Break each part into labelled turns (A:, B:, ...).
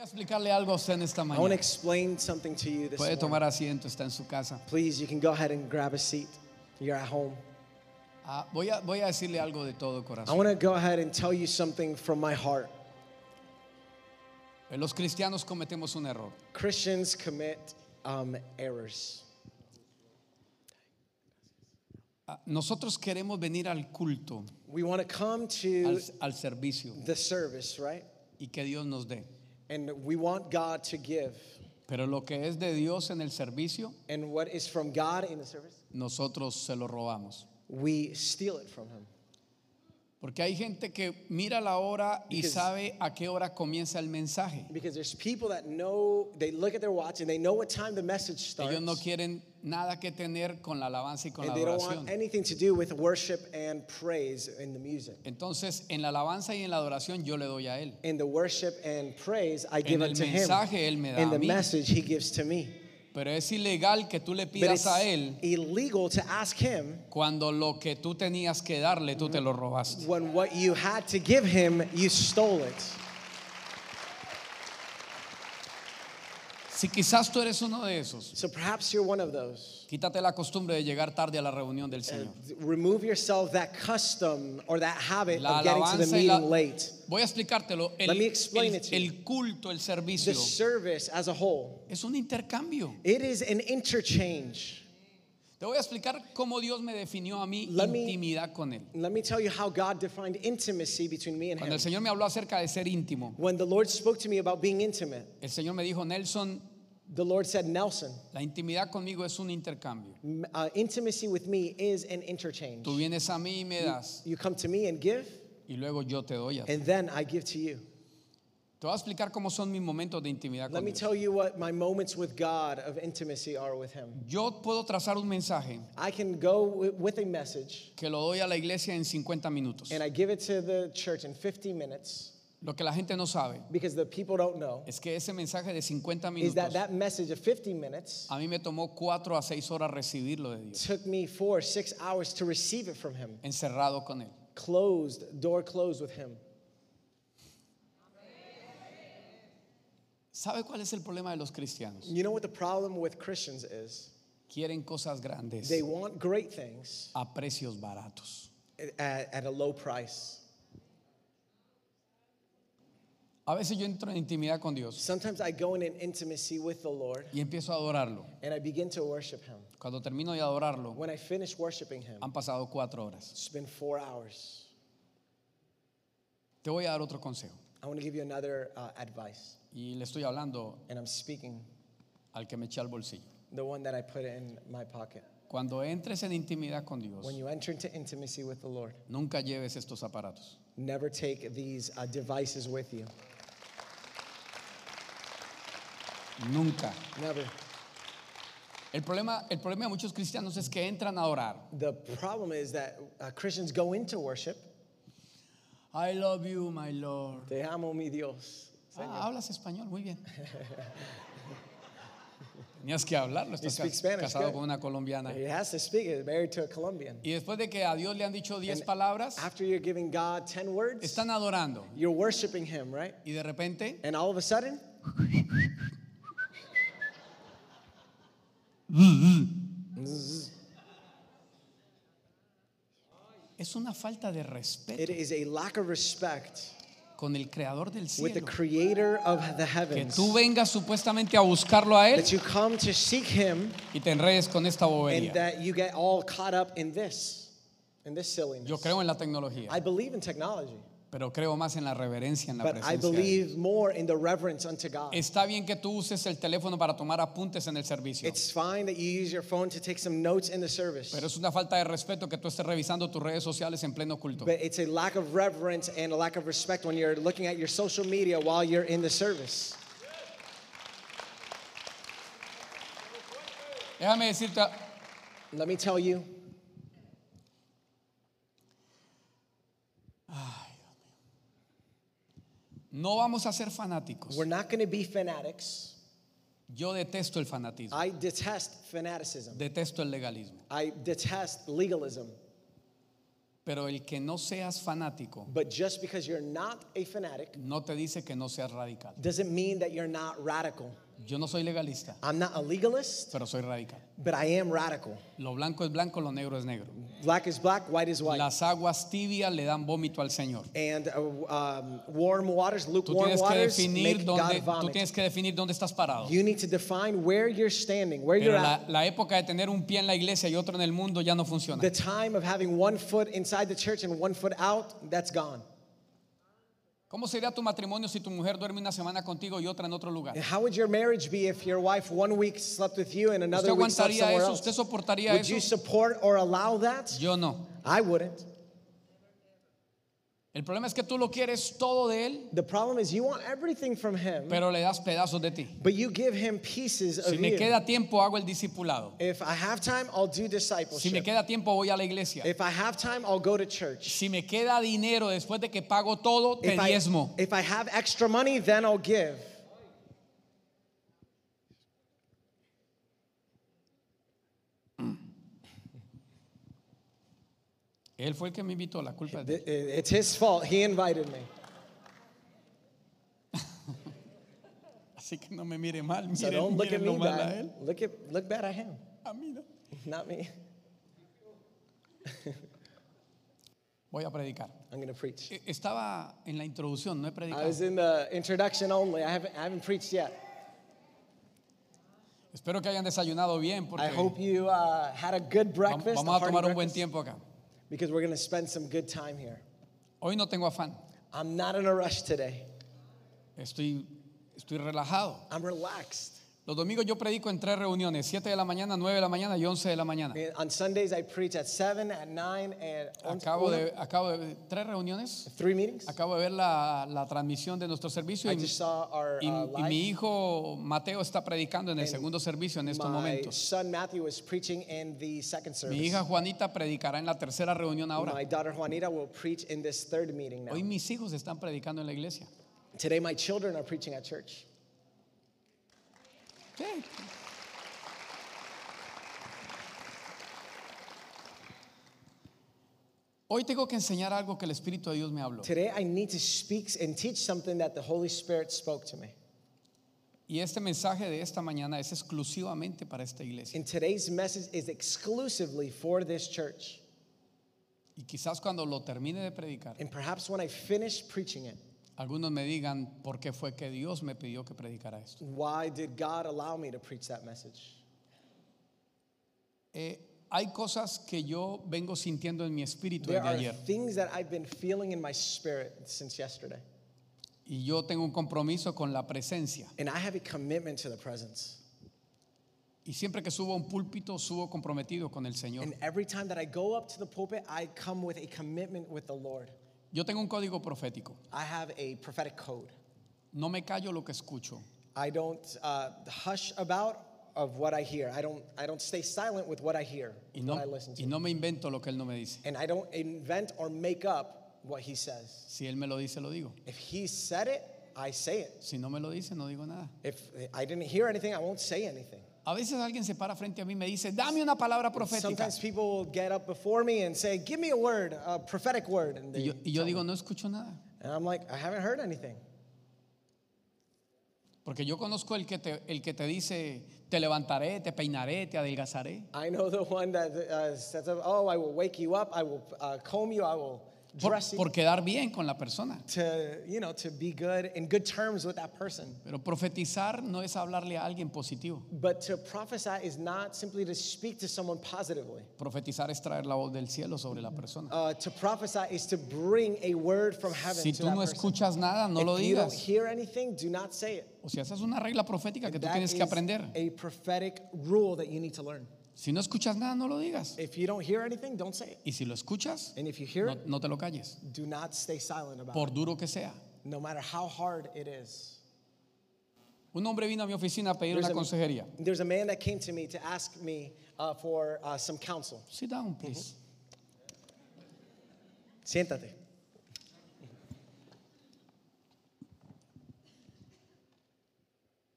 A: explicarle algo a usted en esta
B: I want to
A: mañana.
B: explain something to you this
A: Puede tomar
B: morning.
A: asiento, está en su casa.
B: Please, you can go ahead and grab a seat. You're at home.
A: Ah, voy, a, voy a decirle algo de todo
B: I
A: corazón.
B: want to go ahead and tell you something from my heart.
A: Eh, Los cristianos cometemos un error.
B: Christians commit um, errors.
A: Ah, Nosotros queremos venir al culto,
B: We want to come to
A: al, al servicio
B: the service, right?
A: y que Dios nos dé.
B: And we want God to give.
A: Pero lo que es de Dios en el servicio,
B: And what is from God in the service,
A: nosotros se lo robamos.
B: we steal it from Him.
A: Porque hay gente que mira la hora y
B: Because-
A: sabe a qué hora comienza el mensaje.
B: Because there's people that know, they look at their watch and they know what time the message starts.
A: Ellos no quieren nada que tener con la alabanza y con
B: and
A: la
B: they don't want
A: adoración.
B: anything to do with worship and praise in the music.
A: Entonces, en la alabanza y en la adoración yo le doy a él.
B: In the worship and praise, I give
A: En el
B: unto
A: mensaje
B: him.
A: él me da
B: in
A: a
B: the
A: mí.
B: message, he gives to me.
A: Pero es ilegal que tú le
B: But it's
A: pidas a él
B: illegal to ask him
A: cuando lo que tú tenías que darle tú te lo robaste.
B: when what you had to give him, you stole it.
A: Si quizás tú eres uno de esos,
B: So perhaps you're one of those.
A: quítate la costumbre de llegar tarde a la reunión del Señor.
B: Remove yourself that custom or that habit
A: La
B: of Eh, getting to the
A: alabanza y la-
B: meeting late.
A: Voy a explicártelo. El,
B: Let me explain
A: el-
B: it to you.
A: el culto, el servicio,
B: The service as a whole,
A: es un intercambio.
B: it is an interchange.
A: Te voy a explicar cómo Dios me definió a mí
B: Let me-
A: intimidad con Él.
B: Let me tell you how God defined intimacy between me and
A: Cuando
B: him.
A: el Señor me habló acerca de ser íntimo,
B: When the Lord spoke to me about being intimate,
A: el Señor me dijo, Nelson,
B: the Lord said, Nelson,
A: la intimidad conmigo es un intercambio.
B: m- uh, intimacy with me is an interchange.
A: Tú vienes a mí y me das,
B: You come to me and give,
A: y luego yo te doy a ti.
B: and then I give to you.
A: Te voy a explicar cómo son mis momentos de intimidad
B: Let
A: con
B: me
A: Dios.
B: tell you what my moments with God of intimacy are with Him.
A: Yo puedo trazar un mensaje
B: I can go wi- with a message
A: que lo doy a la iglesia en 50 minutos.
B: and I give it to the church in 50 minutes
A: Lo que la gente no sabe
B: because the people don't know
A: es que ese mensaje de 50
B: is that
A: minutos
B: that message of 50 minutes
A: a mí me tomó 4 a 6 horas recibirlo de Dios,
B: took me four, six hours to receive it from Him.
A: encerrado con Él.
B: Closed, door closed with Him.
A: ¿Sabe cuál es el problema de los cristianos?
B: You know what the problem with Christians is?
A: Quieren cosas grandes
B: They want great things
A: a precios baratos.
B: at, at a low price.
A: A veces yo entro en intimidad con Dios
B: Sometimes I go in an intimacy with the Lord
A: y empiezo a adorarlo.
B: and I begin to worship Him.
A: Cuando termino de adorarlo,
B: When I finish worshiping Him,
A: han pasado 4 horas.
B: it's been four hours.
A: Te voy a dar otro consejo
B: I want to give you another uh, advice,
A: y le estoy hablando
B: and I'm speaking
A: al que me eché al bolsillo.
B: the one that I put in my pocket.
A: Cuando entres en intimidad con Dios,
B: When you enter into intimacy with the Lord,
A: nunca lleves estos aparatos.
B: never take these uh, devices with you.
A: Nunca.
B: Never.
A: El problema, el problema de muchos cristianos es que entran a orar.
B: The problem is that uh, Christians go into worship.
A: I love you, my Lord.
B: Te amo, mi Dios.
A: Ah, hablas español, muy bien. Tenías que hablarlo. Estás
B: You speak
A: ca-
B: Spanish,
A: casado
B: good. Eh.
A: con una colombiana.
B: He has to speak it. Married to a Colombian.
A: Y después de que a Dios le han dicho 10
B: And
A: palabras,
B: After you're giving God ten words,
A: están adorando.
B: you're worshiping Him, right?
A: Y de repente,
B: And all of a sudden,
A: es una falta de respeto
B: it is a lack of respect
A: con el creador del
B: with the
A: cielo.
B: Creator of the
A: Que
B: heavens.
A: tú vengas supuestamente a buscarlo a él
B: That you come to seek Him.
A: y te enredes con esta
B: and
A: bobería.
B: that you get all caught up in this, in this
A: Yo
B: silliness.
A: creo en la tecnología.
B: I believe in technology,
A: Pero creo más en la reverencia, en la
B: but I
A: presencia. de Dios.
B: believe more in the reverence unto God.
A: Está bien que tú uses el teléfono para tomar apuntes en el servicio,
B: It's fine that you use your phone to take some notes in the service,
A: pero es una falta de respeto que tú estés revisando tus redes sociales en pleno culto.
B: but it's a lack of reverence and a lack of respect when you're looking at your social media while you're in the service.
A: Déjame decirte,
B: Let me tell you,
A: no vamos a ser fanáticos.
B: we're not going to be fanatics.
A: Yo detesto el fanatismo,
B: I detest fanaticism.
A: detesto el legalismo,
B: I detest legalism.
A: Pero el que no seas fanático
B: But just because you're not a fanatic
A: no te dice que no seas radical.
B: doesn't mean that you're not radical.
A: Yo no soy legalista,
B: I'm not a legalist,
A: pero soy radical.
B: but I am radical.
A: Lo blanco es blanco, lo negro es negro.
B: Black is black, white is white.
A: Las aguas tibias le dan vómito al Señor.
B: And uh, um, warm waters,
A: Tú
B: lukewarm
A: tienes que
B: waters,
A: definir
B: make
A: dónde,
B: God
A: tú
B: vomit.
A: tienes que definir dónde estás parado.
B: You need to define where you're standing, where
A: Pero
B: you're
A: la,
B: at.
A: la época de tener un pie en la iglesia y otro en el mundo ya no funciona.
B: The time of having one foot inside the church and one foot out, that's gone.
A: ¿Cómo sería tu matrimonio si tu mujer duerme una semana contigo y otra en otro lugar?
B: And how would your marriage be if your wife one week slept with you and
A: ¿Usted
B: another week slept
A: aguantaría
B: somewhere
A: eso? ¿Usted
B: else?
A: soportaría
B: Would you
A: eso?
B: support or allow that?
A: Yo no.
B: I wouldn't.
A: El problema es que tú lo quieres todo de él,
B: The problem is you want everything from him,
A: pero le das pedazos de ti.
B: but you give him pieces of
A: Si me
B: you.
A: queda tiempo, hago el discipulado.
B: If I have time, I'll do
A: Si me
B: discipleship.
A: queda tiempo, voy a la iglesia.
B: Oh, If I have time, I'll go to church.
A: Si me queda dinero después de que pago todo, te
B: If I,
A: diezmo.
B: if I have extra money, then I'll give.
A: Él fue el que me invitó, la culpa es de él.
B: Th- It's his fault. He invited me.
A: Así que no me mire mal,
B: So
A: miren,
B: don't look
A: miren
B: at me
A: lo mal a
B: bad.
A: él.
B: Look at look bad at him,
A: A mí no.
B: not me.
A: Voy a predicar.
B: I'm gonna preach.
A: E- Estaba en la introducción, no he
B: I
A: predicado.
B: was in the introduction only. I haven't I haven't preached yet.
A: Espero que hayan desayunado bien porque
B: I hope
A: vam-
B: you uh, had a good breakfast, a
A: vamos a
B: hearty
A: tomar un buen
B: breakfast,
A: tiempo acá.
B: because we're gonna spend some good time here.
A: Hoy no tengo afán,
B: I'm not in a rush today.
A: estoy, estoy relajado.
B: I'm relaxed.
A: Los domingos yo predico en tres reuniones, 7 de la mañana, 9 de la mañana y 11 de la mañana.
B: And on Sundays I preach at seven, at nine, and on
A: Acabo de, acabo de tres reuniones.
B: three meetings.
A: Acabo de ver la, la transmisión de nuestro servicio
B: I
A: y,
B: just saw our
A: y-
B: uh,
A: y
B: live.
A: mi hijo Mateo está predicando en el segundo servicio en estos
B: My
A: momentos.
B: son Matthew was preaching in the second
A: Mi
B: service.
A: hija Juanita predicará en la tercera reunión ahora.
B: My daughter Juanita will preach in this third meeting now.
A: Hoy mis hijos están predicando en la iglesia.
B: Today, my children are preaching at church.
A: Sí. Hoy tengo que enseñar algo que el Espíritu de Dios me habló.
B: Today, I need to speak and teach something that the Holy Spirit spoke to me.
A: Y este mensaje de esta mañana es exclusivamente para esta iglesia.
B: And today's message is exclusively for this church.
A: Y quizás cuando lo termine de predicar,
B: And perhaps when I finish preaching it,
A: algunos me digan por qué fue que Dios me pidió que predicara esto.
B: why did God allow me to preach that message?
A: Eh, hay cosas que yo vengo sintiendo en mi espíritu
B: There
A: desde
B: are
A: ayer.
B: things that I've been feeling in my spirit since yesterday.
A: Y yo tengo un compromiso con la presencia.
B: And I have a commitment to the presence.
A: Y siempre que subo a un púlpito, subo comprometido con el Señor.
B: And every time that I go up to the pulpit, I come with a commitment with the Lord.
A: Yo tengo un código profético.
B: I have a prophetic code.
A: No me callo lo que escucho.
B: I don't uh, hush about of what I hear. I don't. I don't stay silent with what I hear,
A: Y no,
B: what I listen to,
A: y no me invento lo que Él no me dice.
B: and I don't invent or make up what he says.
A: Si Él me lo dice, lo digo.
B: If he said it, I say it.
A: Si no me lo dice, no digo nada.
B: If I didn't hear anything, I won't say anything.
A: A veces alguien se para frente a mí y me dice, dame una palabra profética.
B: Sometimes people will get up before me and say, "Give me a word, a prophetic word," and,
A: Y
B: they,
A: yo, y yo digo, no escucho nada.
B: and I'm like, "I haven't heard anything."
A: Porque yo conozco el que te, el que te dice, te levantaré, te peinaré, te adelgazaré.
B: I know the one that uh, says, "Oh, I will wake you up. I will uh, comb you. I will
A: Por,
B: dress you."
A: por quedar bien con la persona.
B: to you know to be good in good terms with that person
A: Pero profetizar no es hablarle a alguien positivo.
B: But to prophesy is not simply to speak to someone positively.
A: Profetizar es traer la voz del cielo sobre la persona.
B: Uh, to prophesy is to bring a word from heaven
A: Si
B: to
A: tú
B: that
A: no
B: person.
A: escuchas nada, no
B: if
A: lo
B: you don't
A: digas.
B: hear anything, do not say it.
A: O sea, esa es una regla profética que tú
B: That
A: tienes que
B: is
A: aprender.
B: a prophetic rule that you need to learn.
A: Si no escuchas nada, no lo digas.
B: If you don't hear anything, don't say it.
A: Y si lo escuchas,
B: And if you hear
A: no,
B: it,
A: no te lo calles,
B: do not stay silent about
A: por duro que sea.
B: it, no matter how hard it is.
A: Un hombre vino a mi oficina a pedir
B: There's
A: una
B: a-
A: consejería.
B: There's a man that came to me to ask me uh, for uh, some counsel.
A: Sit down, please.
B: Siéntate.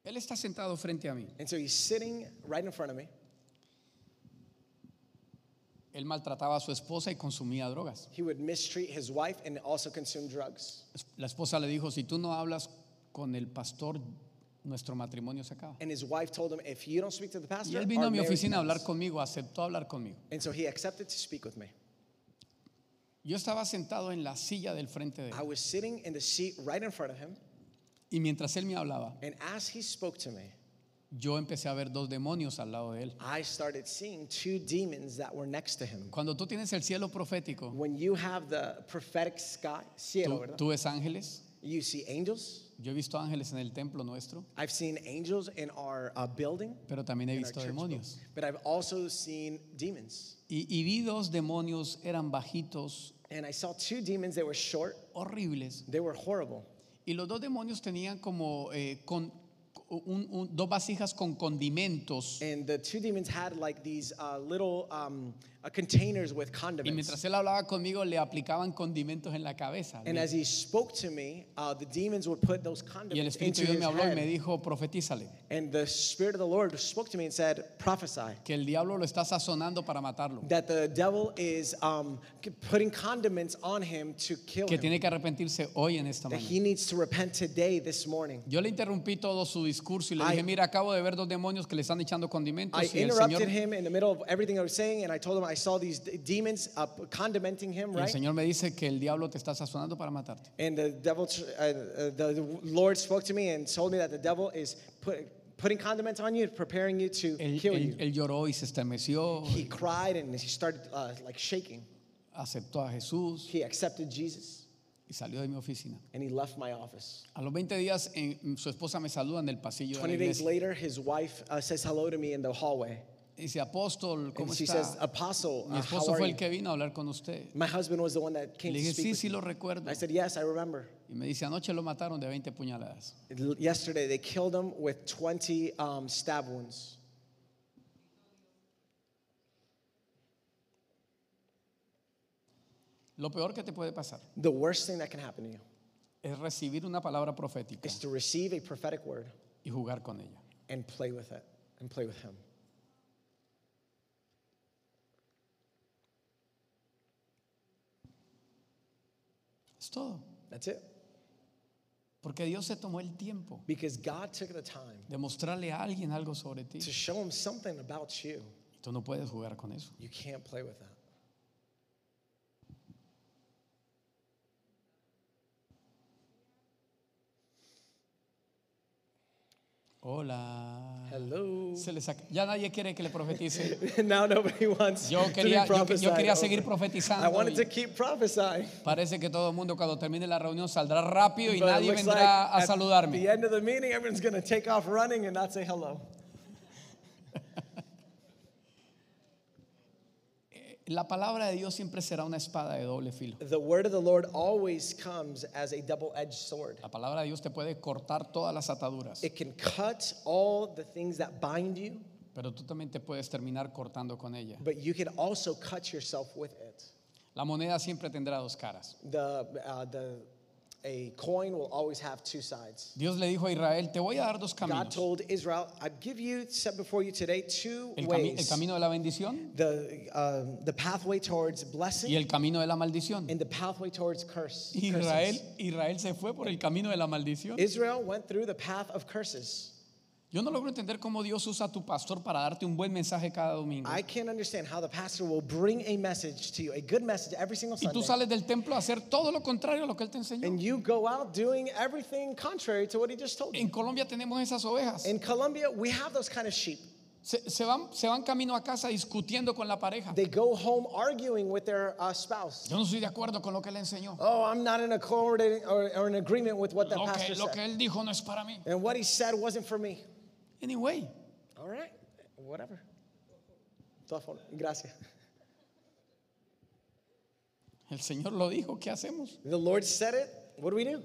A: Él está sentado frente a mí.
B: And so he's sitting right in front of me.
A: Él maltrataba a su esposa y consumía drogas.
B: He would mistreat his wife and also consume drugs.
A: La esposa le dijo, si tú no hablas con el pastor, nuestro matrimonio se acaba.
B: And his wife told him, if you don't speak to the
A: Y
B: pastor,
A: él vino
B: our
A: a mi
B: marriage
A: oficina a hablar
B: ends."
A: conmigo, aceptó hablar conmigo.
B: And so he accepted to speak with me.
A: Yo estaba sentado en la silla del frente de él
B: I was sitting in the seat right in front of him,
A: y mientras él me hablaba,
B: and as he spoke to me,
A: yo empecé a ver dos demonios al lado de él.
B: I started seeing two demons that were next to him.
A: Cuando tú tienes el cielo profético,
B: When you have the prophetic sky, cielo,
A: tú,
B: ¿verdad?
A: tú ves ángeles.
B: you see angels.
A: Yo he visto ángeles en el templo nuestro,
B: I've seen angels in our uh, building,
A: pero también he
B: in our
A: visto
B: church
A: demonios.
B: building. but I've also seen demons.
A: Y, y vi dos demonios, eran bajitos,
B: And I saw two demons. They were short.
A: horribles.
B: They were horrible.
A: Y los dos demonios tenían como eh, con, un- un- dos vasijas con condimentos.
B: And the two demons had like these uh, little um, uh, containers with
A: Y
B: condiments.
A: mientras él hablaba conmigo, le aplicaban condimentos en la cabeza.
B: And as he spoke to me, uh, the demons would put those
A: Y el
B: condiments
A: Espíritu
B: into
A: de Dios
B: his
A: me habló y
B: head.
A: me dijo, profetízale,
B: And the Spirit of the Lord spoke to me and said, prophesy.
A: que el diablo lo está sazonando para matarlo,
B: That the devil is um, putting condiments on him to kill
A: que
B: him.
A: tiene que arrepentirse hoy en esta
B: That
A: mañana.
B: he needs to repent today, this morning.
A: Yo le interrumpí todo su discurso y le
B: I-
A: dije, mira, acabo de ver dos demonios que le están echando
B: I
A: condimentos y el Señor,
B: interrupted him in the middle of everything I was saying, and I told him I saw these d- demons uh, condimenting him,
A: y el
B: right?
A: Señor me dice que el diablo te está sazonando para matarte.
B: And the devil, tr- uh, uh, the the Lord spoke to me and told me that the devil is put, putting condiments on you, preparing you to
A: Él,
B: kill
A: él-
B: you.
A: él lloró y se estremeció,
B: He cried and he started uh, like shaking.
A: aceptó a Jesús
B: He accepted Jesus
A: y salió de mi oficina.
B: and he left my office.
A: A los 20 días en- su esposa me saluda en el pasillo de la
B: 20 days
A: iglesia.
B: later, his wife uh, says hello to me in the hallway.
A: Y dice, apóstol,
B: And
A: ¿cómo
B: she says,
A: está?
B: Apostle,
A: Mi
B: uh, how
A: esposo
B: are
A: fue el
B: you?
A: que vino a hablar con usted.
B: My husband was the one that came
A: Le
B: to
A: dije,
B: speak
A: sí,
B: with
A: sí
B: me.
A: lo recuerdo.
B: I said, Yes, I remember.
A: Y me dice, anoche lo mataron de 20 puñaladas.
B: Yesterday, they killed him with 20 um, stab wounds.
A: Lo peor que te puede pasar
B: The worst thing that can happen to you
A: es recibir una palabra profética
B: is to receive a prophetic word
A: y jugar con ella.
B: and play with it and play with him.
A: Es todo.
B: That's it.
A: Porque Dios se tomó el tiempo
B: Because God took the time
A: de mostrarle a alguien algo sobre ti.
B: to show him something about you.
A: Y tú no puedes jugar con eso.
B: You can't play with that.
A: Hola.
B: Hello.
A: Se le saca- Ya nadie quiere que le profetice.
B: now nobody wants
A: Yo quería- yo
B: to be
A: que- yo
B: prophesied
A: quería
B: over.
A: seguir profetizando
B: I wanted
A: y-
B: to keep prophesying.
A: Parece que todo el mundo cuando termine la reunión saldrá rápido y
B: but it
A: nadie
B: looks
A: vendrá
B: like
A: a
B: at the
A: saludarme.
B: end of the meeting, everyone's going to take off running and not say hello.
A: La palabra de Dios siempre será una espada de doble filo.
B: The word of the Lord always comes as a double edged sword.
A: La palabra de Dios te puede cortar todas las ataduras,
B: It can cut all the things that bind you,
A: pero tú también te puedes terminar cortando con ella.
B: but you can also cut yourself with it.
A: La moneda siempre tendrá dos caras.
B: The, uh, the, a coin will always have two sides.
A: Dios le dijo a Israel, te voy a dar dos
B: God
A: caminos.
B: told Israel, I give you, set before you today, two
A: El, cami- el
B: ways
A: camino de la bendición
B: the, um, the pathway towards blessing
A: y el camino de la maldición.
B: and the pathway towards curse. curses."
A: Israel, Israel se fue por el camino de la maldición.
B: Israel went through the path of curses.
A: Yo no logro entender cómo Dios usa a tu pastor para darte un buen mensaje cada domingo.
B: I can't understand how the pastor will bring a message to you, a good message every single
A: Y tú
B: Sunday.
A: sales del templo a hacer todo lo contrario a lo que él te enseñó.
B: And you go out doing everything contrary to what he just told you.
A: En Colombia tenemos esas ovejas.
B: In Colombia, we have those kind of sheep.
A: Se, se van, se van camino a casa discutiendo con la pareja.
B: They go home arguing with their uh, spouse.
A: Yo no estoy de acuerdo con lo que él enseñó.
B: Oh, I'm not in accord or, or in agreement with what that
A: Lo
B: pastor
A: que, lo que
B: said.
A: él dijo no es para mí.
B: And what he said wasn't for me.
A: Anyway,
B: All right, whatever. Teléfono. Gracias.
A: el Señor lo dijo, ¿qué hacemos?
B: The Lord said it. What do we do?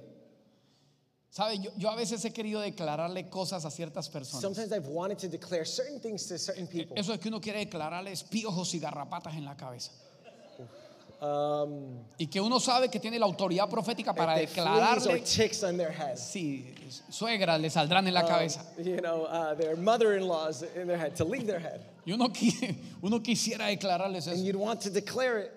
A: ¿Sabe? Yo, yo a veces he querido declararle cosas a ciertas personas.
B: Sometimes I've wanted to declare certain things to certain people.
A: Eso es que uno quiere declararles piojos y garrapatas en la cabeza.
B: um,
A: y que uno sabe que tiene la autoridad profética para
B: like the fleas or
A: declararle,
B: ticks on their head.
A: sí, suegra le saldrán en
B: Ah.
A: la cabeza.
B: You know, uh, their mother-in-laws in their head to leave their head,
A: Y uno, qui- uno quisiera declararles eso,
B: and you'd want to declare it,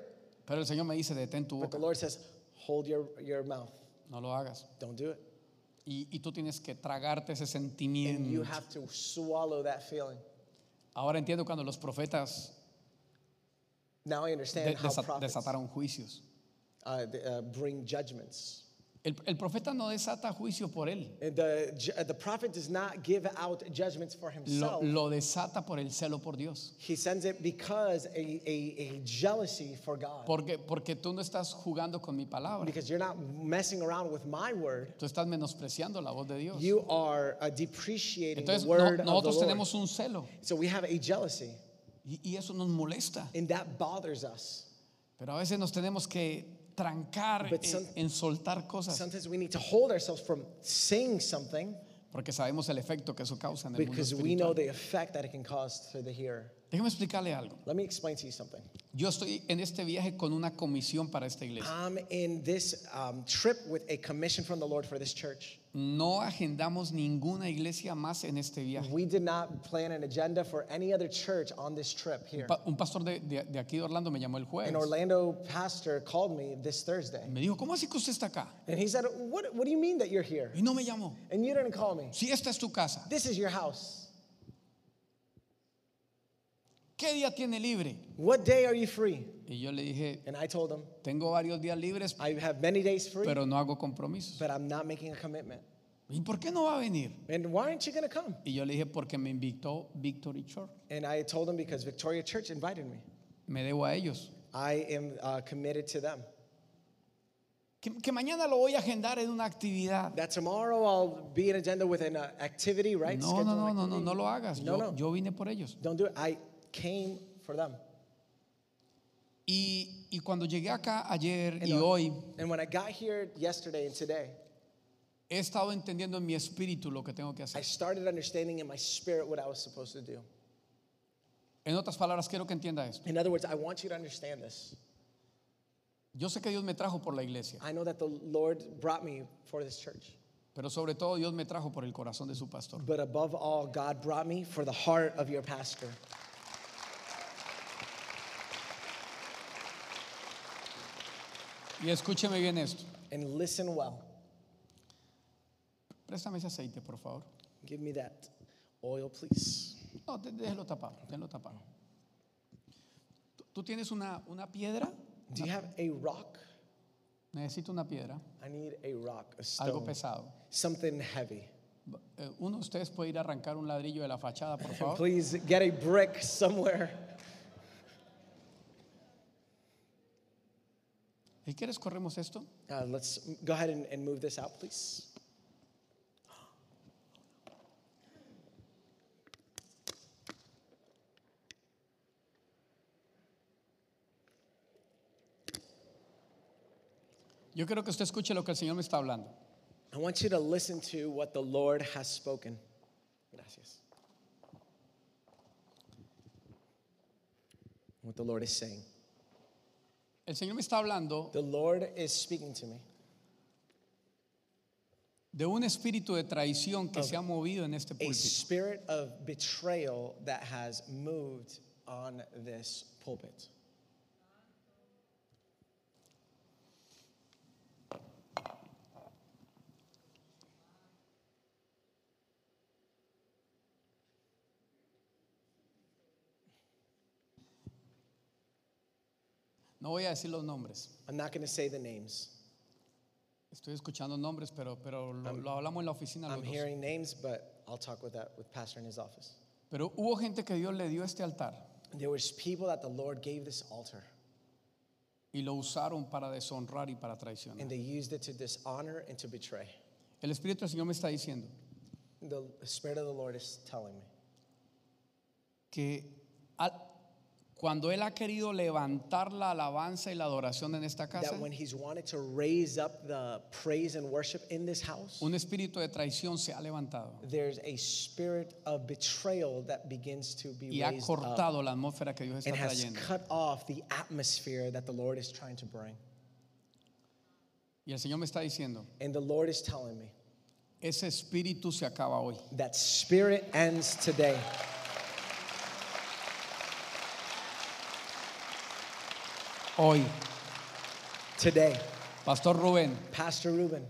A: pero el Señor me dice, detén tu
B: but
A: boca,
B: the Lord says, "Hold your your mouth.
A: no lo hagas.
B: Don't do it."
A: Y, y tú tienes que tragarte ese
B: And you
A: sentimiento.
B: have to swallow that feeling.
A: Ahora entiendo cuando los profetas
B: Now I
A: de-
B: understand how
A: desa-
B: prophets
A: desataron juicios.
B: uh, th- uh, bring judgments.
A: El, el profeta no desata juicio por él,
B: And the ju- uh, the prophet does not give out judgments for
A: lo,
B: himself.
A: lo desata por el celo por Dios.
B: He sends it because a, a, a jealousy for God.
A: Porque, porque tú no estás jugando con mi palabra,
B: Because you're not messing around with my word.
A: tú estás menospreciando la voz de Dios.
B: You are uh, depreciating
A: Entonces
B: the
A: no-
B: word of the
A: nosotros
B: Lord.
A: tenemos un celo
B: So we have a jealousy,
A: y, y eso nos molesta,
B: and that bothers us.
A: pero a veces nos tenemos que trancar
B: But
A: en-
B: some-
A: en soltar cosas
B: Sometimes we need to hold ourselves from saying something
A: porque sabemos el efecto que eso causa en el mundo
B: because we know
A: espiritual.
B: the effect that it can cause to the hearer.
A: Déjeme explicarle algo.
B: Let me explain to you something.
A: Yo estoy en este viaje con una comisión para esta iglesia.
B: I'm in this um, trip with a commission from the Lord for this church.
A: No agendamos ninguna iglesia más en este viaje.
B: We did not plan an agenda for any other church on this trip here.
A: Pa- Un pastor de, de- de aquí de Orlando me llamó el
B: An
A: jueves.
B: Orlando pastor called me this Thursday,
A: Me dijo, ¿cómo así que usted está acá?
B: and he said, what, what do you mean that you're here?
A: Y no me llamó.
B: And you didn't call me.
A: Si esta es tu casa,
B: This is your house.
A: ¿qué día tiene libre?
B: What day are you free?
A: Y yo le dije,
B: And I told him,
A: tengo varios días libres,
B: I have many days free,
A: pero no hago compromisos.
B: but I'm not making a commitment.
A: ¿Y por qué no va a venir?
B: And why aren't you going to come?
A: Y yo le dije, porque me invitó Victory Church.
B: And I told him because Victoria Church invited me.
A: Me debo a ellos.
B: I am uh, committed to them.
A: Que, que mañana lo voy a agendar en una actividad.
B: That tomorrow I'll be an agenda with an uh, activity, right?
A: No,
B: Schedule
A: no,
B: an
A: no, no, no,
B: activity.
A: no lo hagas.
B: No,
A: Yo,
B: no.
A: yo vine por ellos.
B: Don't do it. I came for them.
A: Y, y cuando llegué acá ayer y
B: And, uh,
A: hoy,
B: And when I got here yesterday and today,
A: he estado entendiendo en mi espíritu lo que tengo que
B: I
A: hacer.
B: started understanding in my spirit what I was supposed to do.
A: En otras palabras, quiero que entienda esto.
B: In other words, I want you to understand this.
A: Yo sé que Dios me trajo por la iglesia,
B: I know that the Lord brought me for this church,
A: pero sobre todo Dios me trajo por el corazón de su pastor.
B: but above all, God brought me for the heart of your pastor.
A: Y escúcheme bien esto.
B: And listen well.
A: Préstame ese aceite, por favor.
B: Give me that oil, please.
A: No, dé- déjelo tapado, déjelo tapado. Tú- Tú tienes una, una piedra,
B: Do you have a rock?
A: necesito una piedra,
B: I need a rock, a
A: algo
B: stone,
A: pesado.
B: something heavy.
A: B- eh, Uno de ustedes puede ir a arrancar un ladrillo de la fachada, por favor.
B: Please get a brick somewhere.
A: Si quieres, corremos esto.
B: Uh, let's go ahead and, and move this out, please.
A: Yo quiero que usted escuche lo que el Señor me está hablando.
B: I want you to listen to what the Lord has spoken. Gracias. What the Lord is saying.
A: El Señor me está hablando
B: The Lord is speaking to me
A: de un espíritu de traición que se ha movido en este
B: a
A: púlpito.
B: spirit of betrayal that has moved on this pulpit.
A: No voy a decir los nombres.
B: I'm not going to say the names.
A: Estoy escuchando nombres, pero, pero lo, lo hablamos en la oficina. los
B: I'm
A: dos.
B: hearing names, but I'll talk with that with pastor in his office.
A: Pero hubo gente que Dios le dio este altar
B: There was people that the Lord gave this altar,
A: y lo usaron para deshonrar y para traicionar.
B: and they used it to dishonor and to betray.
A: El Espíritu del Señor me está diciendo
B: The spirit of the Lord is telling me.
A: que al- Cuando Él ha querido levantar la alabanza y la adoración en esta casa,
B: that when he's wanted to raise up the praise and worship in this house,
A: un espíritu de traición se ha levantado
B: there's a spirit of betrayal that begins to
A: y
B: be
A: ha
B: raised up
A: cortado la atmósfera que Dios está
B: and has
A: trayendo.
B: cut off the atmosphere that the Lord is trying to bring.
A: Y el Señor me está diciendo,
B: And the Lord is telling me
A: ese espíritu se acaba hoy.
B: that spirit ends today.
A: Hoy,
B: Today,
A: Pastor Rubén,
B: Pastor Ruben,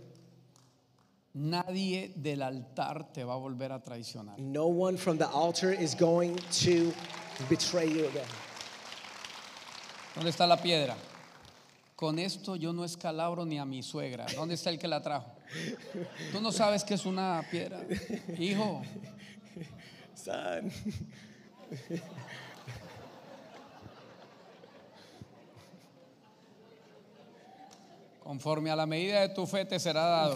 A: nadie del altar te va a volver a traicionar.
B: no one from the altar is going to betray you again.
A: ¿Dónde está la piedra? Con esto yo no escalabro ni a mi suegra. ¿Dónde está el que la trajo? Tú no sabes que es una piedra. Hijo,
B: Son.
A: conforme a la medida de tu fe te será dado.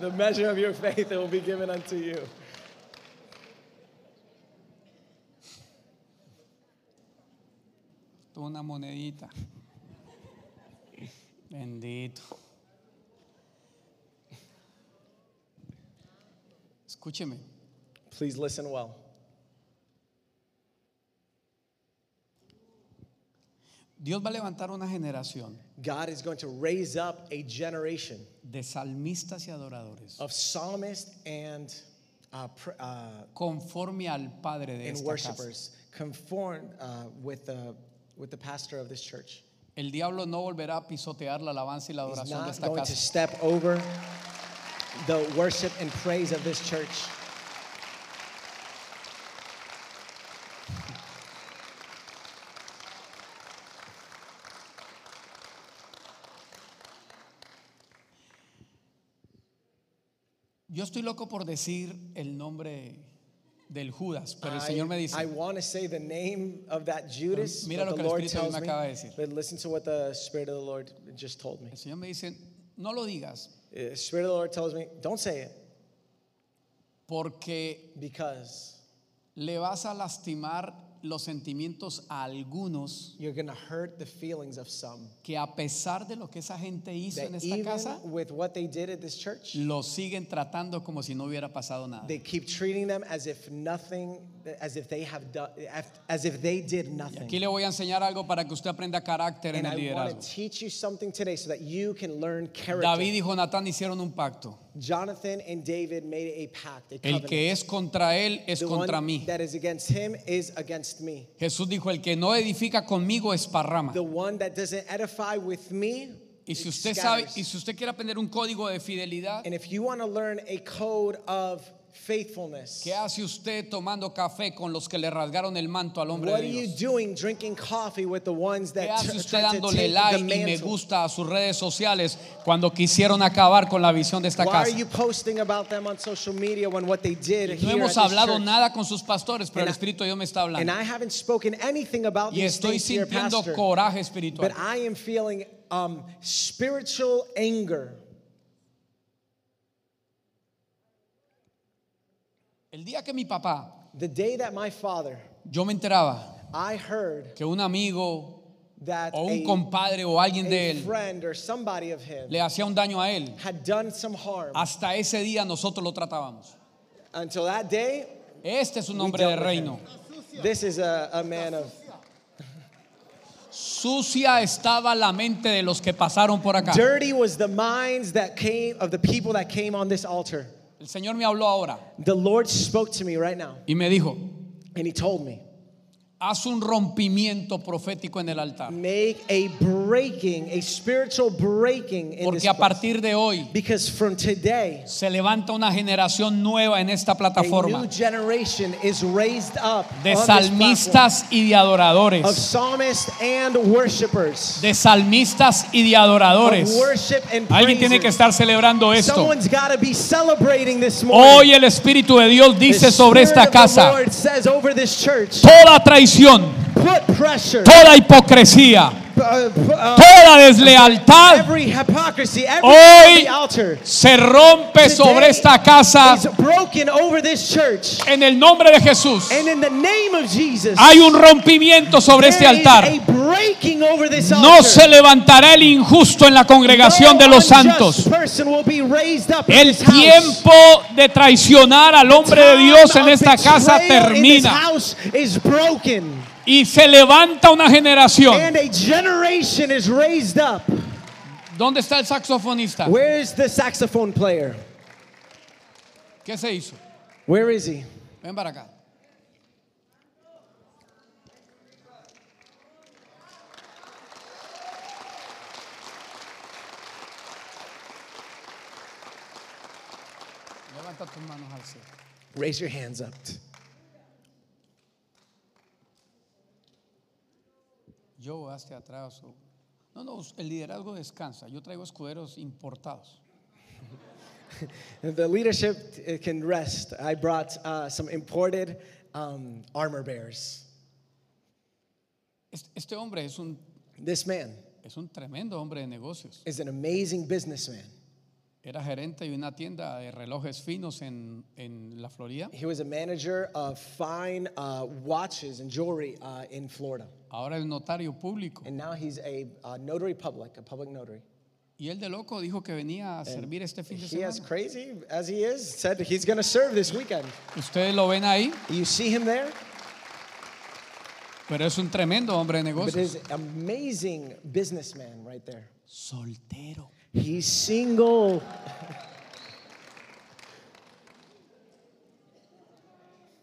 B: the measure of your faith it will be given unto you.
A: Tú una monedita. Bendito. Escúcheme.
B: Please listen well.
A: Dios va a levantar una generación
B: God is going to raise up a generation
A: de salmistas y adoradores
B: of psalmists and uh, pr- uh,
A: conforme al Padre de
B: and
A: esta casa.
B: worshipers conformed uh, with the with the pastor of this church.
A: El diablo no volverá a pisotear la alabanza y la
B: He's
A: adoración de
B: not
A: esta
B: going to
A: casa.
B: step over the worship and praise of this church.
A: Yo estoy loco por decir el nombre del Judas, pero el
B: I-
A: Señor me
B: I,
A: dice,
B: want to say the name of that Judas.
A: Mira lo
B: but
A: que
B: the
A: el
B: Lord
A: Espíritu de Dios
B: tells
A: me
B: me,
A: acaba de decir.
B: But listen to what the Spirit of the Lord just told me.
A: el Señor me dice, no lo digas,
B: The Spirit of the Lord tells me, don't say it
A: porque
B: because
A: le vas a lastimar los sentimientos a algunos
B: you're going to hurt the feelings of some.
A: que a pesar de lo que esa gente hizo en
B: That
A: esta
B: even
A: casa,
B: with what they did at this church,
A: lo siguen tratando como si no hubiera pasado nada.
B: they keep treating them as if nothing, as if they have done, as if they did nothing.
A: Aquí le voy a enseñar algo para que usted aprenda carácter en
B: And
A: el
B: I want
A: liderazgo.
B: to teach you something today so that you can learn character.
A: David y Jonatán hicieron un pacto.
B: Jonathan and David made a pact, a
A: El
B: covenant.
A: que es contra él es
B: the
A: contra
B: one
A: mí.
B: that is against him is against me.
A: Jesús dijo, el que no edifica conmigo esparrama.
B: The one that doesn't edify with me.
A: Y si
B: it
A: usted sabe,
B: scatters.
A: y si usted quiere aprender un código de fidelidad,
B: and if you want to learn a code of faithfulness,
A: ¿qué hace usted tomando café con los que le rasgaron el manto al hombre
B: what
A: de
B: are you
A: Dios?
B: doing drinking coffee with the ones
A: ¿Qué
B: that
A: hace
B: tr-
A: usted
B: tried to
A: dándole
B: take
A: like
B: the
A: y me
B: mantle?
A: gusta a sus redes sociales cuando quisieron acabar con la visión de esta
B: Why are
A: casa?
B: you posting about them on social media when what they did
A: No
B: here
A: hemos
B: at this
A: hablado
B: church?
A: nada con sus pastores, pero el
B: And I-
A: Espíritu de Dios me está
B: And
A: hablando.
B: I haven't spoken anything about
A: Y
B: these
A: estoy
B: things to your
A: sintiendo
B: pastor.
A: coraje
B: But
A: espiritual.
B: I am feeling um, spiritual anger.
A: El día que mi papá,
B: The day that my father,
A: yo me enteraba
B: I heard
A: que un amigo
B: that
A: o un
B: a,
A: compadre o alguien de
B: a
A: él
B: friend or somebody of him
A: le hacía un daño a él.
B: had done some harm,
A: Hasta ese día nosotros lo tratábamos.
B: until that day,
A: Este es un
B: We
A: hombre de
B: dealt with
A: reino.
B: this is a, a man of
A: Sucia estaba la mente de los que pasaron por acá.
B: dirty was the minds that came of the people that came on this altar.
A: El Señor me habló ahora
B: The Lord spoke to me right now,
A: y me dijo,
B: and He told me,
A: haz un rompimiento profético en el altar.
B: make a breaking, a spiritual breaking in this
A: Porque a
B: place.
A: partir de hoy
B: Because from today,
A: se levanta una generación nueva en esta
B: a
A: plataforma
B: new generation is raised up
A: de
B: on this platform
A: salmistas y de
B: of
A: adoradores.
B: psalmists and worshipers.
A: De salmistas y de
B: Of
A: adoradores.
B: worship and
A: Alguien tiene que
B: praisers.
A: estar celebrando esto.
B: Someone's got to be celebrating this
A: Hoy
B: morning.
A: el Espíritu de Dios
B: The
A: dice sobre
B: Spirit
A: esta
B: of the
A: casa,
B: Lord says over this church,
A: toda traición,
B: put pressure,
A: toda hipocresía,
B: p- uh, p- uh,
A: Toda deslealtad
B: every hypocrisy, every
A: Hoy-
B: the altar
A: se rompe sobre esta casa
B: is broken over this church.
A: en el nombre de Jesús.
B: And in the name of Jesus,
A: Hay un rompimiento sobre este
B: there is
A: altar.
B: a breaking over this
A: No
B: altar.
A: se levantará el injusto en la congregación de los santos. El tiempo de traicionar al hombre de Dios en esta casa termina y se levanta una generación.
B: And a generation is raised up.
A: ¿Dónde está el saxofonista?
B: Where is the saxophone player?
A: ¿Qué se hizo?
B: Where is he?
A: Ven para acá. Levanta tus manos al cielo.
B: Raise your hands up.
A: Yo voy hacia atrás. o- No, no, el liderazgo descansa. Yo traigo escuderos importados.
B: The leadership uh, can rest. I brought uh, some imported um, armor bearers.
A: Este, este hombre es un,
B: This man
A: es un tremendo hombre de negocios.
B: is an amazing businessman.
A: Era gerente de una tienda de relojes finos en, en la Florida.
B: He was a manager of fine uh, watches and jewelry uh, in Florida.
A: Ahora es notario público.
B: And now he's a uh, notary public, a public notary.
A: Y el de loco dijo que venía a servir este fin de
B: He, as
A: semana.
B: crazy as he is, said he's going to serve this weekend.
A: Ustedes lo ven ahí,
B: You see him there?
A: pero es un tremendo hombre de
B: But
A: negocios.
B: he's amazing businessman right there.
A: Soltero.
B: He's single.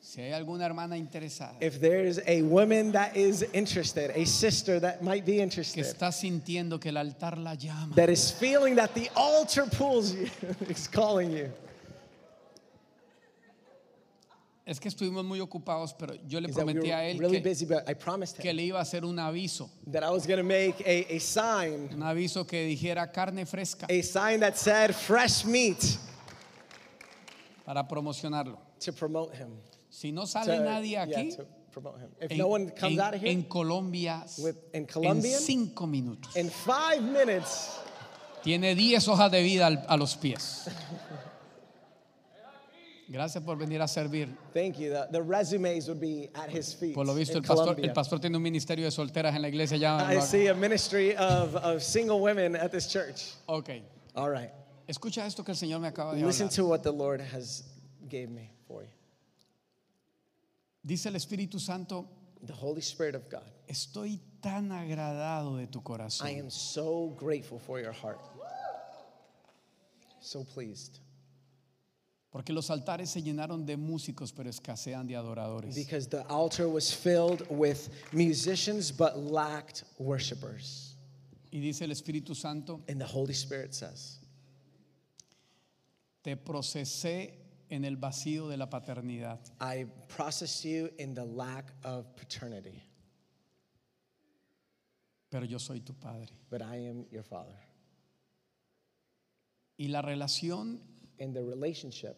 A: Si hay alguna hermana interesada
B: If there's a woman that is interested, a sister that might be
A: que
B: interested,
A: está sintiendo que el altar la llama,
B: that is feeling that the altar pulls you, is calling you.
A: es que estuvimos muy ocupados, pero yo le
B: Is that we
A: prometí a
B: were
A: él
B: really
A: que,
B: busy, but I promised
A: que
B: him
A: le iba a hacer un aviso,
B: that I was going to make a, a sign,
A: un aviso que dijera carne fresca
B: a sign that said fresh meat
A: para promocionarlo.
B: to promote him.
A: Si no
B: To-
A: sale nadie
B: yeah,
A: aquí,
B: to promote him. If
A: en,
B: no one comes
A: en-
B: out of here,
A: en Colombia,
B: With- in
A: en
B: Colombian?
A: cinco minutos,
B: in five minutes,
A: tiene 10 hojas de vida al- a los pies. Gracias por venir a servir.
B: Thank you. The, the resumes would be at his feet.
A: Por lo visto, el
B: in
A: pastor,
B: Colombia.
A: el pastor tiene un ministerio de solteras en la iglesia. Ya
B: I
A: lo-
B: see a ministry of, of single women at this church.
A: ok.
B: All right.
A: Escucha esto que el Señor me acaba de
B: Listen
A: hablar.
B: to what the Lord has gave me for you.
A: Dice el Espíritu Santo,
B: The Holy Spirit of God.
A: estoy tan agradado de tu
B: I
A: corazón
B: am so grateful for your heart. So pleased.
A: porque los altares se llenaron de músicos pero escasean de adoradores.
B: Because the altar was filled with musicians but lacked worshipers.
A: Y dice el Espíritu Santo,
B: And the Holy Spirit says,
A: te procesé en el vacío de la paternidad.
B: I process you in the lack of paternity,
A: pero yo soy tu padre.
B: but I am your father.
A: Y la relación
B: In the relationship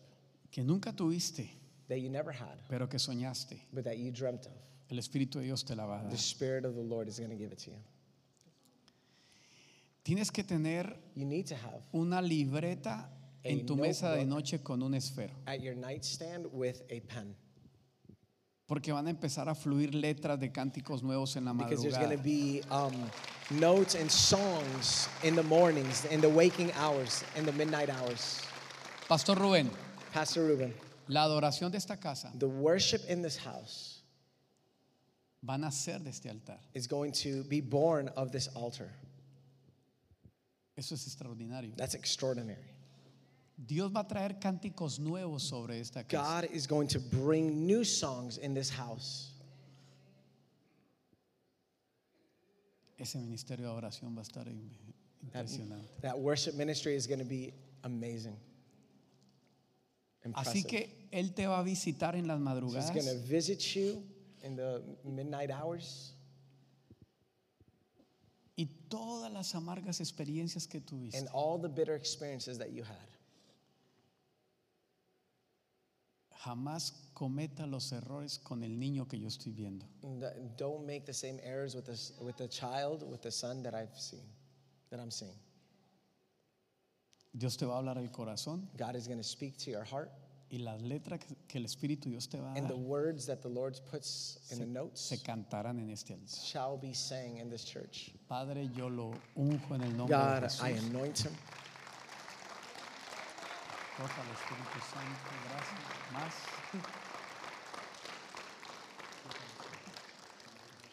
A: que nunca tuviste,
B: that you never had,
A: pero que soñaste,
B: but that you dreamt of.
A: el Espíritu de Dios te la va a
B: The
A: dar.
B: Spirit of the Lord is going to give it to you.
A: Tienes que tener
B: You need to have
A: una libreta en
B: A
A: tu mesa de
B: notebook.
A: noche con un esfero,
B: at your nightstand with a pen
A: porque van a empezar a fluir letras de cánticos nuevos en la
B: because there's going to
A: madrugada.
B: be um, notes and songs in the mornings, in the waking hours, in the midnight hours.
A: Pastor Rubén,
B: Pastor Ruben,
A: la adoración de esta casa
B: the worship in this house
A: van a ser de este altar.
B: is going to be born of this altar.
A: Eso es extraordinario.
B: That's extraordinary.
A: Dios va a traer cánticos nuevos sobre esta casa.
B: God is going to bring new songs in this house.
A: Ese ministerio de adoración va a estar im- impresionante.
B: That worship ministry is going to be amazing.
A: Así
B: Impressive.
A: que Él te va a visitar en las
B: He's
A: madrugadas
B: going to visit you in the midnight hours.
A: y todas las amargas experiencias que tuviste
B: and all the bitter experiences that you had.
A: jamás cometa los errores con el niño que yo estoy viendo.
B: N- Don't make the same errors with the, s- with the child, with the son that I've seen, that I'm seeing.
A: Dios te va a hablar al corazón
B: God is going to speak to your heart,
A: y las letras que- que el Espíritu Dios te va a
B: and the
A: dar
B: words that the Lord puts in the notes
A: Ah. se cantarán en este altar.
B: shall be sang in this church.
A: Padre, yo lo unjo en el nombre de
B: God,
A: Jesús.
B: I anoint him.
A: Toca al Espíritu Santo, gracias. Más.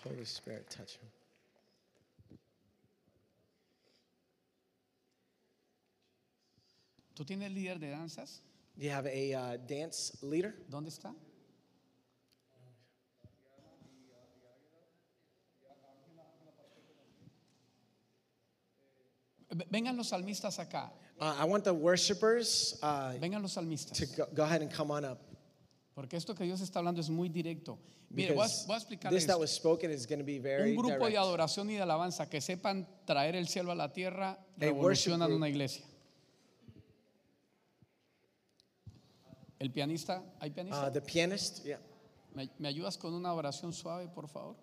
B: Holy Spirit, touch him.
A: ¿Tú tienes líder de danzas?
B: Do you have a uh, dance leader?
A: ¿Dónde está? Ve- Vengan los salmistas acá.
B: Uh, I want the worshipers uh,
A: Vengan los
B: to
A: salmistas.
B: go, go ahead and come on up.
A: Porque esto que Dios está hablando es muy directo. Mire, voy a,
B: because
A: voy a explicarles
B: this that was spoken is going to be very
A: Un grupo de
B: direct.
A: adoración y de alabanza que sepan traer el cielo a la tierra
B: worship
A: revolucionan
B: group.
A: una iglesia. El pianista, ¿hay pianista?
B: Uh, the pianist, yeah.
A: ¿Me, me ayudas con una oración suave, por favor?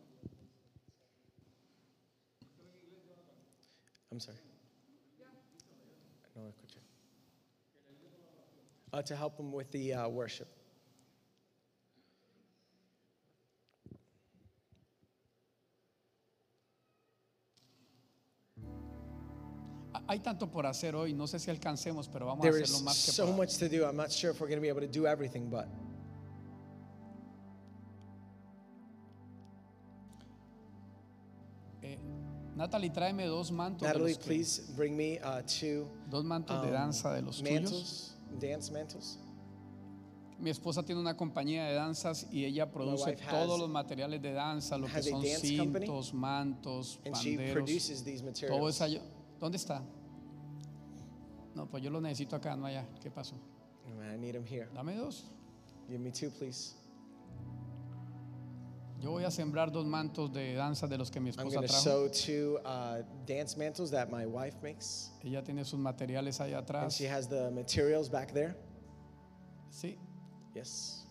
B: I'm sorry. No, I could check. Uh, to help him with the uh, worship.
A: Ha- Hay tanto por hacer hoy, no sé si alcancemos, pero vamos a
B: There
A: hacer lo
B: is
A: más que
B: so
A: podamos.
B: much to do. I'm not sure if we're going to be able to do everything, but
A: Eh, Natalie, tráeme dos mantos, de
B: Natalie,
A: los que-
B: please bring me uh, two
A: dos mantos de
B: um,
A: danza de los tuyos.
B: mantles, dance mantles.
A: Mi esposa tiene una compañía de danzas y ella produce
B: wife has-
A: todos los materiales de danza, lo que
B: has a
A: son
B: dance company,
A: cintos, mantos,
B: And she
A: panderos,
B: produces these
A: todo
B: materials.
A: eso. yo- ¿Dónde está? No, pues yo lo necesito acá, no allá. ¿Qué pasó?
B: I need him here.
A: Dame dos.
B: Give me two, please.
A: Yo voy a sembrar dos mantos de danza de los que mi
B: I'm
A: esposa
B: going to
A: trajo.
B: sew two uh, dance mantles that my wife makes.
A: Ella tiene sus materiales allá
B: And
A: atrás.
B: she has the materials back there.
A: Sí.
B: Yes.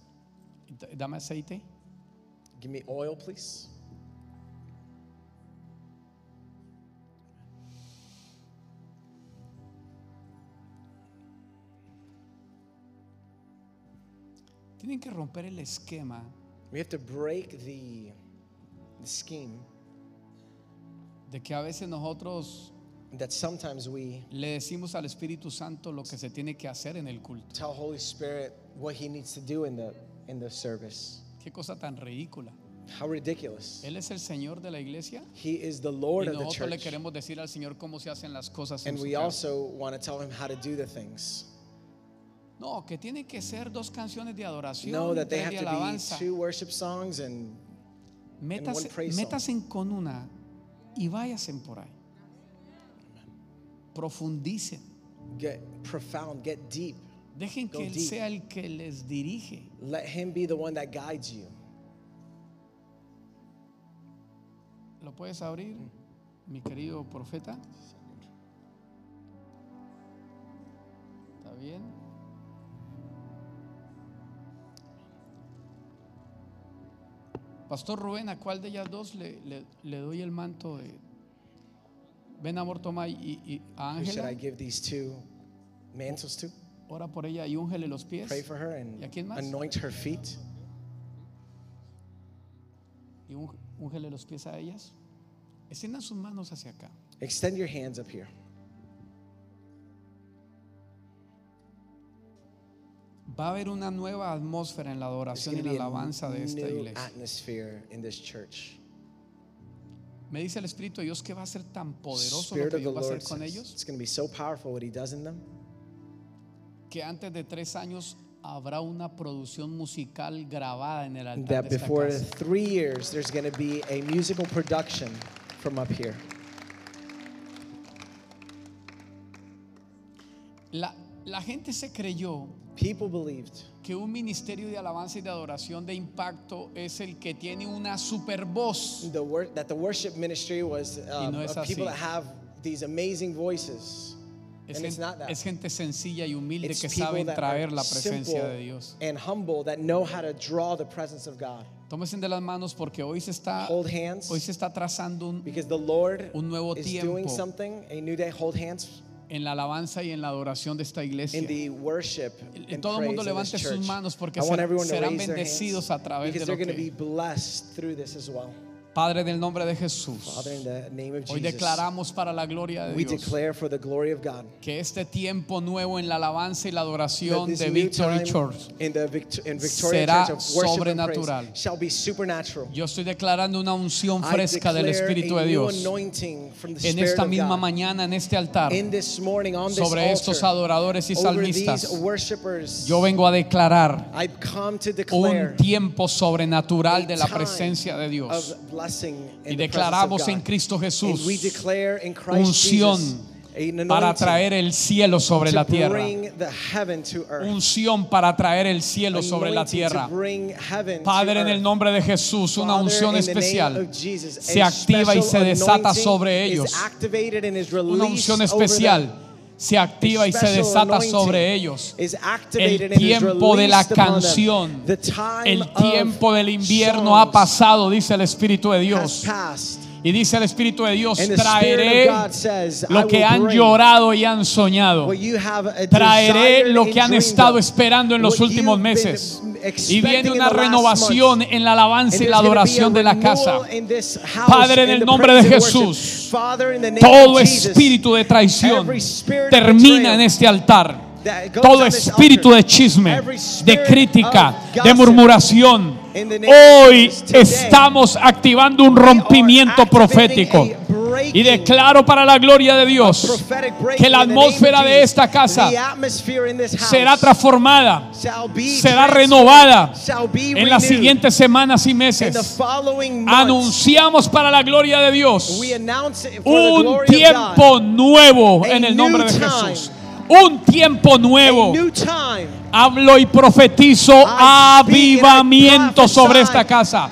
A: Y t- Dame aceite.
B: Give me oil, please.
A: Tienen que romper el esquema
B: We have to break the, the scheme
A: de que a veces nosotros
B: that sometimes we
A: le decimos al Espíritu Santo lo que se tiene que hacer en el culto.
B: tell Holy Spirit what he needs to do in the in the service.
A: Qué cosa tan ridícula.
B: How ridiculous.
A: Él es el Señor de la iglesia
B: He is the
A: y
B: Lord of the
A: nosotros le
B: church.
A: queremos decir al Señor cómo se hacen las cosas. en
B: And
A: su
B: we
A: casa.
B: also want to tell him how to do the things.
A: No, que tienen que ser dos canciones de adoración
B: Know that they
A: tres
B: have
A: de
B: to be
A: alabanza.
B: two worship songs and
A: Métase,
B: one praise song.
A: métase con una y váyase por ahí. Profundicen.
B: get profound, get deep.
A: Dejen
B: Go
A: que Él
B: deep.
A: sea el que les dirige.
B: Let him be the one that guides you.
A: ¿Lo puedes abrir, mi querido profeta? ¿Está bien? Pastor Rubén, ¿a cuál de ellas dos le, le- le doy el manto de... Ven, amor, toma y, y- a
B: Who should I
A: Ángela,
B: give these two mantles to?
A: ora por ella y úngele los pies.
B: Pray for her and
A: ¿Y a quién más?
B: anoint her feet.
A: Y ung- úngele los pies a ellas. Extiendan sus manos hacia acá.
B: Extend your hands up here.
A: Va a haber una nueva atmósfera en la
B: There's
A: adoración y la
B: gonna be a
A: alabanza de esta
B: new
A: iglesia.
B: atmosphere in this church.
A: Me dice el Espíritu de Dios que va a ser tan poderoso lo
B: Spirit
A: que
B: of the
A: Dios va a hacer
B: Lord
A: con
B: says,
A: ellos
B: it's going to be so powerful what He does in them.
A: que antes de tres años habrá una producción musical grabada en el altar
B: That
A: de esta
B: before
A: casa.
B: three years, there's going to be a musical production from up here.
A: La, la gente se creyó
B: People believed
A: que un ministerio de alabanza y de adoración de impacto es el que tiene una super voz.
B: the wor- that the worship ministry was um,
A: no es
B: of people
A: así.
B: that have these amazing voices.
A: Es
B: And it's
A: gente,
B: not that.
A: es gente sencilla y humilde
B: It's
A: que
B: people
A: saben
B: that
A: traer
B: are
A: la presencia de
B: simple
A: Dios.
B: and humble that know how to draw the presence of God.
A: Tómense de las manos porque hoy se está,
B: Hold hands.
A: hoy se está trazando un-
B: Because the Lord
A: Un nuevo
B: is
A: tiempo.
B: doing something, a new day. Hold hands
A: en la alabanza y en la adoración de esta iglesia.
B: in the worship
A: Y
B: and
A: todo el mundo
B: praise in this
A: levante sus
B: church.
A: manos porque
B: I want
A: ser-
B: everyone to
A: serán
B: raise their hands
A: bendecidos a través de
B: because
A: lo
B: they're going to
A: que-
B: be blessed through this as well.
A: Padre, en el nombre de Jesús,
B: Father, in the name of
A: hoy
B: Jesus,
A: declaramos para la gloria de
B: we
A: Dios
B: declare for the glory of God
A: que este tiempo nuevo en la alabanza y la
B: that
A: adoración
B: this
A: de
B: new time
A: Victory Church.
B: in the Vict- in Victoria
A: será
B: Church of worship and
A: sobrenatural.
B: praise shall be supernatural.
A: Yo estoy declarando una unción
B: I
A: fresca del
B: declare
A: Espíritu
B: a
A: de
B: new
A: Dios
B: anointing from the
A: en
B: Spirit
A: esta
B: of
A: misma
B: God.
A: mañana, en este altar,
B: In this morning, on this
A: sobre estos
B: altar,
A: adoradores y
B: over these
A: salmistas.
B: worshipers,
A: Yo vengo a declarar
B: I've come to declare
A: un tiempo sobrenatural de la
B: a time
A: presencia de Dios.
B: of blessing
A: Y
B: in the presence of
A: declaramos en
B: God.
A: Cristo Jesús
B: And we declare in Christ Jesus,
A: unción
B: an
A: para
B: anointing
A: traer el cielo sobre
B: to
A: la tierra.
B: bring the heaven to earth.
A: Unción para traer el cielo sobre la
B: Anointing to
A: tierra.
B: bring heaven to
A: Padre, en
B: earth.
A: el nombre de Jesús, una
B: Father,
A: unción
B: in the name
A: especial
B: of Jesus,
A: se
B: a
A: activa y se
B: special
A: desata
B: anointing
A: sobre
B: is
A: ellos.
B: activated and is
A: Una
B: released
A: unción
B: over
A: especial
B: them.
A: se activa y se
B: Special
A: desata
B: anointing
A: sobre ellos.
B: is activated
A: El
B: and is
A: tiempo de la
B: released upon them.
A: canción,
B: The time
A: el
B: of
A: tiempo del invierno ha
B: songs
A: pasado, dice el Espíritu de
B: has
A: Dios.
B: passed.
A: Y dice el Espíritu de Dios,
B: And the Spirit
A: traeré
B: of God says, I
A: lo que
B: will
A: han
B: bring
A: llorado y han soñado.
B: what you have a
A: Traeré
B: desired
A: lo
B: and
A: que han
B: dreamed
A: estado
B: of,
A: esperando en los
B: what you've
A: últimos
B: been
A: meses. Y
B: expecting
A: viene
B: in
A: una
B: the last
A: renovación
B: months.
A: en la alabanza y
B: And
A: la
B: there's gonna be a
A: adoración de la
B: renewal
A: casa.
B: in this house,
A: Padre, en
B: in
A: el
B: the
A: nombre de
B: praise and worship.
A: Jesús,
B: Father, in the name
A: Todo
B: of Jesus,
A: espíritu de traición
B: every spirit of
A: termina
B: betrayal
A: en este altar.
B: that goes
A: Todo
B: on this
A: espíritu
B: altar,
A: de chisme,
B: every
A: de
B: spirit
A: crítica,
B: of
A: de
B: gossip,
A: murmuración.
B: in the name of
A: Hoy
B: Jesus, today,
A: estamos activando un
B: are
A: rompimiento
B: activating
A: profético.
B: a breaking
A: Y declaro para la gloria de Dios
B: prophetic breaking
A: que la
B: in the name of
A: atmósfera de
B: Jesus.
A: esta casa
B: The atmosphere in this house
A: será transformada,
B: shall be
A: será
B: transformed,
A: renovada
B: shall be
A: en las
B: renewed.
A: siguientes semanas y
B: In the
A: meses.
B: following months,
A: Anunciamos para la gloria de Dios
B: we announce it for the
A: un
B: glory of God.
A: tiempo nuevo
B: A
A: en el
B: new
A: nombre de
B: time.
A: Jesús. Un tiempo nuevo.
B: A new time.
A: Hablo y profetizo
B: I speak and I
A: avivamiento sobre
B: prophesy.
A: esta casa.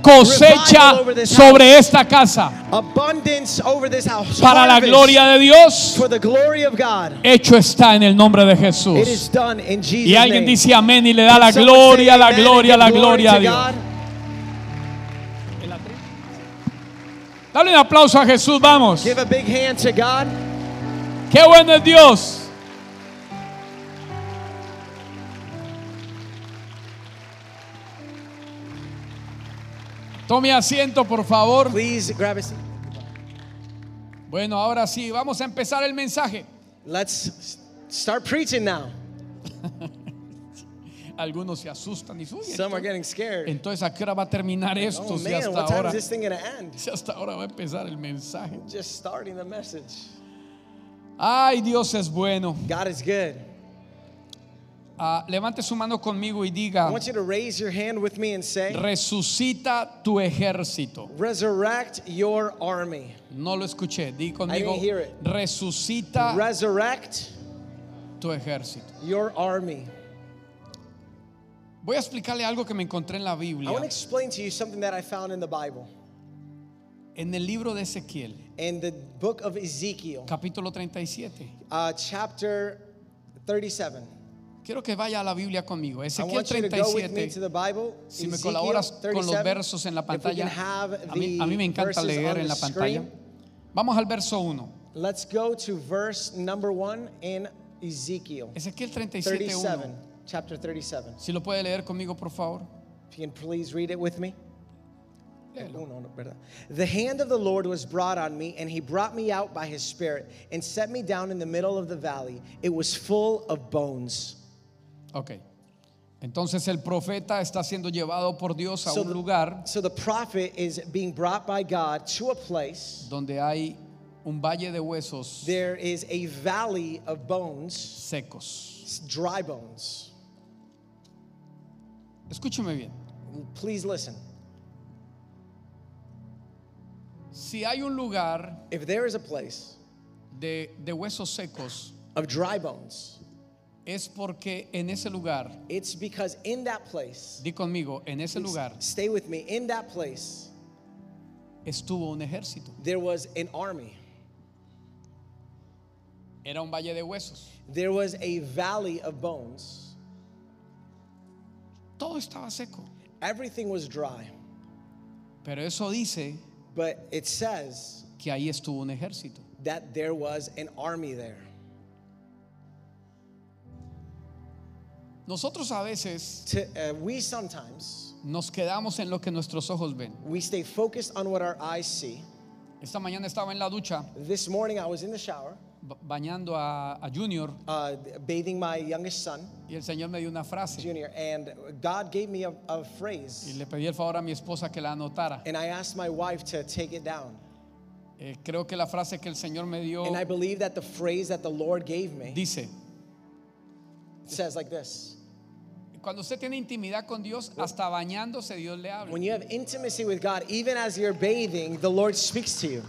A: Cosecha
B: Revival over this
A: sobre esta casa.
B: Abundance over this house.
A: Para la
B: Harvest
A: gloria de Dios,
B: For the glory of God.
A: hecho está en el nombre de Jesús.
B: It is done in Jesus'
A: Y alguien
B: name.
A: dice amén y le da la
B: Someone
A: gloria,
B: say
A: la
B: amen
A: gloria,
B: and
A: la
B: give glory
A: gloria a
B: to
A: Dios.
B: God.
A: Dale un aplauso a Jesús, vamos.
B: Give a big hand to God.
A: Qué bueno es Dios. Tome asiento, por favor.
B: Please grab a seat.
A: Bueno, ahora sí, vamos a empezar el mensaje.
B: Let's s- start preaching now.
A: Algunos se asustan y
B: Some are
A: suben.
B: getting scared.
A: Entonces, ¿a qué hora va a terminar esto?
B: Oh
A: Si
B: man,
A: hasta
B: what time
A: ahora,
B: is this thing gonna end?
A: si hasta ahora va a empezar el mensaje.
B: Just starting the message.
A: Ay, Dios es bueno.
B: God is good.
A: Ah, levante su mano conmigo y
B: I
A: diga,
B: want you to raise your hand with me and say,
A: resucita tu ejército.
B: Resurrect your army.
A: No lo escuché. Di conmigo,
B: didn't hear it.
A: resucita
B: Resurrect
A: tu ejército.
B: your army.
A: Voy a explicarle algo que me encontré en la
B: I want to
A: Biblia,
B: explain to you something that I found in the Bible.
A: en el libro de Ezequiel,
B: In the book of Ezekiel,
A: capítulo 37.
B: uh, chapter 37.
A: Quiero que vaya a la Biblia conmigo.
B: I
A: Ezequiel
B: want you to go with me to
A: 37.
B: the Bible.
A: Si me
B: Ezekiel
A: colaboras con los
B: 37.
A: versos en la
B: If we
A: pantalla,
B: can have
A: a mí, a mí me
B: the
A: encanta
B: verses on
A: leer en
B: the
A: la pantalla.
B: screen.
A: Vamos al verso 1.
B: Let's go to verse number 1 in Ezekiel
A: Ezequiel 37,
B: 37,
A: 1.
B: chapter 37.
A: Si lo puede leer conmigo, por favor.
B: If you can please read it with me. Uno, no, ¿verdad? The hand of the Lord was brought on me, and he brought me out by his spirit and set me down in the middle of the valley. It was full of bones.
A: Ok. Entonces el profeta está siendo llevado por Dios a
B: So
A: un
B: the-
A: lugar
B: So the prophet is being brought by God to a place.
A: donde hay un valle de huesos
B: There is a valley of bones,
A: secos.
B: s- dry bones.
A: Escúcheme bien.
B: Please listen.
A: Si hay un lugar
B: If there is a place
A: de, de huesos secos,
B: of dry bones,
A: es porque en ese lugar,
B: it's because in that place,
A: di conmigo, en ese lugar
B: stay with me, in that place,
A: estuvo un ejército.
B: there was an army.
A: Era un valle de huesos.
B: There was a valley of bones.
A: Todo estaba seco.
B: Everything was dry.
A: Pero eso dice
B: But it says
A: que ahí estuvo un ejército.
B: that there was an army there.
A: Nosotros a veces
B: To, uh, we sometimes
A: nos quedamos en lo que nuestros ojos ven.
B: we stay focused on what our eyes see.
A: Esta mañana estaba en la ducha
B: This morning I was in the shower
A: ba- bañando a, a Junior
B: uh, bathing my youngest son,
A: y el Señor me dio una frase
B: Junior, and God gave me a, a
A: y
B: phrase,
A: le pedí el favor a mi esposa que la anotara.
B: and I asked my wife to take it down.
A: Eh, creo que la frase que el Señor me dio
B: And I believe that the phrase that the Lord gave me
A: dice,
B: says like this
A: cuando usted tiene intimidad con Dios, hasta bañándose Dios le habla.
B: When you have intimacy with God, even as you're bathing, the Lord speaks to you.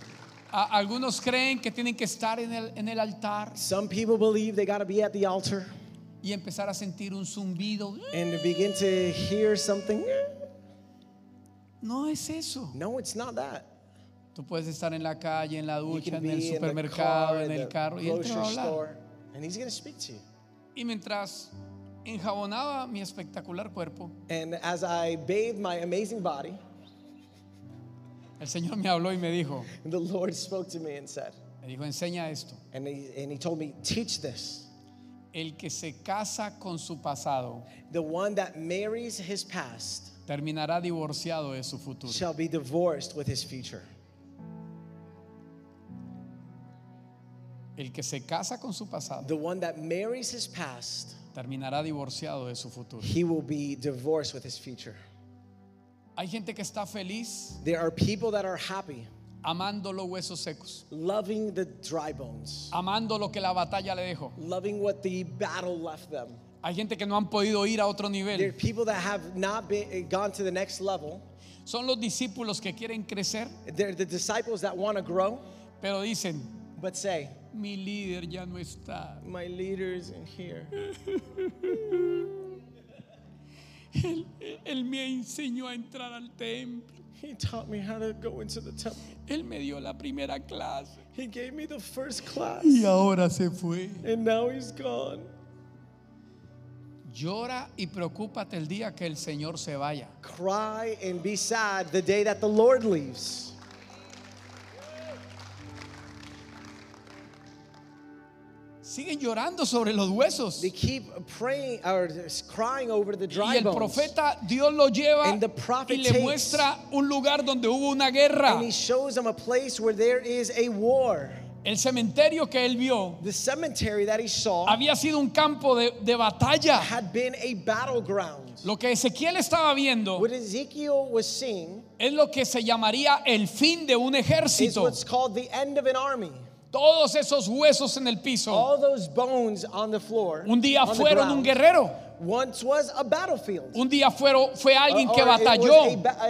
A: A- algunos creen que tienen que estar en el, en el altar
B: Some people believe they got to be at the altar
A: y empezar a sentir un zumbido.
B: and to begin to hear something.
A: No es eso.
B: No, it's not that.
A: Tú puedes estar en la calle, en la
B: You
A: ducha,
B: can
A: en el
B: be in the car,
A: supermercado, en
B: in
A: el
B: the
A: carro y él te va
B: grocery
A: a hablar.
B: store, and He's going to speak to you.
A: Y mientras enjabonaba mi espectacular cuerpo,
B: And as I bathed my amazing body,
A: el Señor me habló y me dijo,
B: the Lord spoke to me and said,
A: me dijo, enseña esto.
B: and he, and he told me, teach this.
A: El que se casa con su pasado
B: The one that marries his past
A: terminará divorciado de su futuro.
B: shall be divorced with his future.
A: El que se casa con su pasado
B: The one that marries his past,
A: terminará divorciado de su futuro.
B: he will be divorced with his future.
A: Hay gente que está feliz
B: There are people that are happy,
A: amando los huesos secos,
B: loving the dry bones,
A: amando lo que la batalla le dejó.
B: loving what the battle left them.
A: Hay gente que no han podido ir a otro
B: There are
A: nivel.
B: people that have not been gone to the next level.
A: Son los discípulos que quieren crecer,
B: They're the disciples that want to grow,
A: pero dicen,
B: but say,
A: mi líder ya no está.
B: My leader's in here.
A: Él, él me enseñó a entrar al templo.
B: He taught me how to go into the temple.
A: Él me dio la primera clase.
B: He gave me the first class.
A: Y ahora se fue.
B: And now he's gone.
A: Llora y preocúpate el día que el Señor se vaya.
B: Cry and be sad the day that the Lord leaves.
A: Siguen llorando sobre los huesos.
B: They keep praying or crying over the
A: Y
B: dry
A: el
B: bones.
A: profeta Dios lo lleva
B: And the prophet
A: y le
B: takes-
A: muestra un lugar donde hubo una guerra.
B: And he shows them a place where there is a war.
A: El cementerio que él vio
B: The cemetery that he saw
A: había sido un campo de, de batalla.
B: had been a battleground.
A: Lo que Ezequiel estaba viendo
B: What Ezekiel was seeing
A: es lo que se llamaría el fin de un
B: is
A: ejército.
B: what's called the end of an army.
A: Todos esos huesos en el piso
B: All those bones on the floor.
A: un día
B: on the
A: fueron un
B: ground,
A: guerrero.
B: Once was a battlefield.
A: Un día fueron, fue alguien
B: Or-
A: que
B: or it was A,
A: batalló.
B: ba- a-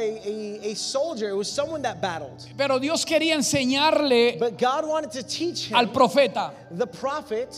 B: a- a soldier, it was someone that battled.
A: Pero Dios quería enseñarle
B: But God wanted to teach him,
A: al profeta
B: the prophet,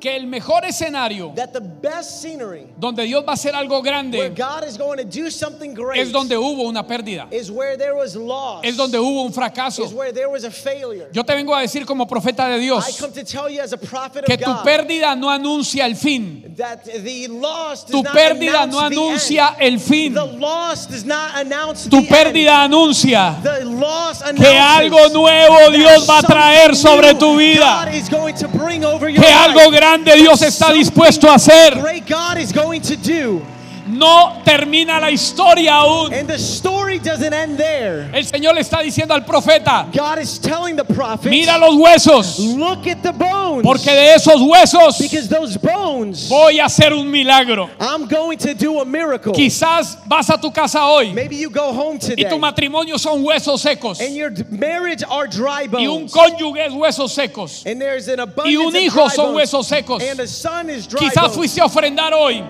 A: que el mejor escenario
B: that the best scenery
A: donde Dios va a hacer algo
B: where
A: grande
B: God is going to do something great
A: es donde hubo una pérdida,
B: is where there was loss,
A: es donde hubo un
B: is
A: fracaso.
B: where there was a failure.
A: Yo te vengo a decir como profeta de
B: I
A: Dios
B: come to tell you as a prophet
A: que
B: of
A: tu
B: God
A: pérdida no anuncia el fin,
B: that the loss does
A: tu
B: not
A: pérdida no
B: announce the
A: anuncia el fin,
B: end. The loss does not announce
A: tu
B: the
A: pérdida
B: end.
A: anuncia
B: The loss
A: que algo
B: announces
A: nuevo Dios va a traer
B: something
A: sobre
B: new
A: tu vida,
B: God is going to bring over your
A: que algo
B: life.
A: grande Dios está dispuesto a hacer.
B: great God is going to do.
A: No termina la historia aún.
B: And the story doesn't end there.
A: El Señor le está diciendo al profeta,
B: God is telling the prophet,
A: mira los huesos,
B: look at the bones.
A: porque de esos huesos
B: because Oh. those bones,
A: voy a hacer un milagro.
B: I'm going to do a miracle.
A: Quizás vas a tu casa hoy
B: Maybe you go home
A: y
B: today
A: tu matrimonio son huesos secos
B: and your d- marriage are dry
A: y un
B: bones.
A: cónyuge es huesos secos
B: And there's an abundance
A: y un
B: of
A: hijo
B: dry
A: son
B: bones.
A: huesos secos.
B: And the son is dry
A: Quizás
B: bones.
A: fuiste a ofrendar hoy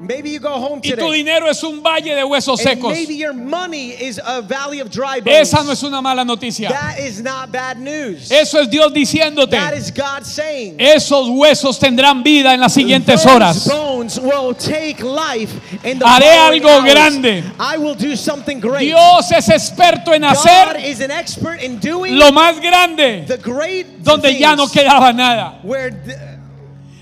B: Maybe you go home
A: Y tu
B: today.
A: dinero es un valle de huesos
B: And
A: secos.
B: maybe your money is a valley of dry bones.
A: Esa no es una mala noticia.
B: That is not bad news.
A: Eso es Dios diciéndote.
B: That is God saying.
A: Esos huesos tendrán vida en las siguientes
B: Those
A: horas.
B: bones will take life in the
A: Haré
B: following
A: algo
B: hours.
A: grande.
B: I will do something great.
A: Dios es experto en
B: God
A: hacer
B: is an expert in doing
A: lo más grande
B: the great
A: donde ya no
B: things
A: quedaba nada.
B: where th- when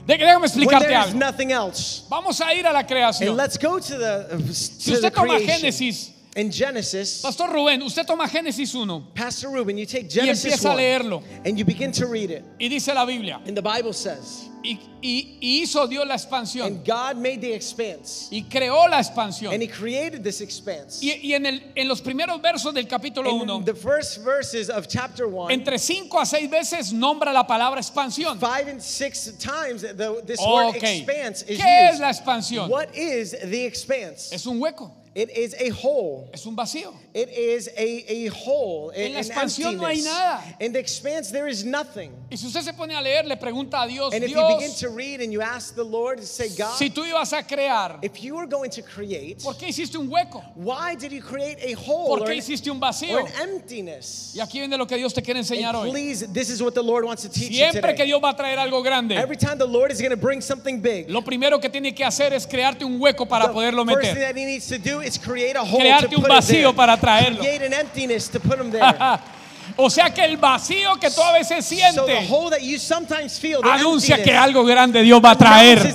A: De- Déjame explicarte
B: there is
A: algo.
B: nothing else.
A: Vamos a ir a la
B: And
A: creación.
B: let's go to the to
A: Si
B: the
A: usted toma
B: creation.
A: Génesis,
B: in Genesis,
A: Pastor Rubén, usted toma Génesis 1
B: Pastor Ruben, you take
A: y
B: Genesis
A: empieza a
B: 1
A: leerlo.
B: and you begin to read it.
A: Y dice la Biblia,
B: And the Bible says,
A: y, y- y hizo Dios la expansión,
B: and God made the expanse,
A: y creó la expansión.
B: and He created this expanse.
A: Y, y en, el- en los primeros versos del capítulo
B: In
A: 1,
B: the first verses of chapter one.
A: entre 5 a 6 veces nombra la palabra expansión.
B: Five and six times the, this word
A: Ok.
B: expanse is
A: ¿Qué es
B: used.
A: la expansión?
B: What is the expanse?
A: Es un hueco,
B: It is a hole.
A: es un vacío.
B: It is a, a hole.
A: En la
B: an
A: expansión no hay
B: emptiness.
A: nada.
B: In the expanse, there is nothing.
A: Y si usted se pone a leer, le pregunta a Dios,
B: And if you begin
A: Dios,
B: to read and you ask the Lord, say, God,
A: si tú ibas a crear,
B: if you were going to create,
A: ¿por qué hiciste un hueco?
B: why did you create a hole
A: ¿Por
B: or
A: qué
B: an,
A: hiciste un
B: or
A: vacío?
B: an emptiness?
A: Y aquí viene lo que Dios te quiere enseñar
B: And
A: hoy.
B: please, this is what the Lord wants to teach you
A: Siempre
B: today.
A: que Dios va a traer algo grande,
B: Every time the Lord is going to bring something big,
A: lo primero que tiene que hacer es crearte un hueco para
B: The
A: poderlo
B: first thing
A: meter.
B: that he needs to do is create a hole
A: Crearte
B: to
A: un
B: put it there.
A: vacío para traerlo.
B: Create an emptiness to put him there.
A: O sea que el vacío que tú a veces
B: so the
A: sientes
B: hole that you sometimes feel, the
A: anuncia que
B: emptiness,
A: algo grande Dios va a
B: announces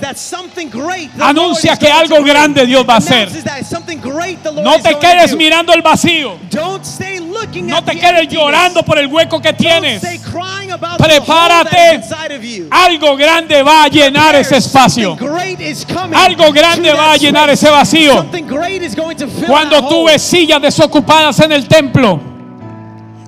A: traer.
B: that something great the
A: Anuncia
B: Lord is
A: que
B: going to
A: algo
B: do.
A: grande Dios va a
B: Announces
A: hacer.
B: that something great the Lord
A: No
B: is
A: te
B: going
A: quedes
B: to do.
A: mirando el vacío.
B: Don't stay looking
A: No
B: at
A: te
B: the
A: quedes
B: emptiness.
A: llorando por el hueco que
B: Don't
A: tienes.
B: stay crying about the hole
A: Prepárate.
B: that is inside of you.
A: Algo grande va a llenar ese espacio.
B: Something great is coming
A: Algo grande
B: to
A: va a
B: that
A: llenar
B: space.
A: ese vacío.
B: Something great is going to fill that
A: Cuando tú
B: hole.
A: ves sillas desocupadas en el templo,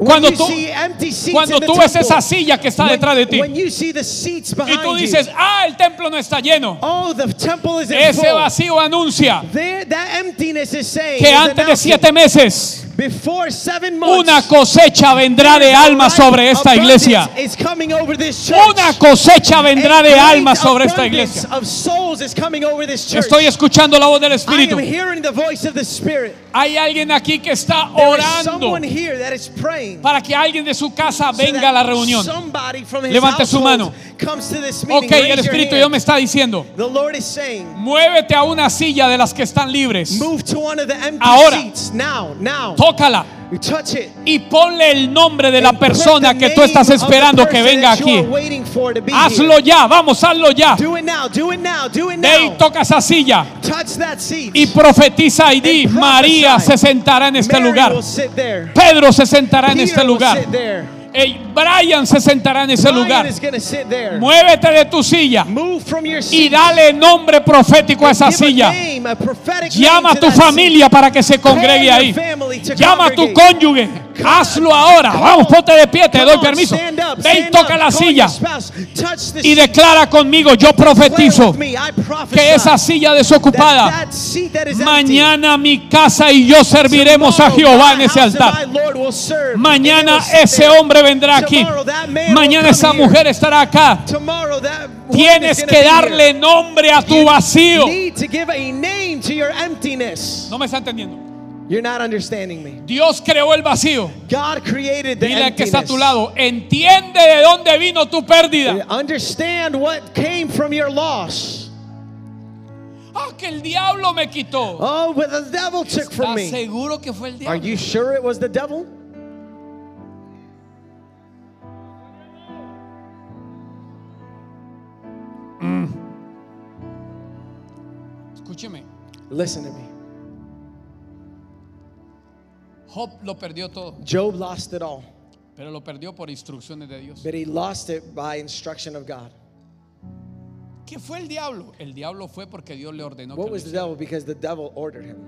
B: When
A: cuando
B: you
A: tú-
B: see empty seats
A: cuando
B: in the
A: tú ves
B: temple,
A: esa silla que está
B: when-
A: detrás de ti
B: when you see the seats
A: y
B: behind
A: tú
B: you,
A: dices, ah, el templo no está lleno,
B: Oh, the temple is
A: ese
B: full.
A: vacío anuncia
B: There, that emptiness is saying,
A: que
B: is
A: antes de
B: announcing,
A: siete meses
B: before seven months,
A: una cosecha vendrá de almas sobre esta
B: abundance
A: iglesia.
B: is coming over this church.
A: Una cosecha vendrá
B: And
A: de
B: great
A: almas sobre esta
B: abundance
A: iglesia.
B: Of souls is coming over this church.
A: Estoy escuchando la voz del
B: I am
A: Espíritu.
B: hearing the voice of the Spirit.
A: Hay alguien aquí que está
B: There is
A: orando
B: someone here that is praying.
A: para que alguien de su casa
B: so
A: venga a
B: that
A: la reunión.
B: somebody from his
A: Levante su
B: household
A: mano.
B: Comes to this meeting.
A: Ok, el
B: Raise your
A: Espíritu
B: hand.
A: Dios me está diciendo,
B: The Lord is saying,
A: muévete a una silla de las que están libres,
B: Move to one of the empty
A: Ahora.
B: seats now, now.
A: tócala
B: You touch it.
A: y ponle el nombre de la
B: And put
A: persona
B: the
A: que tú
B: name
A: estás
B: of the
A: esperando que
B: person
A: venga
B: that you
A: aquí.
B: are waiting for to be
A: Hazlo
B: here.
A: ya, vamos, hazlo ya.
B: Do it now, do it now, do it
A: Ve y
B: now.
A: toca esa silla
B: Touch that seat.
A: y profetiza y di,
B: And prophesy.
A: María se sentará en este
B: Mary
A: lugar,
B: will sit there.
A: Pedro se sentará en
B: Peter
A: este
B: will
A: lugar,
B: sit there.
A: Ey, Brian se sentará en ese
B: Brian
A: este lugar.
B: is gonna sit there.
A: Muévete de tu silla
B: Move from your
A: y
B: seat.
A: dale nombre profético a esa
B: Give a
A: silla.
B: name, a prophetic
A: Llama
B: name
A: a
B: to
A: tu
B: that seat.
A: familia para que se
B: Call
A: congregue
B: your
A: ahí.
B: family to
A: Llama a tu
B: congregate.
A: cónyuge. Hazlo ahora. Vamos, ponte de pie, te
B: Come
A: doy
B: on,
A: permiso.
B: stand up,
A: Ve y
B: stand up.
A: toca la
B: Call your
A: silla
B: spouse. Touch the
A: y
B: seat.
A: declara conmigo, yo
B: Declare
A: profetizo
B: with me, I
A: que
B: prophesy
A: esa silla
B: that
A: desocupada,
B: that seat that is empty
A: mañana mi casa y yo serviremos a Jehová en ese altar. Mañana ese hombre vendrá aquí. Mañana esa mujer estará acá. Tienes que darle nombre a tu vacío.
B: Need to give a name to your emptiness.
A: No me está entendiendo.
B: You're not understanding me.
A: Dios creó el vacío.
B: God created the
A: Dile al que está a tu
B: emptiness.
A: lado, entiende de dónde vino tu pérdida.
B: Understand what came from your loss.
A: Ah, que el diablo me quitó.
B: Oh, what the devil took from
A: ¿Estás
B: me.
A: seguro que fue el
B: Are
A: diablo?
B: you sure it was the devil?
A: Escúcheme,
B: Listen to me.
A: Job lo perdió todo,
B: Job lost it all,
A: pero lo perdió por instrucciones de Dios.
B: but he lost it by instruction of God.
A: ¿Qué fue el diablo? El diablo fue porque Dios le ordenó. que
B: What
A: lo
B: was the
A: hiciera.
B: devil? Because the devil ordered him.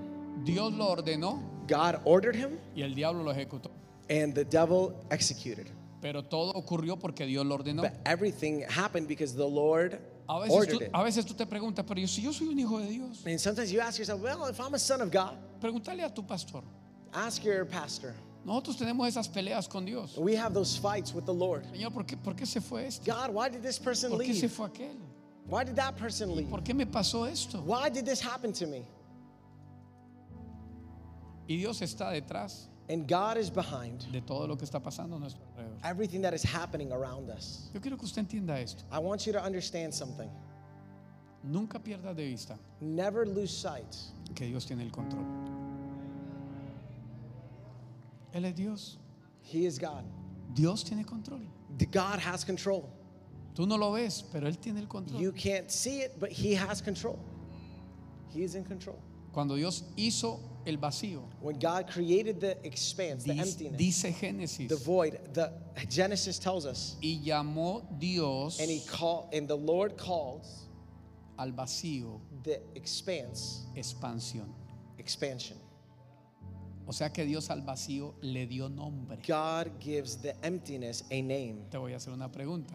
A: Dios lo ordenó
B: God ordered him,
A: y el diablo lo ejecutó.
B: and the devil executed.
A: Pero todo ocurrió porque Dios lo ordenó.
B: But everything happened because the Lord
A: A veces, tú,
B: ordered it.
A: a veces tú te preguntas, pero yo, si yo soy un hijo de Dios,
B: And sometimes you ask yourself, well, if I'm a son of God,
A: pregúntale a tu pastor.
B: ask your pastor.
A: Nosotros tenemos esas peleas con Dios.
B: We have those fights with the Lord.
A: Señor, ¿por qué, por qué se fue este?
B: God, why did this person
A: ¿Por qué se
B: leave?
A: fue aquel?
B: Why did that person leave?
A: ¿Por qué me pasó esto?
B: Why did this happen to me?
A: Y Dios está detrás
B: And God is behind
A: de todo lo que está pasando a nuestro alrededor.
B: everything that is happening around us.
A: Yo quiero que usted entienda esto.
B: I want you to understand something.
A: Nunca pierda de vista
B: Never lose sight
A: que Dios tiene el control. Él es Dios.
B: He is God.
A: Dios tiene control.
B: The God has control.
A: Tú no lo ves, pero Él tiene el control.
B: You can't see it, but He has control. He is in control.
A: Cuando Dios hizo el vacío,
B: When God created the expanse, the
A: dice,
B: emptiness,
A: dice
B: the
A: Génesis,
B: void, the Genesis tells us,
A: y llamó Dios
B: and He called, and the Lord calls
A: al vacío
B: the expanse
A: expansión.
B: expansion.
A: O sea que Dios al vacío le dio nombre.
B: God gives the emptiness a name.
A: Te voy a hacer una pregunta.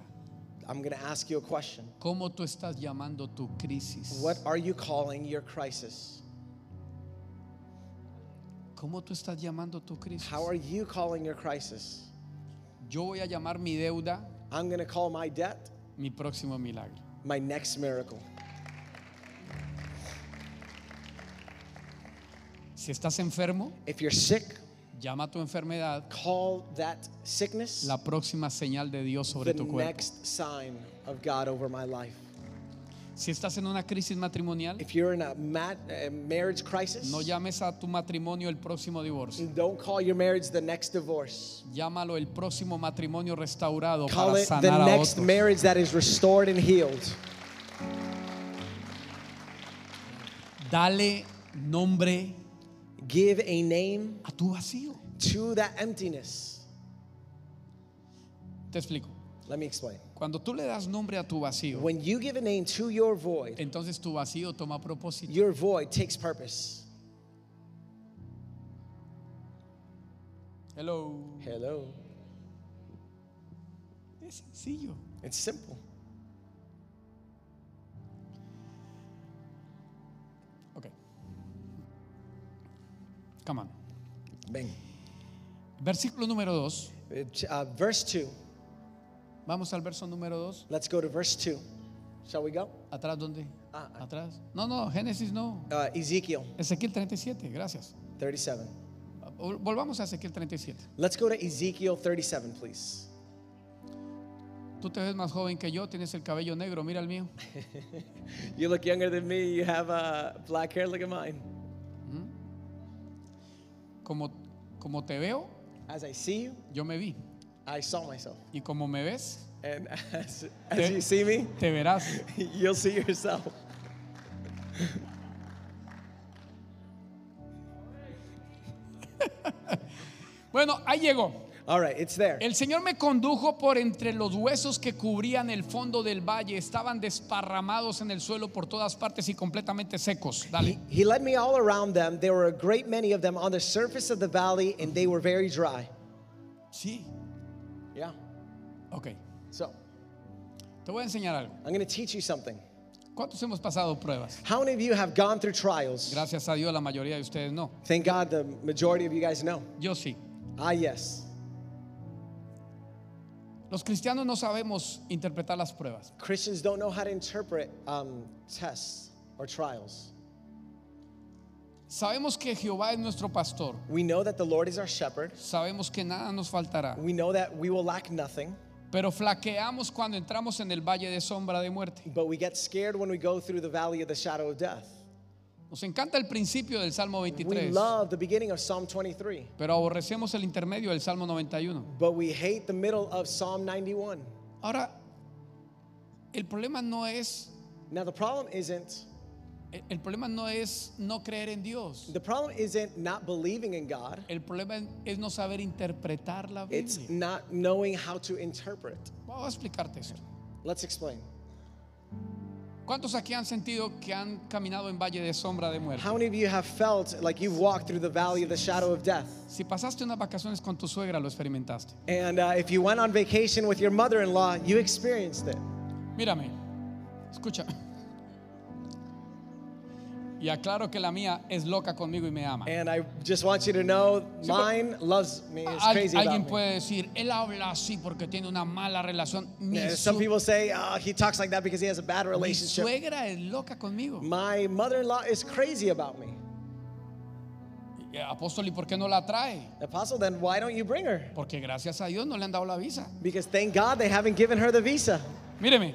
B: I'm going to ask you a question.
A: ¿Cómo tú estás llamando tu crisis?
B: What are you calling your crisis?
A: ¿Cómo tú estás llamando tu crisis?
B: How are you calling your crisis?
A: Yo voy a llamar mi deuda
B: I'm going to call my debt
A: mi próximo milagro.
B: my next miracle.
A: Si estás enfermo,
B: If you're sick,
A: llama a tu enfermedad
B: call that sickness
A: la próxima señal de Dios sobre
B: the
A: tu cuerpo.
B: next sign of God over my life.
A: Si estás en una crisis matrimonial,
B: If you're in a, mat- a marriage crisis,
A: no llames a tu matrimonio el próximo divorcio.
B: don't call your marriage the next divorce.
A: Llámalo el próximo matrimonio restaurado
B: Call
A: para
B: it the
A: sanar a
B: next
A: otros.
B: marriage that is restored and healed.
A: Dale nombre
B: Give a name
A: a tu vacío.
B: to that emptiness.
A: Te explico.
B: Let me explain.
A: Cuando tú le das nombre a tu vacío,
B: When you give a name to your void,
A: entonces tu vacío toma propósito.
B: your void takes purpose.
A: Hello.
B: Hello.
A: Es sencillo.
B: It's simple.
A: Ok. Come on.
B: Bang.
A: Versículo número 2.
B: Uh, verse 2.
A: Vamos al verso número 2.
B: Let's go to verse 2. Shall we go?
A: ¿Atrás dónde?
B: Ah, ah.
A: Atrás. No, no, Génesis no.
B: Uh, Ezekiel
A: Ezequiel 37, gracias.
B: 37.
A: Vol- Volvamos a Ezequiel 37.
B: Let's go to Ezekiel 37, please.
A: Tú te ves más joven que yo, tienes el cabello negro, mira el mío.
B: You look younger than me. You have uh, black hair. Look at mine.
A: Como, como te veo,
B: As I see you,
A: yo me vi.
B: I saw myself.
A: Y como me ves,
B: And as, as you see me,
A: te verás.
B: you'll see yourself.
A: Bueno, ahí llegó.
B: All right, it's there.
A: El Señor me condujo por entre los huesos que cubrían el fondo del valle, estaban desparramados en el suelo por todas partes y completamente secos. Dale.
B: He, he led me all around them. There were a great many of them on the surface of the valley, and they were very dry.
A: Sí.
B: Yeah.
A: Ok.
B: So
A: Te voy a enseñar algo.
B: I'm going to teach you something.
A: ¿Cuántos hemos pasado pruebas?
B: How many of you have gone through trials?
A: Gracias a Dios, la mayoría de ustedes no.
B: Thank God the majority of you guys know.
A: Yo sí.
B: Ah, yes.
A: Los cristianos no sabemos interpretar las pruebas.
B: Christians don't know how to interpret um, tests or trials.
A: Sabemos que Jehová es nuestro pastor.
B: We know that the Lord is our shepherd.
A: Sabemos que nada nos faltará.
B: We know that we will lack nothing,
A: Pero flaqueamos cuando entramos en el valle de sombra de muerte.
B: but we get scared when we go through the valley of the shadow of death.
A: Nos encanta el principio del Salmo
B: We
A: 23,
B: love the beginning of Psalm 23,
A: pero aborrecemos el intermedio del Salmo 91.
B: but we hate the middle of Psalm 91.
A: Ahora, el problema no es
B: Now, the problem isn't
A: el problema no es no creer en Dios.
B: the problem isn't not believing in God.
A: El problema es no saber interpretar la
B: It's
A: Biblia.
B: not knowing how to interpret.
A: Voy a explicarte esto.
B: Let's explain.
A: ¿Cuántos aquí han sentido que han caminado en valle de sombra de muerte?
B: How many of you have felt like you've walked through the valley of the shadow of death?
A: Si pasaste unas vacaciones con tu suegra, lo experimentaste.
B: And uh, if you went on vacation with your mother in law, you experienced it.
A: Mírame, escucha. Y aclaro que la mía es loca conmigo y me ama.
B: And I just want you to know,
A: Sí, pero-
B: mine loves me. It's
A: Al-
B: crazy
A: alguien
B: about me.
A: puede decir, él habla así porque tiene una mala relación. Mi,
B: Yeah, some
A: su-
B: people say "Ah, he talks like that because he has a bad
A: mi
B: relationship.
A: suegra es loca conmigo.
B: My mother-in-law is crazy about me.
A: Eh, Apóstol, ¿y por qué no la trae?
B: Apostle, then why don't you bring her?
A: Porque gracias a Dios no le han dado la visa.
B: Because thank God they haven't given her the visa. Uh,
A: Míreme.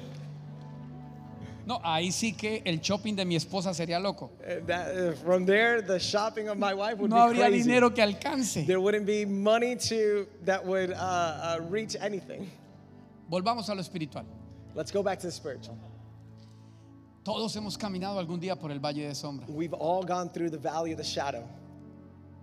A: No, ahí sí que el shopping de mi esposa sería loco.
B: Uh, that- uh, from there, the shopping of my wife would
A: No
B: be
A: habría
B: crazy.
A: dinero que alcance.
B: There wouldn't be money to that would uh, uh, reach anything.
A: Volvamos a lo espiritual.
B: Let's go back to the spiritual.
A: Todos hemos caminado algún día por el valle de sombra,
B: We've all gone through the valley of the shadow,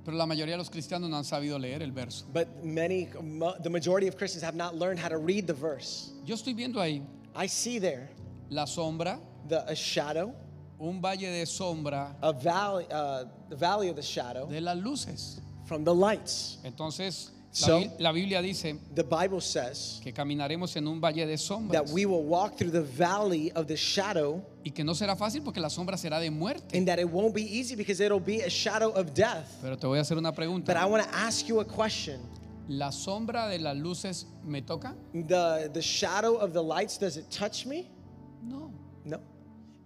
A: pero la mayoría de los cristianos no han sabido leer el verso.
B: but many, mo- the majority of Christians have not learned how to read the verse.
A: Yo estoy viendo ahí
B: I see there
A: la sombra,
B: the a shadow,
A: un valle de sombra
B: a valley, uh, the valley of the shadow
A: de las luces.
B: from the lights.
A: Entonces, la,
B: So-
A: Bi- la Biblia dice
B: The Bible says
A: que caminaremos en un valle de sombras
B: that we will walk through the valley of the shadow
A: y que no será fácil porque la sombra será de muerte.
B: and that it won't be easy because it'll be a shadow of death.
A: Pero te voy a hacer una
B: But I
A: pregunta.
B: want to ask you a question.
A: ¿La sombra de las luces me toca?
B: The the shadow of the lights does it touch me?
A: No.
B: No.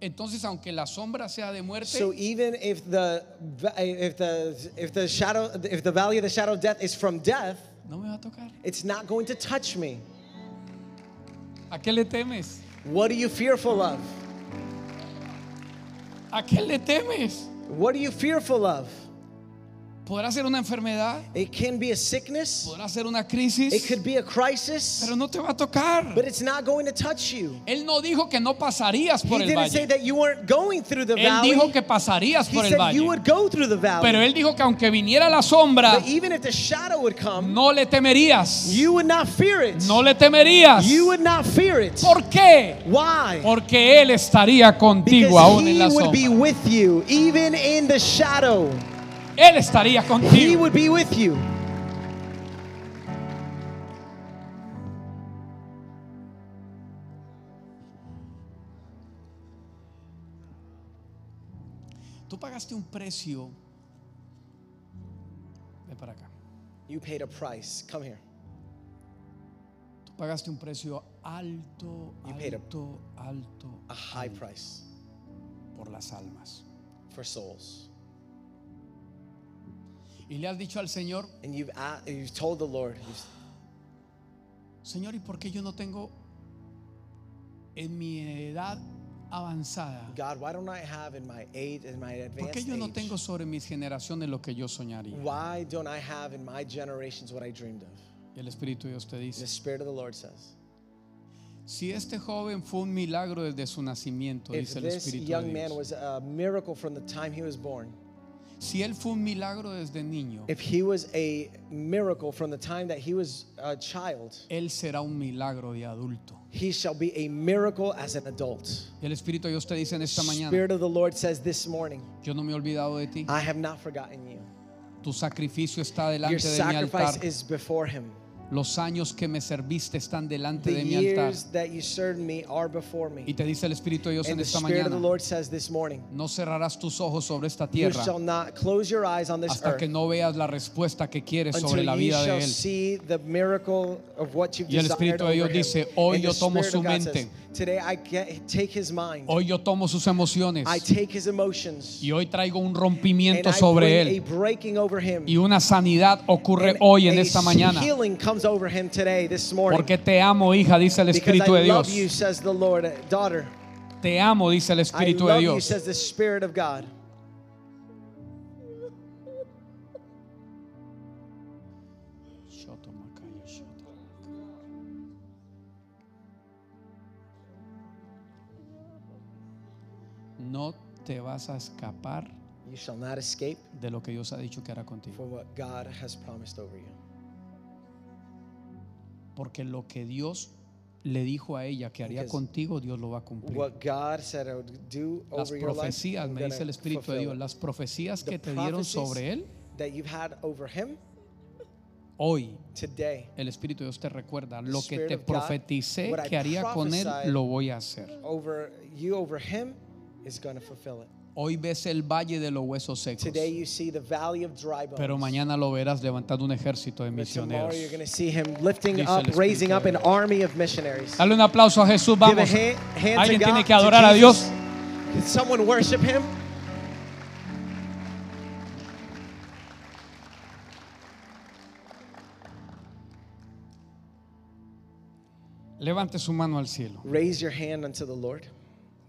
A: Entonces, aunque la sombra sea de muerte,
B: So even if the va- if the if the shadow if the valley of the shadow of death is from death,
A: no me va a tocar.
B: it's not going to touch me.
A: ¿A qué le temes?
B: What are you fearful of?
A: ¿A qué le temes?
B: What are you fearful of?
A: Podrá ser una enfermedad,
B: It can be a sickness.
A: podrá ser una
B: It
A: crisis,
B: could be a crisis,
A: pero no te va a tocar.
B: but it's not going to touch you.
A: Él no dijo que no pasarías
B: He
A: por el
B: didn't say
A: valle.
B: that you weren't going through the
A: Él dijo
B: valley.
A: que pasarías
B: He
A: por el
B: said you
A: valle.
B: would go through the valley.
A: Pero él dijo que aunque viniera la sombra,
B: But even if the shadow would come,
A: no le temerías.
B: you would not fear it.
A: No le temerías.
B: You would not fear it.
A: ¿Por qué?
B: Why?
A: Porque él estaría contigo
B: Because
A: aún en
B: he
A: la
B: would be
A: sombra.
B: with you, even in the shadow.
A: Él estaría
B: He
A: contigo.
B: would be with you.
A: Tú pagaste un precio. Ven para acá.
B: You paid a price. Come here.
A: Tú pagaste un precio alto,
B: paid a-
A: alto, alto
B: A high price
A: por las almas.
B: for souls.
A: Y le has dicho al Señor,
B: And you've, a- you've told the Lord, you've-
A: Señor, ¿y por qué yo no tengo en mi edad avanzada?
B: God, why don't I have in my age, in my
A: ¿Por
B: advanced
A: qué yo no
B: age,
A: tengo sobre mis generaciones lo que yo soñaría?
B: why don't I have in my generations what I dreamed of?
A: Y el Espíritu de Dios te
B: The
A: dice,
B: Spirit of the Lord says,
A: si este joven fue un milagro desde su nacimiento,
B: if
A: dice el
B: this
A: Espíritu de
B: young man
A: Dios,
B: was a miracle from the time he was born,
A: si él fue un milagro desde niño,
B: if he was a miracle from the time that he was a child,
A: él será un milagro de adulto.
B: he shall be a miracle as an adult.
A: Y el Espíritu de Dios te dice en esta mañana,
B: Spirit of the Lord says this morning,
A: yo no me he olvidado de ti,
B: I have not forgotten you.
A: tu sacrificio está
B: Your
A: delante de mi
B: sacrifice
A: altar,
B: is before him.
A: los años que me serviste están delante
B: The
A: de mi altar.
B: years that you served me are before
A: Y
B: me.
A: te dice el Espíritu de Dios en
B: And the
A: esta
B: Spirit of the
A: mañana,
B: Lord says this morning,
A: No cerrarás tus ojos sobre esta
B: you
A: tierra
B: shall not close your eyes on this
A: hasta
B: earth
A: que no veas la respuesta que quieres sobre la
B: until you
A: vida de
B: shall
A: él.
B: see the miracle of what you've
A: Y el
B: desired
A: Espíritu de Dios
B: over him.
A: dice, "Hoy
B: And
A: yo
B: the
A: tomo
B: Spirit of
A: su
B: God
A: mente.
B: says, Today I get, take his mind.
A: Hoy yo tomo sus emociones
B: I take his emotions.
A: y hoy traigo un
B: and
A: rompimiento
B: I
A: sobre
B: bring a
A: él
B: breaking over him.
A: y una sanidad ocurre
B: And
A: hoy en
B: a
A: esta mañana.
B: Healing comes over him today, this morning.
A: Porque te amo, hija, dice el
B: because I
A: Espíritu de
B: love
A: Dios.
B: you, says the Lord. Uh, Daughter,
A: Te amo, dice el
B: I
A: Espíritu de
B: love you,
A: Dios.
B: says the Spirit of God.
A: No te vas a escapar
B: You shall not escape
A: de lo que Dios ha dicho que hará contigo.
B: from what God has promised over you.
A: Porque lo que Dios le dijo a ella que haría
B: Because
A: contigo, Dios lo va a cumplir.
B: What God said I would do
A: Las
B: over your life,
A: profecías,
B: I'm
A: me
B: gonna
A: dice el Espíritu de
B: fulfill
A: Dios,
B: it.
A: las profecías
B: The
A: que te dieron
B: prophecies
A: sobre él,
B: that you've had over him
A: hoy
B: today
A: el Espíritu de Dios te recuerda, lo que
B: Spirit
A: te
B: of God,
A: profeticé
B: what I
A: que haría con él,
B: prophesied
A: lo voy a hacer.
B: over you over him is going to fulfill it.
A: Hoy ves el valle de los huesos secos.
B: Today you see the valley of dry bones.
A: Pero mañana lo verás levantando un ejército de
B: But tomorrow
A: misioneros.
B: you're going to see him lifting
A: Dice
B: up,
A: el
B: raising
A: Espíritu
B: up an
A: de Dios.
B: army of missionaries.
A: Dale un aplauso a Jesús,
B: Give a
A: vamos.
B: hand, hand
A: Alguien
B: to God,
A: tiene que
B: to
A: adorar a
B: Jesus.
A: Dios.
B: Can someone worship him?
A: Levante su mano al cielo.
B: Raise your hand unto the Lord,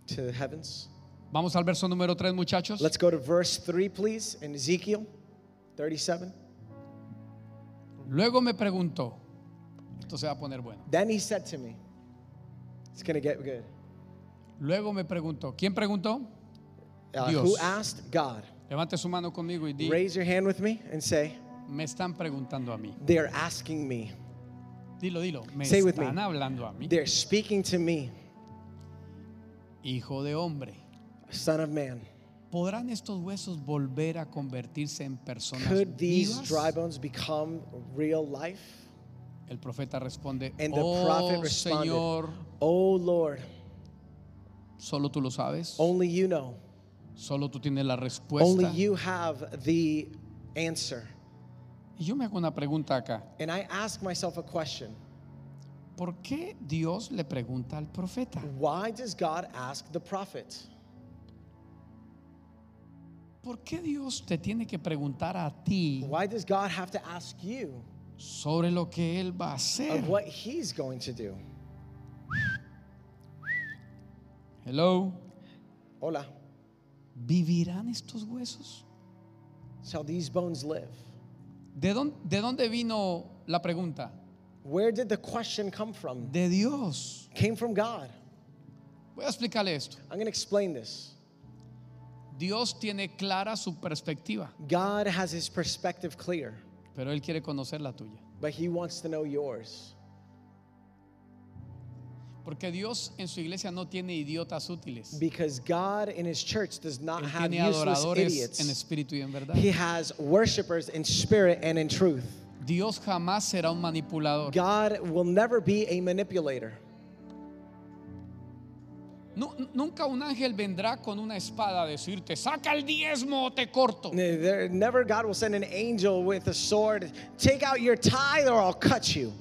B: to the heavens.
A: Vamos al verso número 3, muchachos.
B: Let's go to verse 3, please, in Ezekiel 37.
A: Luego me preguntó. Esto se va a poner bueno.
B: Then he said to me, It's going to get good.
A: Luego me preguntó. ¿Quién preguntó?
B: Uh,
A: Dios.
B: who asked God?
A: Levante su mano conmigo y di,
B: Raise your hand with me and say,
A: me están preguntando a mí.
B: They're asking me.
A: Dilo, dilo. Me
B: Say with
A: están
B: me.
A: hablando a mí.
B: They're speaking to me,
A: Hijo de hombre,
B: Son of Man.
A: ¿podrán estos huesos volver a convertirse en personas
B: Could these
A: vivas?
B: dry bones become real life?
A: El profeta responde,
B: And the prophet
A: oh
B: responded,
A: Señor,
B: Oh Lord,
A: solo tú lo sabes,
B: only you know.
A: solo tú tienes la
B: Only
A: respuesta.
B: you have the answer.
A: Y yo me hago una pregunta acá,
B: And I ask myself a question
A: ¿por qué Dios le pregunta al profeta?
B: Why does God ask the prophet?
A: ¿Por qué Dios te tiene que preguntar a ti
B: Why does God have to ask you
A: sobre lo que Él va a hacer?
B: of what he's going to do?
A: Hello,
B: Hola,
A: ¿vivirán estos huesos?
B: shall these bones live?
A: ¿De dónde, ¿De dónde vino la pregunta?
B: Where did the question come from?
A: De Dios.
B: Came from God.
A: Voy a explicarle esto.
B: I'm going to explain this.
A: Dios tiene clara su perspectiva,
B: God has his perspective clear,
A: pero Él quiere conocer la tuya.
B: but he wants to know yours.
A: Porque Dios en su iglesia no tiene idiotas útiles.
B: Because God in his church does not
A: Él
B: have
A: tiene
B: useless
A: adoradores en
B: idiots.
A: espíritu y en verdad.
B: He has worshipers in spirit and in truth.
A: Dios jamás será un manipulador.
B: God will never be a manipulator.
A: Nu- nunca un ángel vendrá con una espada a decirte, saca el diezmo o te corto.
B: There, never God will send an angel with a sword, take out your tithe or I'll cut you.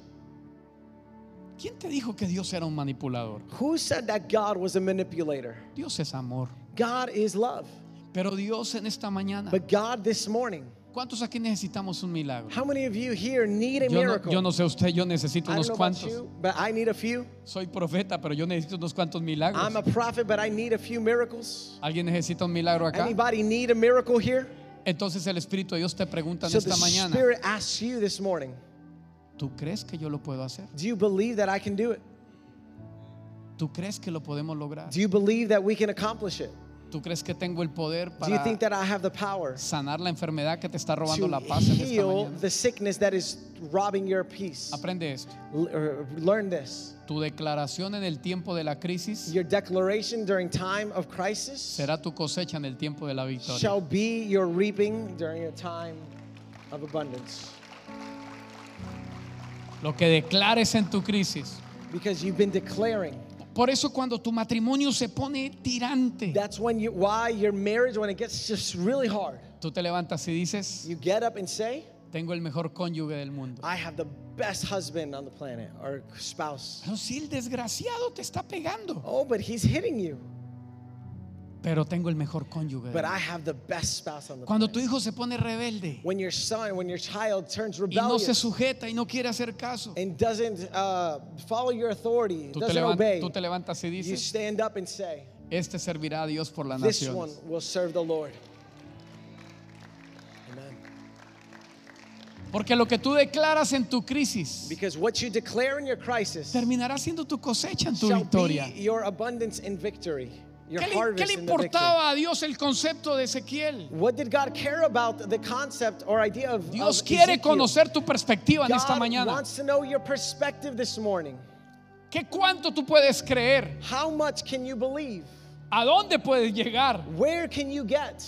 A: ¿Quién te dijo que Dios era un manipulador?
B: Who said that God was a manipulator?
A: Dios es amor.
B: God is love.
A: Pero Dios en esta mañana,
B: But God this morning,
A: ¿cuántos aquí necesitamos un milagro?
B: how many of you here need a
A: Yo no,
B: miracle?
A: yo no sé usted, yo necesito
B: I don't
A: unos
B: know about
A: cuantos.
B: you, but I need a few.
A: Soy profeta, pero yo necesito unos cuantos
B: I'm a
A: milagros.
B: prophet, but I need a few miracles.
A: ¿Alguien necesita un milagro acá?
B: Anybody need a miracle here?
A: Entonces el Espíritu de Dios te pregunta en
B: So the
A: esta mañana,
B: Spirit asks you this morning,
A: ¿tú crees que yo lo puedo hacer?
B: do you believe that I can do it?
A: ¿Tú crees que lo podemos lograr?
B: Do you believe that we can accomplish it?
A: ¿Tú crees que tengo el poder
B: Do you
A: para
B: think that I have the power
A: sanar la enfermedad que te está robando
B: to
A: la paz en esta
B: heal
A: mañana?
B: the sickness that is robbing your peace?
A: Aprende esto.
B: L- er, learn this.
A: Tu declaración en el tiempo de la crisis
B: Your declaration during time of crisis
A: será tu cosecha en el tiempo de la victoria.
B: shall be your reaping during a time of abundance.
A: Lo que declares en tu crisis.
B: Because you've been declaring.
A: Por eso cuando tu matrimonio se pone tirante,
B: That's when you why your marriage when it gets just really hard.
A: tú te levantas y dices,
B: You get up and say,
A: tengo el mejor cónyuge del mundo.
B: I have the best husband on the planet or spouse.
A: Pero sí, el desgraciado te está pegando.
B: Oh, but he's hitting you.
A: Pero tengo el mejor cónyuge. del
B: But
A: mundo.
B: I have the best spouse on the
A: Cuando
B: planet.
A: tu hijo se pone rebelde
B: When your son, when your child turns
A: y no se
B: rebellious
A: sujeta y no quiere hacer caso,
B: and doesn't uh, follow your authority,
A: tú te,
B: doesn't
A: levan-
B: obey,
A: tú te levantas y
B: you
A: dices,
B: stand up and say,
A: este servirá a Dios por la
B: This one
A: nación.
B: will serve the Lord. Amen.
A: Porque lo que tú declaras en tu crisis
B: Because what you declare in your crisis
A: terminará siendo tu cosecha en tu
B: shall
A: victoria.
B: be your abundance in victory, your
A: ¿Qué le, qué
B: harvest
A: le
B: in the victory.
A: importaba a Dios el concepto de Ezequiel?
B: What did God care about the concept or idea of
A: Dios
B: of
A: quiere
B: Ezekiel?
A: conocer tu perspectiva en esta
B: God
A: mañana.
B: wants to know your perspective this morning.
A: ¿Qué cuánto tú puedes creer?
B: How much can you believe?
A: ¿A dónde puedes llegar?
B: Where can you get?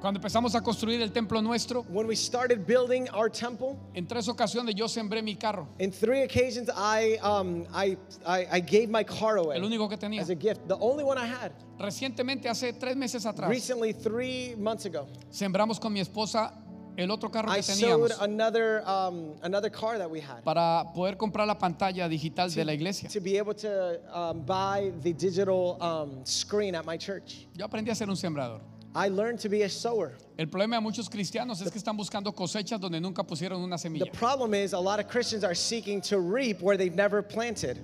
A: Cuando empezamos a construir el templo nuestro,
B: When we started building our temple,
A: en tres ocasiones yo sembré mi carro,
B: in three occasions I, um, I, I, I gave my car
A: el
B: away
A: único que tenía.
B: as a gift, the only one I had.
A: Recientemente, hace tres meses atrás,
B: Recently, three months ago,
A: sembramos con mi esposa el otro carro
B: I
A: que
B: sold
A: teníamos
B: another, um, another car that we had
A: para poder comprar la pantalla digital de la iglesia.
B: to be able to um, buy the digital um, screen at my church.
A: Yo aprendí a ser un sembrador.
B: I learned to be a sower.
A: El problema de muchos cristianos es que están buscando cosechas donde nunca pusieron una
B: The
A: semilla.
B: problem is a lot of Christians are seeking to reap where they've never planted.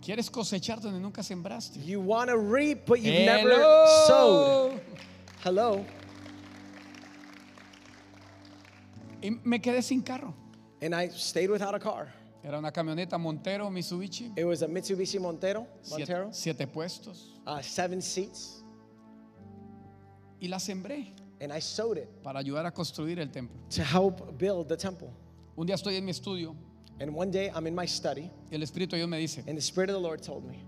A: Quieres cosechar donde nunca sembraste.
B: You want to reap, but you've never
A: Hello.
B: sowed. Hello.
A: Y me quedé sin carro.
B: And I stayed without a car.
A: Era una camioneta Montero Mitsubishi,
B: It was a Mitsubishi Montero,
A: siete,
B: Montero,
A: siete puestos,
B: uh, seven seats,
A: y la sembré
B: and I sowed it
A: para ayudar a construir el templo.
B: to help build the temple.
A: Un día estoy en mi estudio
B: And one day I'm in my study,
A: y el Espíritu de Dios me dice,
B: and the Spirit of the Lord told me,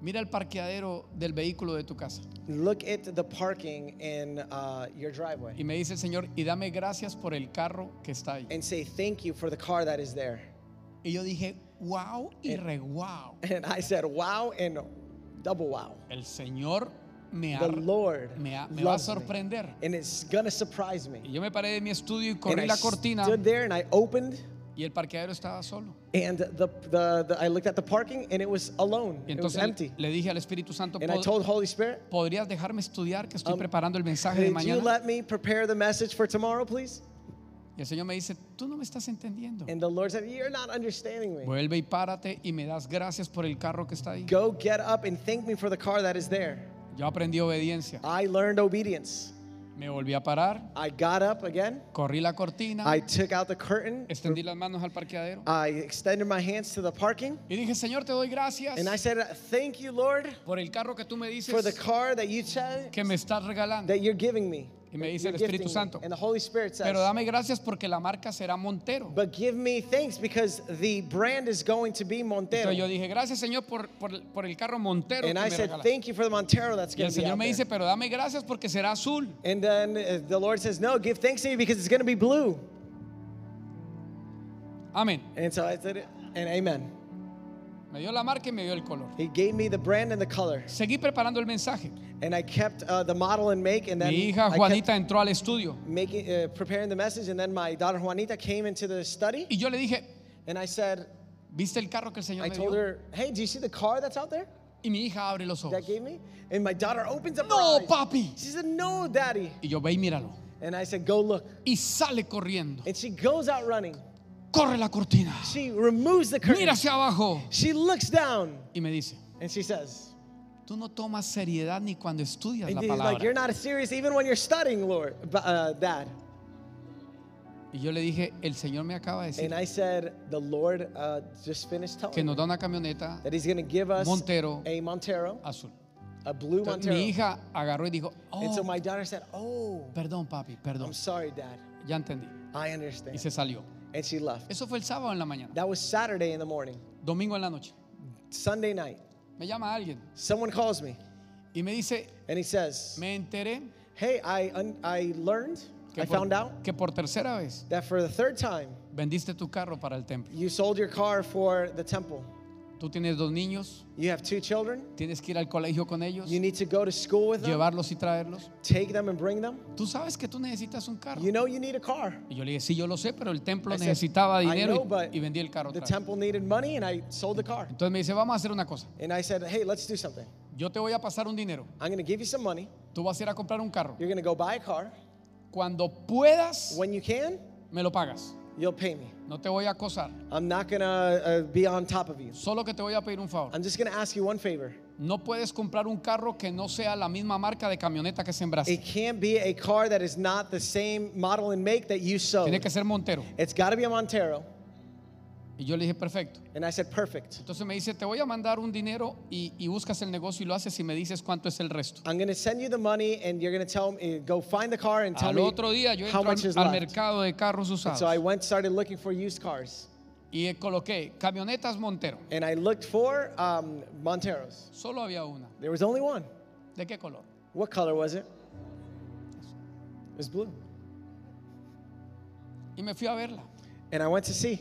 A: mira el parqueadero del vehículo de tu casa.
B: Look at the parking in uh, your driveway
A: Y me dice el Señor, y dame gracias por el carro que está ahí.
B: and say, Thank you for the car that is there.
A: Y yo dije, wow
B: Eh,
A: y re wow.
B: And I said, Wow, and double wow.
A: El Señor me, ha-
B: The Lord
A: me, ha- me va a
B: loves me.
A: sorprender.
B: And it's gonna surprise
A: Y
B: me.
A: yo me paré de mi estudio y
B: And
A: corrí
B: I
A: la cortina
B: stood there and I opened,
A: y el parqueadero estaba solo.
B: and the, the, the I looked at the parking and it was alone.
A: Y
B: It was
A: entonces
B: empty.
A: le dije al Espíritu Santo,
B: And I
A: "Pod-
B: told Holy Spirit,
A: ¿podrías dejarme estudiar que estoy
B: Um,
A: preparando el mensaje de
B: Could you
A: mañana?
B: let me prepare the message for tomorrow, please?
A: Y el Señor me dice, tú no me estás entendiendo.
B: And the Lord said, You're not understanding me.
A: Vuelve y párate y me das gracias por el carro que está ahí.
B: Go get up and thank me for the car that is there.
A: Yo aprendí obediencia.
B: I learned obedience.
A: Me volví a parar,
B: I got up again.
A: corrí la cortina,
B: I took out the curtain.
A: extendí las manos al parqueadero
B: I extended my hands to the parking.
A: y dije, Señor, te doy gracias
B: And I said, Thank you, Lord,
A: por el carro que tú me
B: for the
A: dices
B: car that you said
A: que me estás regalando.
B: that you're giving me.
A: Y me
B: that
A: dice
B: you're
A: el Espíritu
B: gifting me."
A: Santo,
B: And the Holy Spirit
A: Pero
B: says,
A: dame gracias porque la marca será Montero.
B: But give me thanks because the brand is going to be Montero.
A: Entonces yo dije, gracias Señor por, por, por el carro Montero.
B: And
A: que
B: I
A: me
B: said,
A: regalaste".
B: Thank you for the Montero that's
A: y el
B: going to be
A: Señor
B: out
A: me
B: there.
A: dice, pero dame gracias porque será azul.
B: And then uh, the Lord says, No, give thanks to me because it's going to be blue.
A: Amén.
B: And so I said, it, And amen.
A: Me dio la marca y me dio el color.
B: He gave me the brand and the color.
A: Seguí preparando el mensaje.
B: And I kept uh, the model and make. And then
A: Mi hija
B: I kept
A: Juanita entró al estudio
B: making, uh, preparing the message. And then my daughter Juanita came into the study.
A: y yo le dije,
B: And I said,
A: ¿viste el carro que el Señor
B: I
A: me
B: told
A: dio?
B: her, Hey, do you see the car that's out there
A: Y mi hija abre los ojos.
B: that gave me? And my daughter opens up
A: No,
B: her eyes.
A: papi.
B: She said, No, daddy.
A: Y yo ve y míralo.
B: And I said, Go look.
A: Y sale corriendo.
B: And she goes out running.
A: Corre la cortina.
B: She removes the curtain.
A: Mira hacia abajo.
B: She looks down
A: Y me dice,
B: and she says,
A: tú no tomas seriedad ni cuando estudias
B: And
A: la
B: he's like, You're
A: palabra.
B: not serious even when you're studying, Lord, b- uh, Dad.
A: Y yo le dije, el Señor me acaba de decir
B: And I said, The Lord uh, just finished
A: que
B: telling
A: nos
B: me
A: da una camioneta
B: that He's going to give us
A: Montero.
B: a Montero,
A: azul.
B: a blue
A: Entonces,
B: Montero.
A: mi hija agarró y dijo,
B: And so
A: oh,
B: my daughter said, Oh,
A: perdón papi, perdón,
B: I'm sorry, Dad.
A: ya entendí.
B: I
A: Y
B: understand.
A: se salió.
B: And she left.
A: Eso fue el sábado en la mañana,
B: That was Saturday in the morning,
A: domingo en la noche.
B: Sunday night.
A: Me llama alguien
B: Someone calls me
A: y me dice,
B: and he says,
A: me enteré
B: Hey, I, un- I learned, I
A: que
B: found out
A: por, que por tercera vez
B: that for the third time,
A: vendiste tu carro para el templo.
B: you sold your car for the temple.
A: Tú tienes dos niños,
B: You have two children.
A: tienes que ir al colegio con ellos,
B: You need to go to school with them,
A: llevarlos y traerlos.
B: take them and bring them.
A: Tú sabes que tú necesitas un carro.
B: You know you need a car.
A: Y yo le dije, sí, yo lo sé, pero el templo
B: I said,
A: necesitaba
B: "I
A: dinero
B: know,
A: y-
B: but
A: y, vendí el carro.
B: The
A: otra vez".
B: temple needed money and I sold the car.
A: Entonces me dice, vamos a hacer una cosa.
B: And I said, hey, let's do something.
A: Yo te voy a pasar un dinero.
B: I'm going to give you some money.
A: Tú vas a ir a comprar un carro.
B: You're going to go buy a car.
A: Cuando puedas,
B: When you can,
A: me lo pagas.
B: you'll pay me.
A: No te voy a acosar.
B: I'm not going to uh, be on top of you.
A: Solo que te voy a pedir un favor.
B: I'm just going to ask you one favor.
A: No puedes comprar un carro que no sea la misma marca de camioneta que
B: It
A: sembraste.
B: can't be a car that is not the same model and make that
A: Tiene
B: you sold.
A: que ser Montero.
B: It's got to be a Montero.
A: Y yo le dije, perfecto.
B: And I said, perfect.
A: Entonces me dice, te voy a mandar un dinero y, y buscas el negocio y lo haces y me dices cuánto es el resto.
B: I'm going to send you the money and you're going to tell me, go find the car and tell
A: Al
B: me
A: otro día yo
B: how
A: entro
B: much
A: al,
B: is
A: al
B: left.
A: mercado de carros
B: So I
A: usados
B: went started looking for used cars.
A: Y eh, coloqué camionetas Montero.
B: and I looked for um, Monteros.
A: Solo había una.
B: There was only one.
A: ¿De qué color?
B: What color was it? It was blue.
A: Y me fui a verla.
B: And I went to see.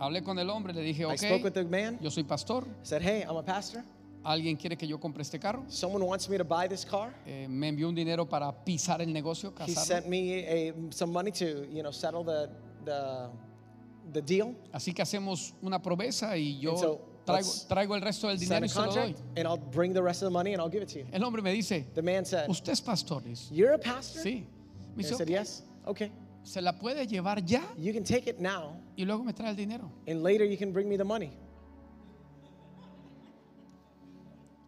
A: Hablé con el hombre, le dije,
B: I spoke with
A: ok,
B: the man.
A: yo soy pastor,
B: I said, hey, I'm a pastor.
A: alguien quiere que yo compre este carro.
B: Someone wants me to buy this car.
A: Eh, me envió un dinero para pisar el negocio,
B: He
A: casarlo.
B: sent me a, some money to, you know, settle the, the, the deal.
A: Así que hacemos una promesa y yo
B: And so,
A: traigo,
B: let's
A: traigo el resto del
B: Sign
A: dinero
B: a
A: y se lo doy.
B: contract, and I'll bring the rest of the money and I'll give it to you.
A: El hombre me dice,
B: The man said,
A: ¿usted es pastor? Le dice,
B: You're a pastor?
A: Sí. Me
B: And
A: dice,
B: I said,
A: "Ok,
B: Yes. Okay.
A: ¿se la puede llevar ya?
B: You can take it now,
A: Y luego me trae el dinero.
B: and later you can bring me the money.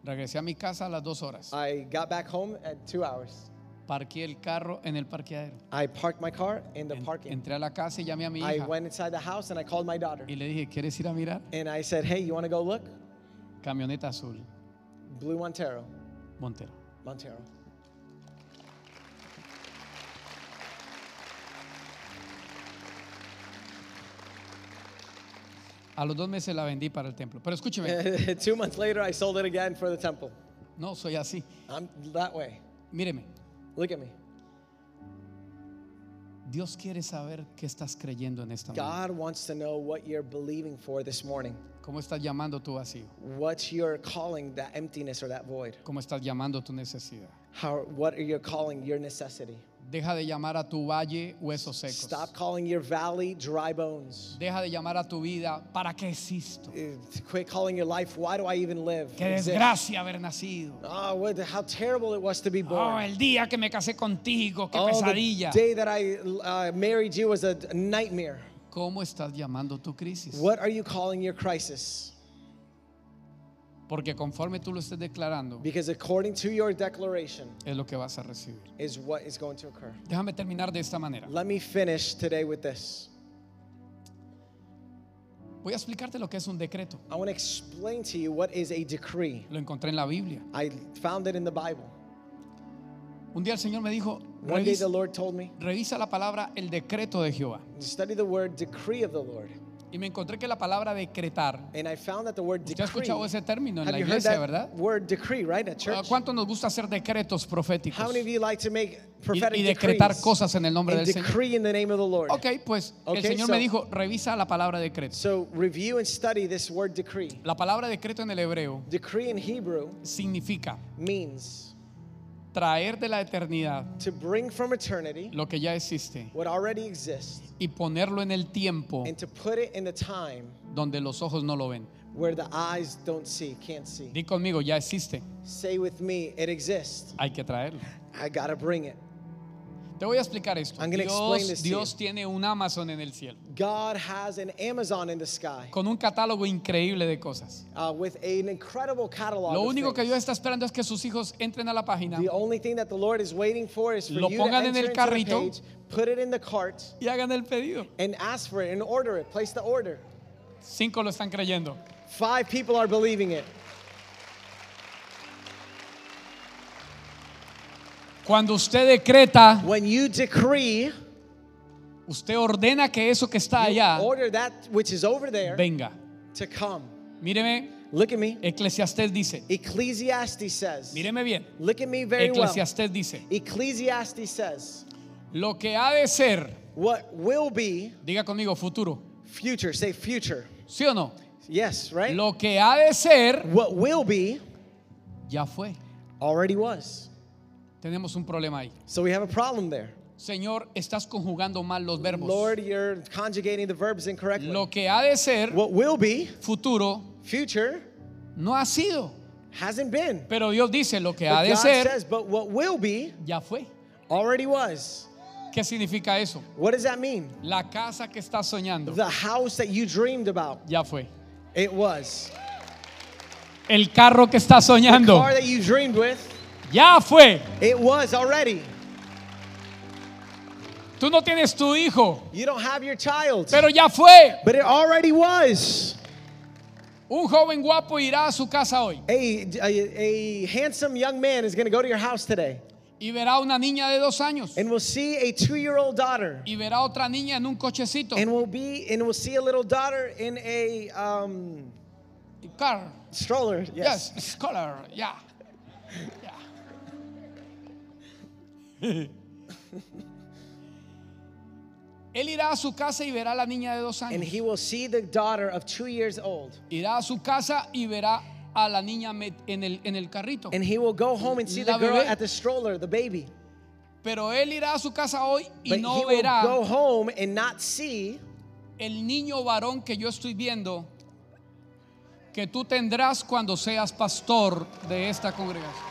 A: Regresé a mi casa a las dos horas.
B: I got back home at two hours.
A: Parqué el carro en el parqueadero.
B: I parked my car in the
A: En-
B: parking.
A: entré a la casa y llamé a mi
B: I
A: hija.
B: went inside the house and I called my daughter.
A: Y le dije, ¿quieres ir a mirar?
B: And I said, Hey, you want to go look?
A: Camioneta azul,
B: Blue Montero.
A: Montero.
B: Montero.
A: A los dos meses la vendí para el templo. Pero
B: Eh.
A: escúcheme,
B: two months later, I sold it again for the temple.
A: no soy así.
B: I'm that way.
A: Míreme,
B: Look at me.
A: Dios quiere saber qué estás creyendo en esta mañana.
B: God wants to know what you're believing for this morning.
A: ¿Cómo estás llamando tu vacío?
B: What's your calling that emptiness or that void?
A: ¿Cómo estás llamando tu necesidad?
B: How, what are you calling your necessity?
A: Deja de llamar a tu valle huesos secos.
B: Stop calling your valley dry bones.
A: Deja de llamar a tu vida, ¿para qué existo?
B: Eh, Quit calling your life, why do I even live?
A: Qué desgracia haber nacido.
B: Oh, what, how terrible it was to be
A: Oh,
B: born.
A: el día que me casé contigo, qué
B: Oh, the
A: pesadilla.
B: day that I uh, married you was a d- nightmare.
A: ¿Cómo estás llamando tu crisis?
B: What are you calling your crisis?
A: Porque conforme tú lo estés declarando,
B: Because according to your declaration
A: es lo que vas a recibir.
B: is what is going to occur.
A: Déjame terminar de esta manera.
B: Let me finish today with this.
A: Voy a explicarte lo que es un decreto.
B: I want to explain to you what is a decree.
A: Lo encontré en la Biblia.
B: I found it in the Bible.
A: Un día el Señor me dijo,
B: One day the
A: "Revisa-
B: Lord told me,
A: revisa la palabra el decreto de Jehová.
B: study the word decree of the Lord.
A: Y me encontré que la palabra decretar.
B: And I found that the word
A: ¿Usted ha
B: decree.
A: escuchado ese término en
B: Have
A: la
B: you heard
A: iglesia,
B: that
A: verdad? Uh,
B: word decree, right? At
A: ¿A
B: church?
A: ¿Cuánto nos gusta hacer decretos proféticos?
B: How many of you like to make prophetic
A: y decretar
B: decrees
A: cosas en el nombre
B: and
A: del Señor?
B: decree in the name of the Lord.
A: Ok, pues
B: Ok,
A: el Señor
B: so-
A: me dijo, revisa la palabra decreto.
B: So review and study this word decree.
A: La palabra decreto en el hebreo
B: Decree in Hebrew
A: significa
B: means
A: traer de la eternidad
B: to bring from eternity
A: lo que ya existe
B: what already exists
A: y ponerlo en el tiempo
B: and to put it in the time
A: donde los ojos no lo ven.
B: where the eyes don't see, can't see.
A: Di conmigo, ya existe,
B: Say with me, it exists.
A: hay que traerlo.
B: I gotta bring it.
A: Te voy a explicar esto.
B: I'm gonna explain
A: Dios,
B: this to
A: Dios
B: you.
A: tiene un Amazon en el cielo
B: God has an Amazon in the sky
A: con un catálogo increíble de cosas.
B: uh, with an incredible catalog.
A: Lo
B: of
A: único que
B: things.
A: Dios está esperando es que sus hijos entren a la página
B: The only thing that the Lord is waiting for is for
A: Lo
B: you to
A: pongan en
B: enter
A: el
B: into the
A: carrito.
B: page, put it in the cart,
A: y hagan el pedido.
B: and ask for it and order it. Place the order.
A: Cinco lo están creyendo.
B: Five people are believing it.
A: Cuando usted decreta,
B: When you decree,
A: usted ordena que eso que está
B: you
A: allá
B: order that which is over there
A: venga.
B: to come.
A: Míreme,
B: Look at me.
A: Eclesiastés dice.
B: Ecclesiastes says.
A: Míreme bien.
B: Look at me very well.
A: Eclesiastés dice,
B: Ecclesiastes says,
A: lo que ha de ser,
B: what will be
A: diga conmigo futuro,
B: future, say future.
A: ¿sí o no?
B: Yes, right?
A: Lo que ha de ser
B: What will be
A: ya fue.
B: already was.
A: Tenemos un problema ahí.
B: So we have a problem there.
A: Señor, estás conjugando mal los verbos.
B: Lord, you're conjugating the verbs incorrectly.
A: Lo que ha de ser
B: What will be,
A: futuro
B: future,
A: no ha sido.
B: hasn't been.
A: Pero Dios dice, lo que ha
B: But
A: de
B: God
A: ser
B: says, but what will be
A: ya fue.
B: already was.
A: ¿Qué significa eso?
B: What does that mean?
A: La casa que estás soñando
B: The house that you dreamed about,
A: ya fue.
B: it was.
A: El carro que estás
B: The
A: soñando
B: car that you dreamed with,
A: ya fue.
B: it was already.
A: Tú no tienes tu hijo,
B: You don't have your child,
A: pero ya fue.
B: but it already was.
A: Un joven guapo irá a su casa hoy.
B: A, a, a handsome young man is going to go to your house today
A: Y verá una niña de dos años.
B: and we'll see a two-year-old daughter,
A: Y verá otra niña en un cochecito.
B: and we'll be and we'll see a little daughter in a um,
A: Car.
B: stroller. Yes.
A: Yes, scholar. Yeah. Yeah. Él irá a su casa y verá a la niña de dos
B: And
A: años.
B: he will see the daughter of two years old,
A: Irá a su casa y verá a la niña met- en el, en el carrito.
B: and he will go home and see the
A: La
B: girl
A: bebé.
B: at the stroller, the baby.
A: Pero él irá a su casa hoy y
B: But he
A: no
B: will go
A: verá
B: home and not see
A: el niño varón que yo estoy viendo que tú tendrás cuando seas pastor de esta congregación.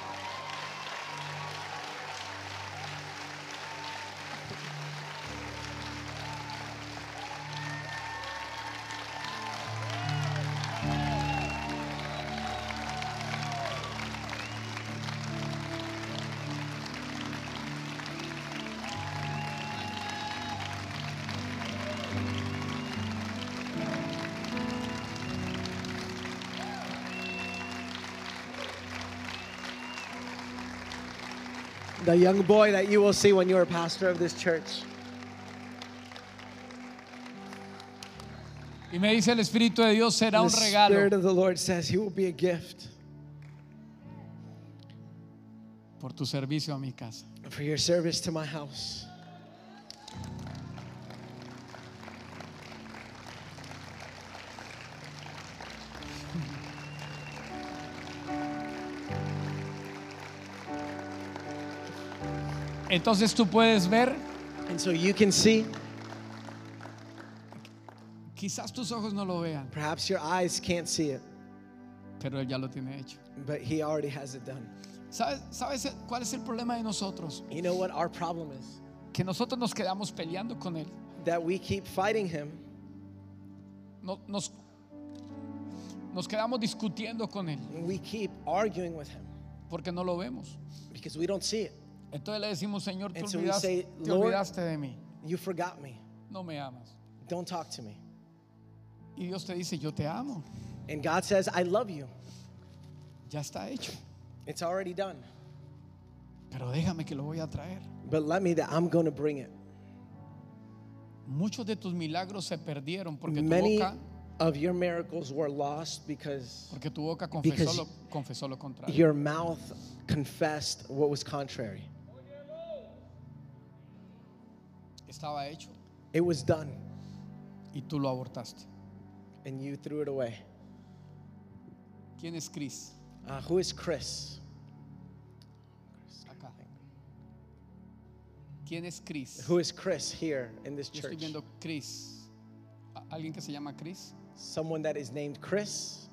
B: the young boy that you will see when you are pastor of this church.
A: Y me dice el Espíritu de Dios será
B: The
A: un
B: Spirit
A: regalo
B: of the Lord says he will be a gift
A: por tu servicio a mi casa.
B: for your service to my house.
A: Entonces tú puedes ver,
B: And so you can see,
A: quizás tus ojos no lo vean,
B: perhaps your eyes can't see it,
A: pero él ya lo tiene hecho.
B: but he already has it done.
A: ¿Sabes, sabes cuál es el problema de nosotros?
B: You know what our problem is?
A: Que nosotros nos quedamos peleando con él.
B: That we keep fighting him,
A: No- nos, nos quedamos discutiendo con él
B: and we keep arguing with him
A: porque no lo vemos.
B: because we don't see it.
A: Entonces le decimos, Señor, te
B: And so we
A: olvidaste,
B: say,
A: te
B: "Lord,
A: olvidaste de mí,
B: You forgot me.
A: no me amas.
B: Don't talk to me.
A: Y Dios te dice, yo te amo,
B: And God says, I love you.
A: ya está hecho,
B: It's already done.
A: pero déjame que lo voy a traer.
B: But let me that I'm going to bring it.
A: Muchos de tus milagros se perdieron porque tu
B: Many
A: boca,
B: of your miracles were lost because
A: porque tu boca confesó,
B: Because
A: lo, confesó lo contrario.
B: your mouth confessed what was contrary.
A: Estaba hecho
B: It was done,
A: y tú lo abortaste.
B: and you threw it away.
A: ¿Quién es Chris?
B: Uh, who is Chris?
A: Acá. ¿Quién es Chris?
B: Who is Chris here in this
A: Yo estoy
B: church?
A: viendo Chris. ¿A- ¿Alguien que se llama Chris?
B: Someone that is named Chris?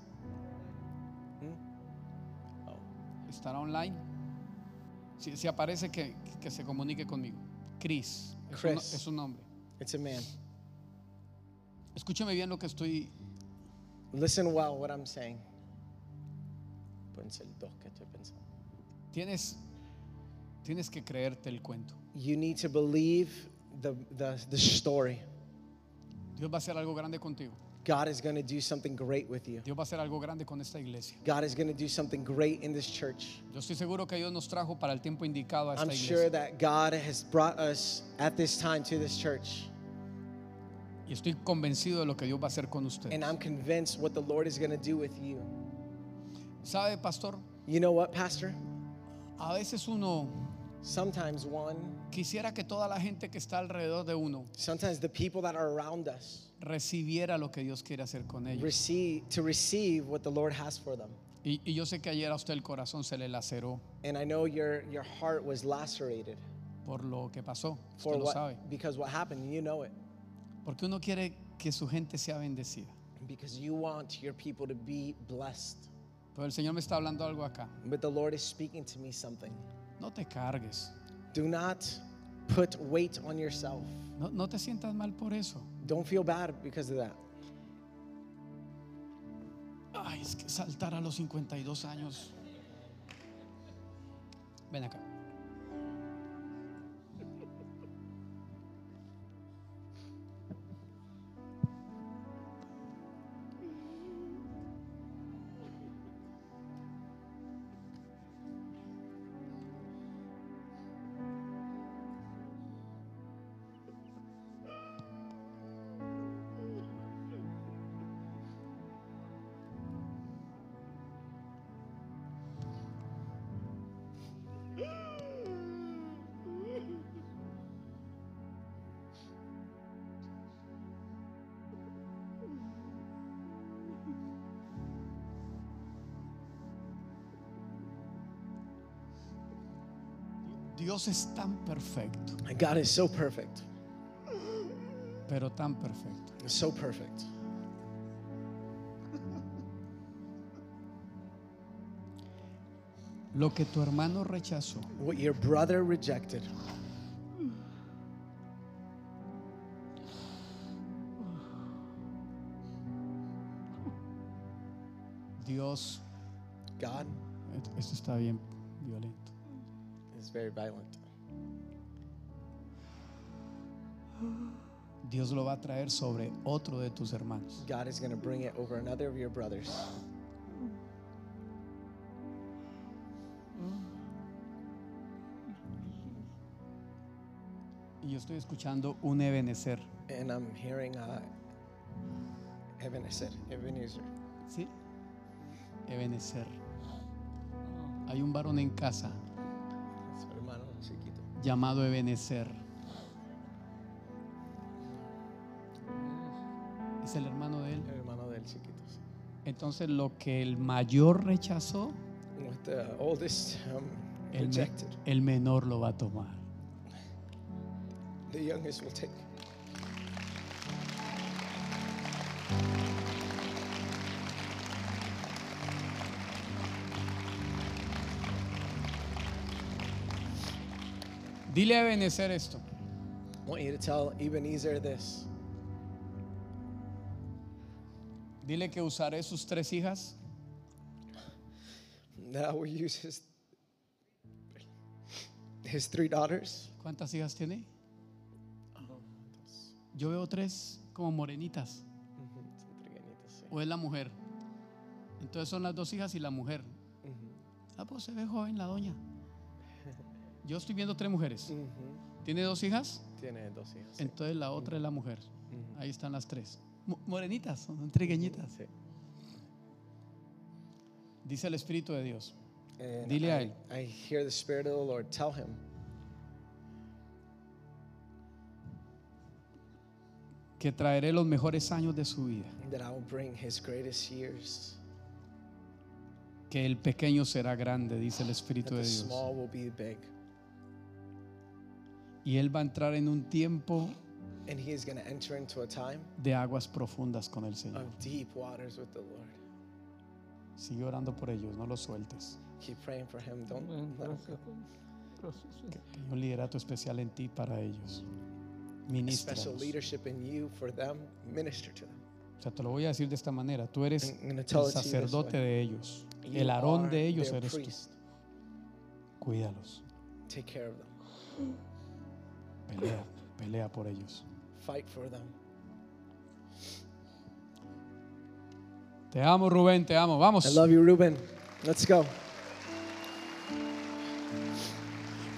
A: ¿Estará online? Si, si aparece, que, que se comunique conmigo. Chris. Es, Un,
B: Chris.
A: es un nombre.
B: It's a man.
A: Escúchame bien lo que estoy.
B: Listen well what I'm saying. Ponse el dos que estoy pensando.
A: Tienes, tienes que creerte el cuento.
B: You need to believe the, the, the story.
A: Dios va a hacer algo grande contigo.
B: God is going to do something great with you.
A: Dios va a hacer algo grande con esta iglesia.
B: God is going to do something great in this church.
A: Yo estoy seguro que Dios nos trajo para el tiempo indicado a esta
B: I'm
A: iglesia.
B: sure that God has brought us at this time to this church.
A: Y estoy convencido de lo que Dios va a hacer con usted.
B: And I'm convinced what the Lord is going to do with you.
A: ¿Sabe, pastor?
B: You know what, Pastor?
A: A veces uno
B: Sometimes one,
A: quisiera que toda la gente que está alrededor de uno
B: sometimes the people that are around us
A: recibiera lo que Dios quiere hacer con ellos.
B: receive to receive what the Lord has for them.
A: Y, y yo sé que ayer a usted el corazón se le laceró
B: And I know your your heart was lacerated
A: por lo que pasó.
B: for
A: Usted lo sabe.
B: what because what happened, you know it.
A: Porque uno quiere que su gente sea bendecida.
B: Because you want your people to be blessed.
A: Pero el Señor me está hablando algo acá.
B: But the Lord is speaking to me something.
A: No te cargues.
B: Do not put weight on yourself.
A: No, no te sientas mal por eso.
B: Don't feel bad because of that.
A: Ay, es que saltar a los 52 años. Ven acá. Dios es tan perfecto,
B: And God is so perfect.
A: pero tan perfecto.
B: So perfect.
A: Lo que tu hermano rechazó,
B: What your brother rejected,
A: Dios,
B: God
A: esto está bien violento.
B: is very violent.
A: Dios lo va a traer sobre otro de tus hermanos.
B: God is going to bring it over another of your brothers.
A: Y yo estoy escuchando un ebenecer.
B: And I'm hearing uh, Ebenezer, Ebenezer.
A: ¿Sí? Ebenecer. Hay un varón en casa
B: Su hermano chiquito.
A: llamado Ebenecer. Es el hermano de él.
B: El hermano del chiquito. sí.
A: Entonces lo que el mayor rechazó,
B: What the oldest um,
A: el, me-
B: rejected,
A: el menor lo va a tomar.
B: the youngest will take.
A: Dile a Ebenecer esto.
B: I want you to tell Ebenezer this.
A: Dile que usaré sus tres hijas
B: That I will use his, his three daughters.
A: ¿Cuántas hijas tiene? Yo veo tres como morenitas.
B: Son pequeñitas, sí.
A: ¿O es la mujer? Entonces son las dos hijas y la mujer.
B: Mm-hmm.
A: Ah, pues se ve joven la doña. Yo estoy viendo tres mujeres. ¿Tiene dos hijas?
B: Tiene dos hijos. sí.
A: Entonces la otra es la mujer.
B: Mm-hmm.
A: Ahí están las tres. Mo- Morenitas, son trigueñitas.
B: Sí.
A: Dice el Espíritu de Dios.
B: And
A: Dile a
B: I-
A: él.
B: I hear the Spirit of the Lord tell him
A: Que traeré los mejores años de su vida.
B: that I will bring his greatest years.
A: Que el pequeño será grande, dice el
B: That
A: Espíritu de
B: the
A: Dios.
B: Este small will be big.
A: Y él va a entrar en un tiempo
B: And he is going to enter into a time
A: de aguas profundas con el Señor.
B: of deep waters with the Lord. Ah.
A: Sigue orando por ellos, no los sueltes.
B: Keep praying for him. Don't let him go.
A: Que hay un liderato especial en ti para ellos. Ministra.
B: Special leadership in you for them. Minister to them.
A: O sea, te lo voy a decir de esta manera. Tú eres
B: I'm gonna
A: el
B: tell it to you this
A: sacerdote
B: way.
A: de ellos.
B: You
A: El
B: are
A: arón de ellos
B: their
A: eres tú.
B: priest.
A: Cuídalos.
B: Take care of them.
A: Pelea. Pelea por ellos.
B: Fight for them.
A: Te amo, Rubén. Te amo. Vamos.
B: I love you, Ruben. Let's go.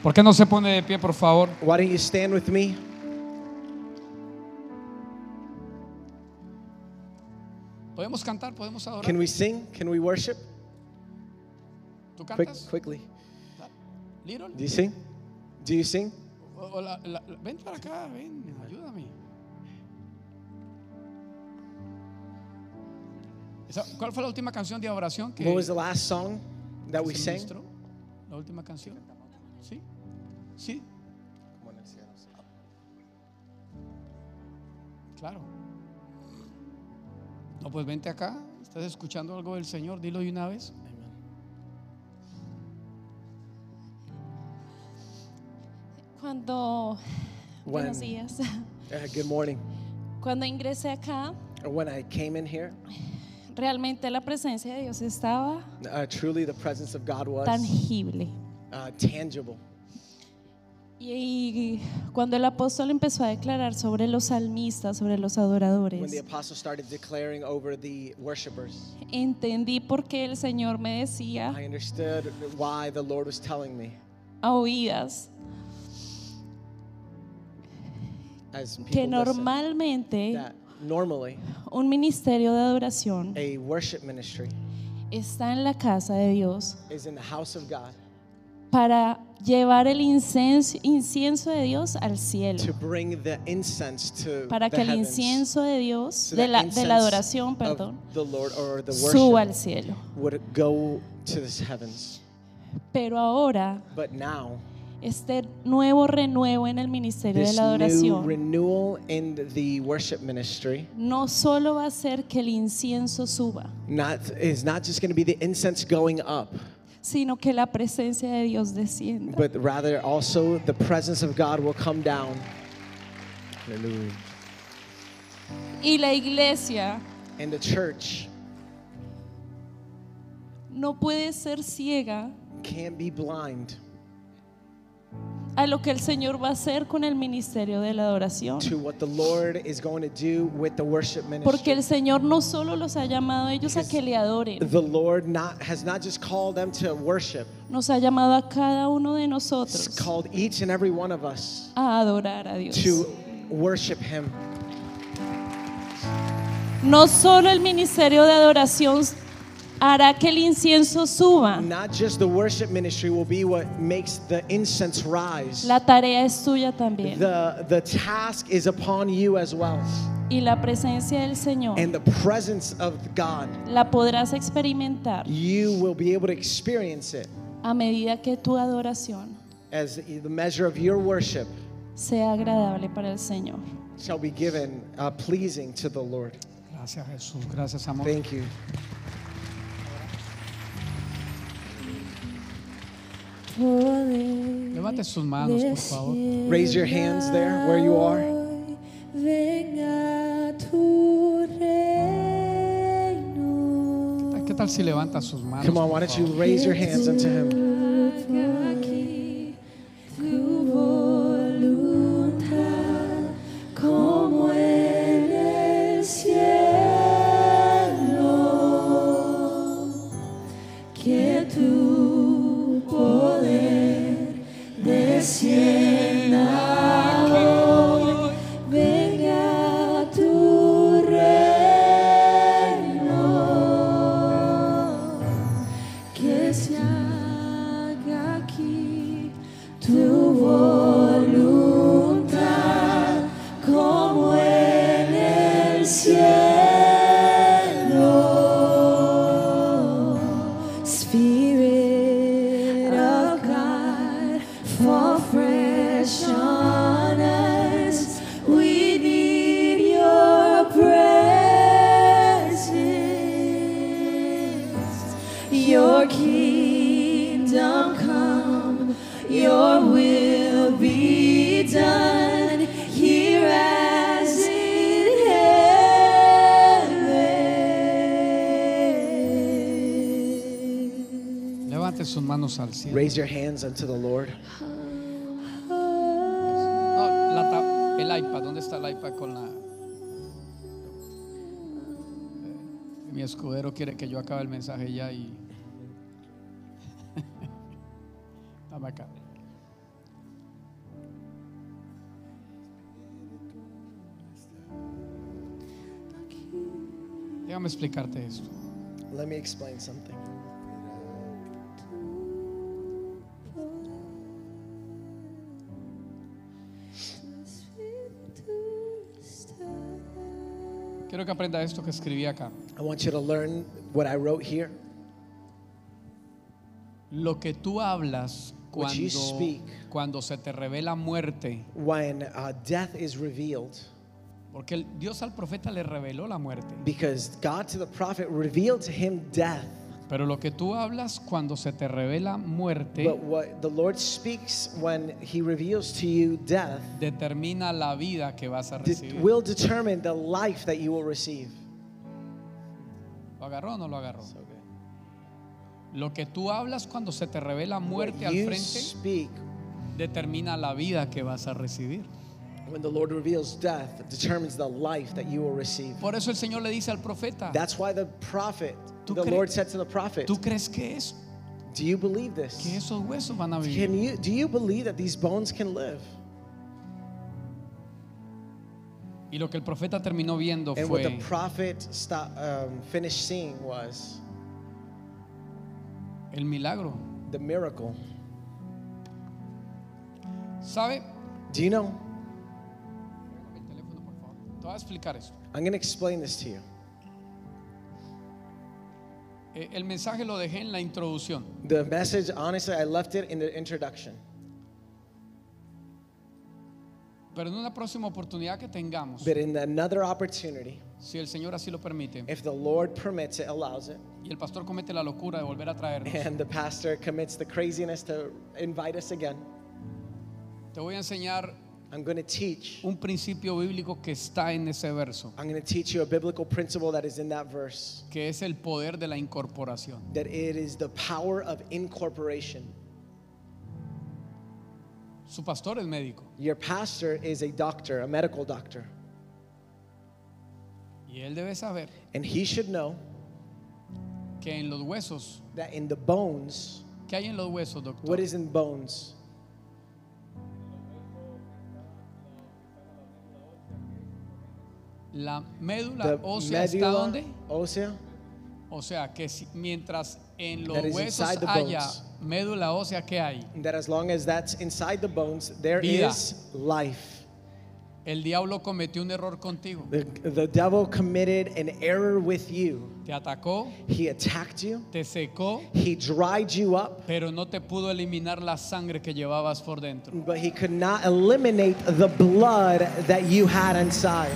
A: ¿Por qué no se pone de pie, por favor?
B: Why don't you stand with me?
A: Podemos cantar, podemos adorar.
B: Can we sing? Can we worship?
A: ¿Tú
B: Quick,
A: cantas?
B: quickly.
A: Little.
B: Do you sing? Do you sing?
A: O- o la- la- la- ven para acá, ven, ayúdame. Esa- ¿Cuál fue la última canción de adoración que,
B: What was the last song that
A: que
B: we
A: se
B: sang?
A: ministró? La última canción. ¿Sí? Sí, claro. No, pues vente acá. ¿Estás escuchando algo del Señor? Dilo de una vez.
C: Cuando,
B: When,
C: buenos días,
B: uh, good morning.
C: cuando ingresé acá,
B: When I came in here,
C: realmente la presencia de Dios estaba
B: uh, truly the presence of God was
C: tangible.
B: uh, tangible.
C: Y, cuando el apóstol empezó a declarar sobre los salmistas, sobre los
B: When the
C: adoradores,
B: apostle started declaring over the worshipers,
C: entendí por qué el Señor me decía
B: I understood why the Lord was telling me
C: a oídas
B: as people
C: que
B: listen,
C: normalmente
B: that normally
C: un ministerio de adoración
B: a worship ministry
C: está en la casa de Dios
B: is in the house of God
C: para llevar el incenso, incienso de Dios al cielo.
B: to bring the incense to
C: para
B: the
C: que el
B: heavens,
C: incienso de Dios,
B: so
C: de
B: that
C: la, de la
B: incense
C: adoración,
B: of
C: perdón,
B: the Lord or the
C: suba al
B: worship
C: cielo.
B: would go to the heavens.
C: Pero ahora
B: But now
C: este nuevo renuevo en el ministerio de
B: This
C: la
B: new
C: adoración
B: renewal in the worship ministry
C: no solo va a ser que el incienso suba,
B: not, is not just going to be the incense going up,
C: sino que la presencia de Dios descienda.
B: but rather also the presence of God will come down. Hallelujah.
C: Y la iglesia
B: And the church
C: no puede ser ciega
B: can't be blind
C: a lo que el Señor va a hacer con el ministerio de la adoración.
B: to what the Lord is going to do with the worship
C: Porque
B: ministry.
C: el Señor no solo los ha llamado a ellos a que le adoren,
B: The Lord not, has not just called them to worship,
C: nos ha llamado a cada uno de
B: He's
C: nosotros
B: called each and every one of us
C: a adorar a Dios.
B: to worship Him.
C: No solo el ministerio de adoración hará que el incienso suba,
B: Not just the worship ministry will be what makes the incense rise.
C: la tarea es tuya también.
B: The, the task is upon you as well.
C: y la presencia del Señor
B: And the presence of God,
C: la podrás experimentar
B: you will be able to experience it
C: a medida que tu adoración
B: as the measure of your worship
C: sea agradable para el Señor.
B: shall be given uh, pleasing to the Lord.
A: Gracias Jesús, gracias amor.
B: Thank you.
A: Levante sus manos, por favor.
B: Raise your hands there where you are.
D: Venga tu reino,
A: ¿Qué tal si levanta sus manos?
B: Come on, why
A: por
B: don't you
A: favor?
B: raise your hands unto Him?
D: venga aquí tu voluntad como en el cielo. Que tu poder descienda hoy, venga tu reino, que se haga aquí tu voluntad como en el cielo. Spirit of God, fall fresh on us. We need your presence. Your kingdom come, your will be done here as in heaven.
A: Levante sus manos al cielo.
B: Raise your hands unto the Lord.
A: No, la ta- el iPad, ¿dónde está el iPad con la... Eh, Mi escudero quiere que yo acabe el mensaje ya y... Dame acá. Déjame explicarte esto.
B: Let me explain something.
A: Quiero que aprenda esto que escribí acá.
B: I want you to learn what I wrote here.
A: Lo que tú hablas
B: What you
A: cuando,
B: speak.
A: cuando se te revela muerte,
B: When uh, death is revealed,
A: porque el- Dios al profeta le reveló la muerte.
B: because God to the prophet revealed to him death.
A: Pero lo que tú hablas cuando se te revela
B: But
A: muerte
B: what the Lord speaks when He reveals to you death
A: determina la vida que vas a
B: de-
A: recibir.
B: will determine the life that you will receive.
A: ¿Lo agarró o no lo agarró? Lo que tú hablas cuando se te revela
B: What
A: muerte al
B: you
A: frente
B: speak
A: determina la vida que vas a recibir.
B: when the Lord reveals death determines the life that you will receive.
A: Por eso el Señor le dice al profeta,
B: That's why the prophet,
A: ¿Tú
B: the
A: cre-
B: Lord said to the prophet,
A: ¿tú crees que es
B: "Do you believe this?
A: que esos huesos van a vivir?
B: Can you do you believe that these bones can live?"
A: Y lo que el profeta terminó viendo
B: And what
A: fue
B: the prophet stop, um, finished seeing was
A: el milagro.
B: the miracle.
A: ¿Sabe?
B: Do you know?
A: El teléfono, por favor. Te voy a explicar eso.
B: I'm going to explain this to you.
A: Eh, El mensaje lo dejé en la introducción.
B: The message, honestly, I left it in the introduction.
A: Pero en una próxima oportunidad que tengamos,
B: But in another opportunity,
A: si el Señor así lo permite,
B: if the Lord permits it, allows it,
A: y el pastor comete la locura de volver a traernos,
B: and the pastor commits the craziness to invite us again,
A: te voy a enseñar
B: I'm going to teach.
A: un principio bíblico que está en ese verso,
B: I'm going to teach you a biblical principle that is in that verse
A: que es el poder de la incorporación.
B: that it is the power of incorporation.
A: Su pastor es médico
B: Your pastor is a doctor, a medical doctor,
A: y él debe saber
B: and he should know
A: que en los huesos,
B: that in the bones,
A: ¿qué hay en los huesos, doctor?
B: what is in bones?
A: la médula
B: The
A: ósea está
B: medulla
A: donde?
B: ósea.
A: O sea, que si- mientras en los
B: That is
A: huesos
B: inside the
A: haya
B: bones.
A: médula ósea, ¿qué hay?
B: That as long as that's inside the bones, there is
A: Vida.
B: life.
A: El diablo cometió un error contigo.
B: The, the devil committed an error with you.
A: Te atacó,
B: He attacked you.
A: te secó,
B: He dried you up.
A: pero no te pudo eliminar la sangre que llevabas por dentro.
B: But he could not eliminate the blood that you had inside.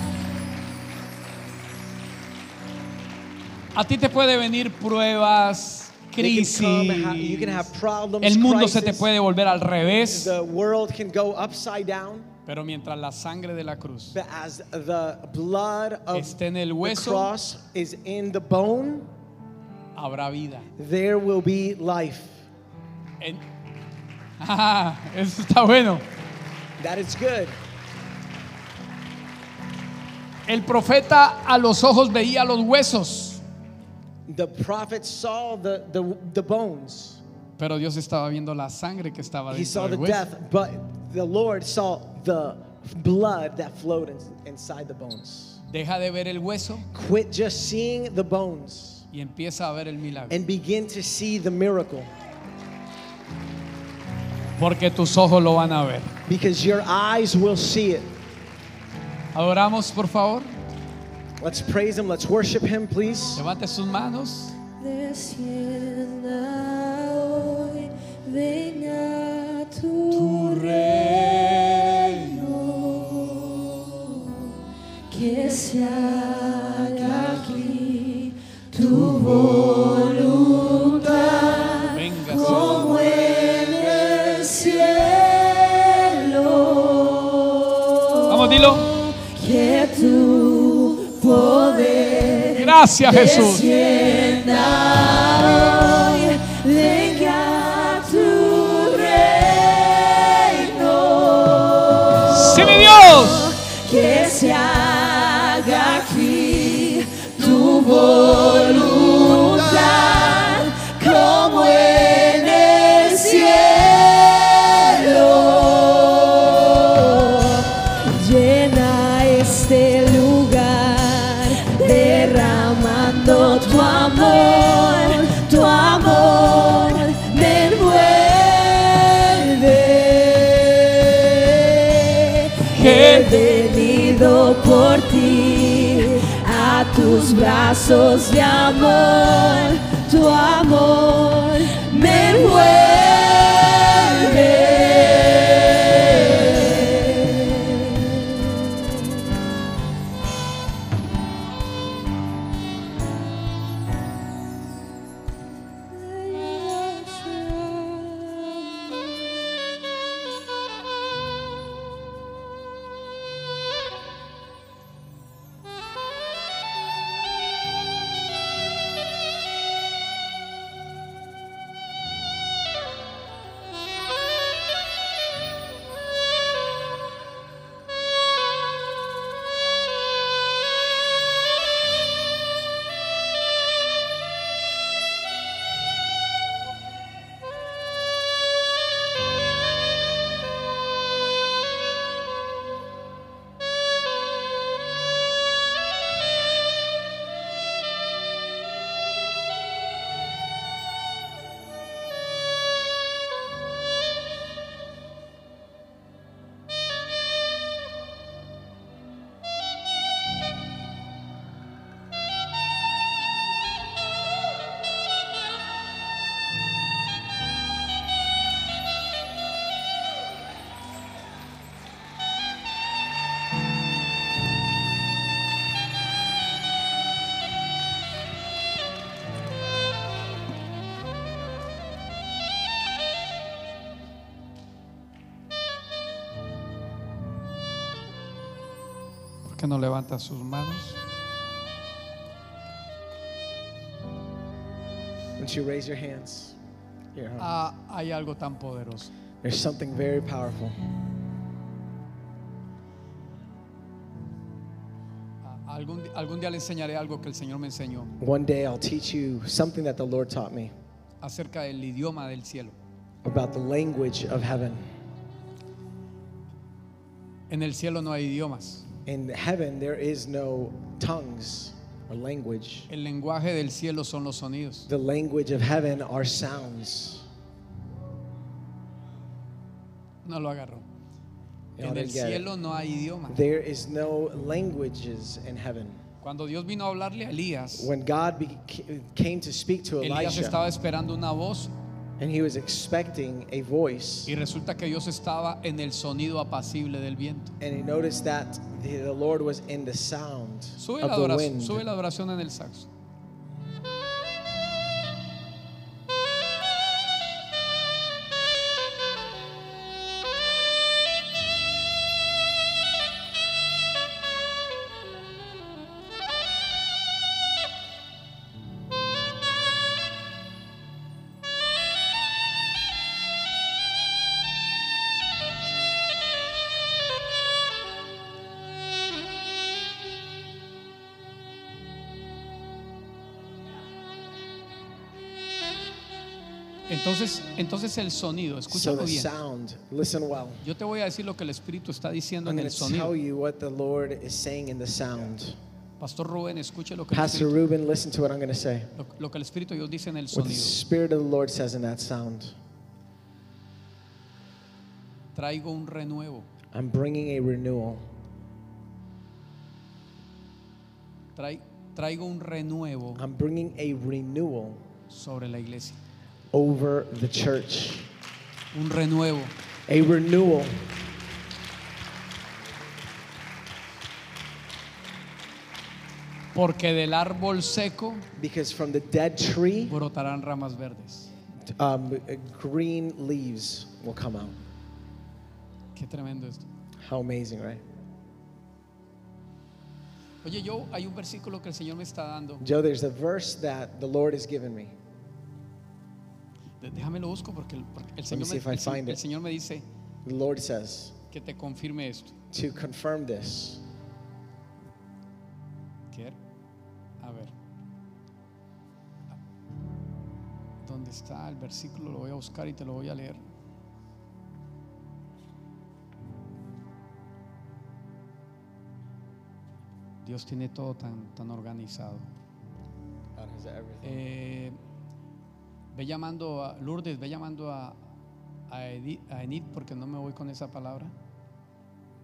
A: A ti te puede venir pruebas,
B: You
A: crisis.
B: can come and ha- you can have problems,
A: El mundo se te
B: crisis.
A: puede volver al revés,
B: The world can go upside down,
A: pero mientras la sangre de la cruz
B: but as the blood of
A: Esté en el hueso.
B: the cross is in the bone,
A: habrá vida.
B: there will be life.
A: En- Ah, eso está bueno.
B: That is good.
A: El profeta a los ojos veía los huesos,
B: The prophet saw the, the, the bones.
A: pero Dios estaba viendo la sangre que estaba
B: He
A: dentro
B: saw the
A: del hueso.
B: death, but the Lord saw the blood that flowed in- inside the bones.
A: Deja de ver el hueso
B: Quit just seeing the bones
A: y empieza a ver el milagro.
B: and begin to see the miracle
A: Porque tus ojos lo van a ver.
B: because your eyes will see it.
A: Adoramos, por favor.
B: Let's praise him. Let's worship him, please.
A: Levante sus manos.
D: Descienda hoy, venga
A: Tu
D: tu reino, que se haga aquí tu voluntad
A: Venga, Señor.
D: como en el cielo.
A: Vamos, dilo.
D: Que tu poder
A: Gracias, Jesús.
D: Descienda hoy, venga tu reino,
A: Sí, mi Dios.
D: que se haga aquí tu voluntad como en el cielo. Llena este lugar, derramando tu amor, tu amor me envuelve. He venido por ti a tus brazos de amor, tu amor me envuelve.
E: Thank you.
A: qué no levanta sus manos?
B: Once you raise your hands, you're home.
A: Ah, hay algo tan poderoso.
B: There's something very powerful.
A: Ah, Algún, di- algún día le enseñaré algo que el Señor me enseñó
B: One day I'll teach you something that the Lord taught me
A: acerca del idioma del cielo.
B: about the language of heaven.
A: En el cielo no hay idiomas.
B: In heaven, there is no tongues or language.
A: El lenguaje del cielo son los sonidos.
B: The language of heaven are sounds.
A: No lo agarró.
B: No,
A: En
B: they
A: el
B: get it.
A: cielo no hay idioma.
B: There is no languages in heaven.
A: Cuando Dios vino a hablarle a Elías,
B: When God be- came to speak to
A: Elías
B: Elisha,
A: estaba esperando una voz
B: and he was expecting a voice,
A: y resulta que Dios estaba en el sonido apacible del viento.
B: and he noticed that the, the Lord was in the sound
A: Sube la,
B: of the
A: adoración,
B: wind.
A: sube la adoración en el saxo. Entonces, entonces el sonido,
B: So
A: escúchalo
B: the
A: bien.
B: sound, listen well.
A: Yo te voy a decir lo que el Espíritu está diciendo
B: I'm
A: en
B: going
A: el
B: to tell
A: sonido.
B: you what the Lord is saying in the sound.
A: Pastor Rubén, escuche lo que, el
B: Pastor
A: Espíritu,
B: Ruben, listen to what I'm going to say.
A: lo, lo que el Espíritu de Dios dice en el
B: What the
A: sonido.
B: Spirit of the Lord says in that sound.
A: Traigo un renuevo,
B: I'm bringing a renewal.
A: trai- traigo un renuevo
B: I'm bringing a renewal
A: sobre la iglesia.
B: over the church.
A: Un renuevo.
B: A renewal.
A: Porque del árbol seco
B: Because from the dead tree,
A: brotarán ramas verdes.
B: um, green leaves will come out.
A: Qué tremendo esto.
B: How amazing, right?
A: Oye, yo hay un versículo que el Señor me está dando.
B: Joe, there's a verse that the Lord has given me.
A: De- Déjame lo busco porque el, porque el
B: me
A: Señor, me,
B: see if I
A: el Se-
B: find it.
A: el Señor me dice
B: The Lord says
A: que te confirme esto.
B: to confirm this.
A: ¿Qué? A ver. ¿Dónde está el versículo? Lo voy a buscar y te lo voy a leer. Dios tiene todo tan, tan organizado.
B: God has everything.
A: Eh, ve llamando a Lourdes, ve llamando a, a, Edi- a Enid porque no me voy con esa palabra.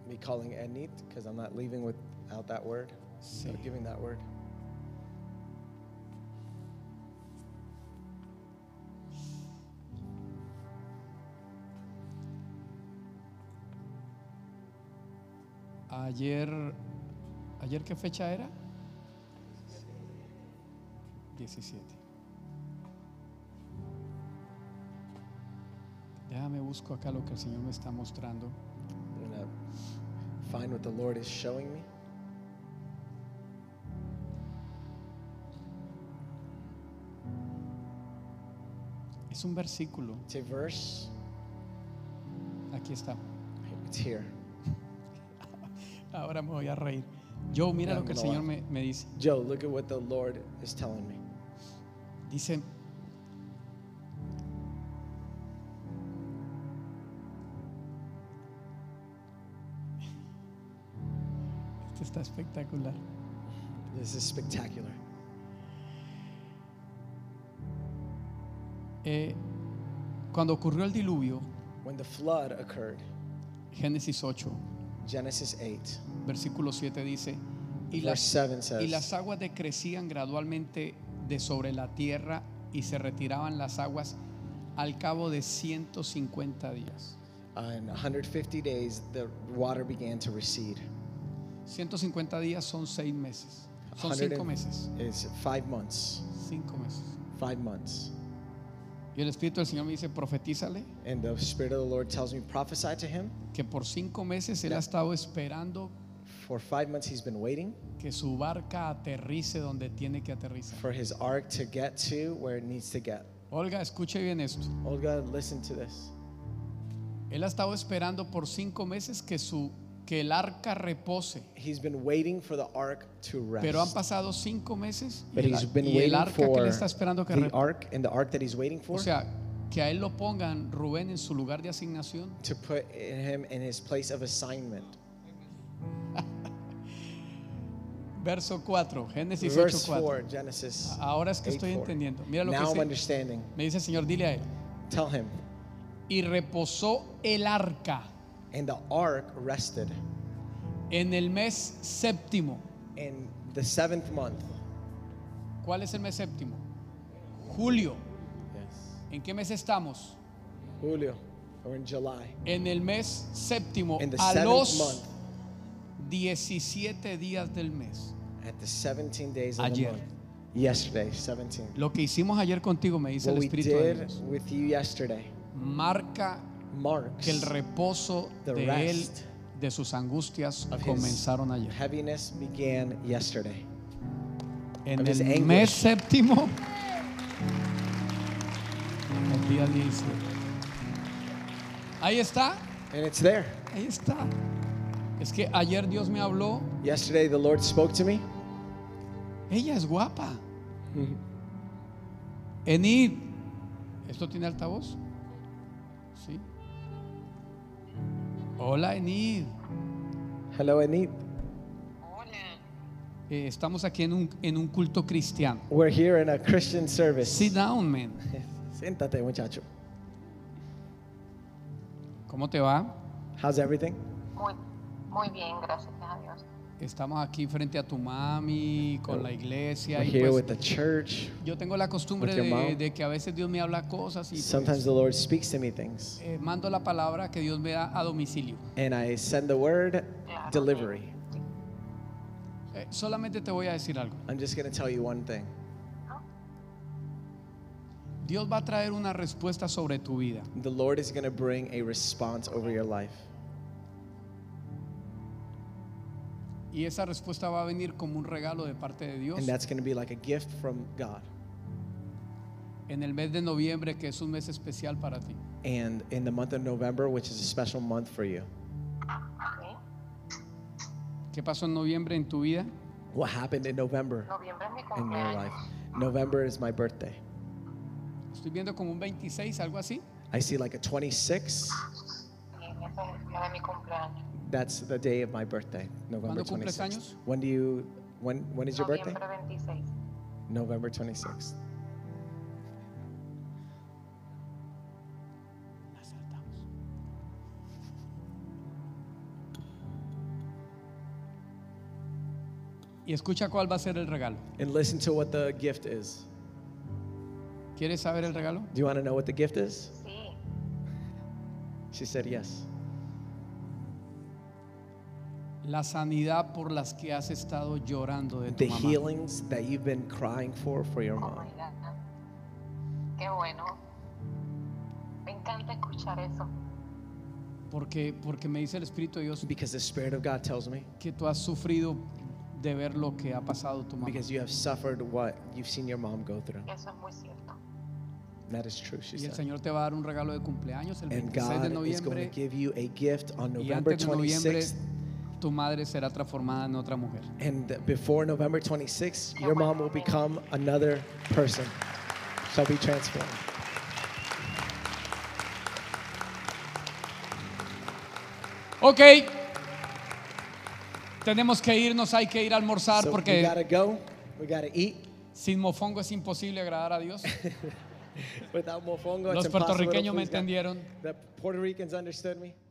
B: Me calling Enid because I'm not leaving without that word. So
A: Sí.
B: giving that word.
A: Ayer, ¿ayer qué fecha era? 17. Déjame busco acá lo que el Señor me está mostrando.
B: I'm gonna find what the Lord is showing me.
A: Es un versículo.
B: It's a verse.
A: Aquí está.
B: It's here.
A: Ahora me voy a reír. Yo, mira
B: Ya,
A: lo que el
B: me lo
A: Señor
B: vas.
A: me, me dice.
B: Joe, look at what the Lord is telling me.
A: Dice, esto está espectacular.
B: This is spectacular.
A: Eh, cuando ocurrió el diluvio,
B: When the flood occurred,
A: Génesis 8,
B: Genesis 8,
A: versículo 7 dice, y
B: verse
A: las,
B: 7
A: y
B: says,
A: las aguas decrecían gradualmente de sobre la tierra y se retiraban las aguas al cabo de 150 días.
B: In 150 days, the water began to recede.
A: 150 días son 6 meses. Son 5 meses.
B: It's five months.
A: 5 meses.
B: Five months.
A: Y el Espíritu del Señor me dice, profetízale,
B: And the Spirit of the Lord tells me, prophesy to him.
A: que por 5 meses Él ha estado esperando
B: For five months, he's been waiting
A: que su barca aterrice donde tiene que aterrizar.
B: for his ark to get to where it needs to get.
A: Olga, escuche bien esto.
B: Olga, listen to this.
A: Él ha estado esperando por cinco meses que su que el arca repose,
B: He's been waiting for the ark to rest.
A: pero han pasado cinco meses y
B: but
A: el,
B: he's been
A: y el
B: waiting
A: arca que
B: for
A: él está esperando que
B: the
A: repose.
B: ark and the ark that he's waiting for
A: O sea, que a él lo pongan Rubén en su lugar de asignación.
B: to put in him in his place of assignment.
A: Verso 4, Génesis
B: Verse
A: 8:4.
B: 4, Genesis.
A: Ahora Ah, es que estoy
B: 8:4.
A: entendiendo. Mira lo que
B: now I'm
A: dice.
B: understanding.
A: Me dice el Señor, dile a él.
B: Tell him.
A: Y reposó el arca
B: And the ark rested
A: en el mes séptimo.
B: in the seventh month.
A: ¿Cuál es el mes séptimo? Julio.
B: Yes.
A: ¿En qué mes estamos?
B: Julio, or in July.
A: En el mes séptimo,
B: In the
A: a
B: seventh
A: los
B: month,
A: 17 días del mes.
B: at the 17 days of
A: Ayer.
B: the month. Yesterday, 17.
A: Lo que hicimos ayer contigo, me dice
B: What
A: el
B: we
A: Espíritu de
B: did
A: Dios,
B: with you yesterday
A: marca
B: marks
A: que el reposo
B: The
A: de él,
B: rest
A: de sus angustias,
B: of his
A: comenzaron ayer.
B: heaviness began yesterday.
A: En
B: of his
A: el
B: anguish.
A: mes séptimo, el día 17. Ahí está,
B: And it's there.
A: ahí está. Es que ayer Dios me habló,
B: Yesterday, the Lord spoke to me.
A: ella es guapa. Enid, ¿esto tiene altavoz? Sí. Hola Enid,
B: Hello, Anit.
A: Eh, estamos aquí en un, en un culto cristiano.
B: We're here in a Christian service. Eh,
A: Sit down, man.
B: Siéntate, muchacho.
A: ¿Cómo te va?
B: How's everything?
E: Muy, muy bien, gracias a Dios.
A: Estamos aquí frente a tu mami, con la iglesia.
B: We're
A: Y
B: here
A: pues,
B: with the church.
A: yo tengo la costumbre
B: with your
A: de,
B: mom.
A: de que a veces Dios me habla cosas y pues,
B: Sometimes the Lord speaks to me things,
A: eh, mando la palabra que Dios me da a domicilio.
B: and I send the word
E: Claro.
B: delivery.
A: Eh, solamente te voy a decir algo.
B: I'm just going to tell you one thing
A: Dios va a traer una respuesta sobre tu vida.
B: the Lord is going to bring a response over your life,
A: Y esa respuesta va a venir como un regalo de parte de Dios.
B: and that's going to be like a gift from God.
A: En el mes de noviembre, que es un mes especial para ti.
B: And in the month of November, which is a special month for you,
E: Ok.
A: ¿Qué pasó en noviembre en tu vida?
B: what happened in November
E: Noviembre es mi
B: in your
E: cumpleaños.
B: life? November is my birthday.
A: Estoy viendo como un 26, algo así.
B: I see like a 26.
E: Y en esa es la de mi cumpleaños.
B: That's the day of my birthday,
A: ¿Cuándo
B: November
A: cumples
B: 26th.
A: años?
B: When do you when when is your birthday?
E: Noviembre 26.
B: November 26th.
A: Y escucha cuál va a ser el regalo.
B: And listen to what the gift is.
A: ¿Quieres saber el regalo?
B: Do you want to know what the gift is?
E: Sí,
B: She said yes.
A: La sanidad por las que has estado llorando de tu
B: The
A: mamá.
B: healings that you've been crying for for your
E: oh
B: mom.
E: my God. Qué bueno. Me encanta escuchar eso.
A: Porque, porque me dice el Espíritu de Dios
B: Because the Spirit of God tells me,
A: que tú has sufrido de ver lo que ha pasado tu mamá.
B: because you have suffered what you've seen your mom go through.
E: Eso es muy cierto.
B: That is true, she
A: Y el
B: said.
A: Señor te va a dar un regalo de cumpleaños el
B: And
A: 26 de
B: God is going to
A: noviembre.
B: give you a gift on
A: Y
B: November
A: antes de noviembre
B: 26th.
A: tu madre será transformada en otra mujer.
B: And before November 26th, your mom will become another person. Shall be transformed.
A: Ok. Tenemos que irnos, hay que ir a almorzar
B: So we
A: porque
B: gotta go. We gotta eat.
A: sin mofongo es imposible agradar a Dios.
B: Without mofongo,
A: Los
B: it's impossible to
A: puertorriqueños me
B: please God.
A: entendieron.
B: The Puerto Ricans understood me.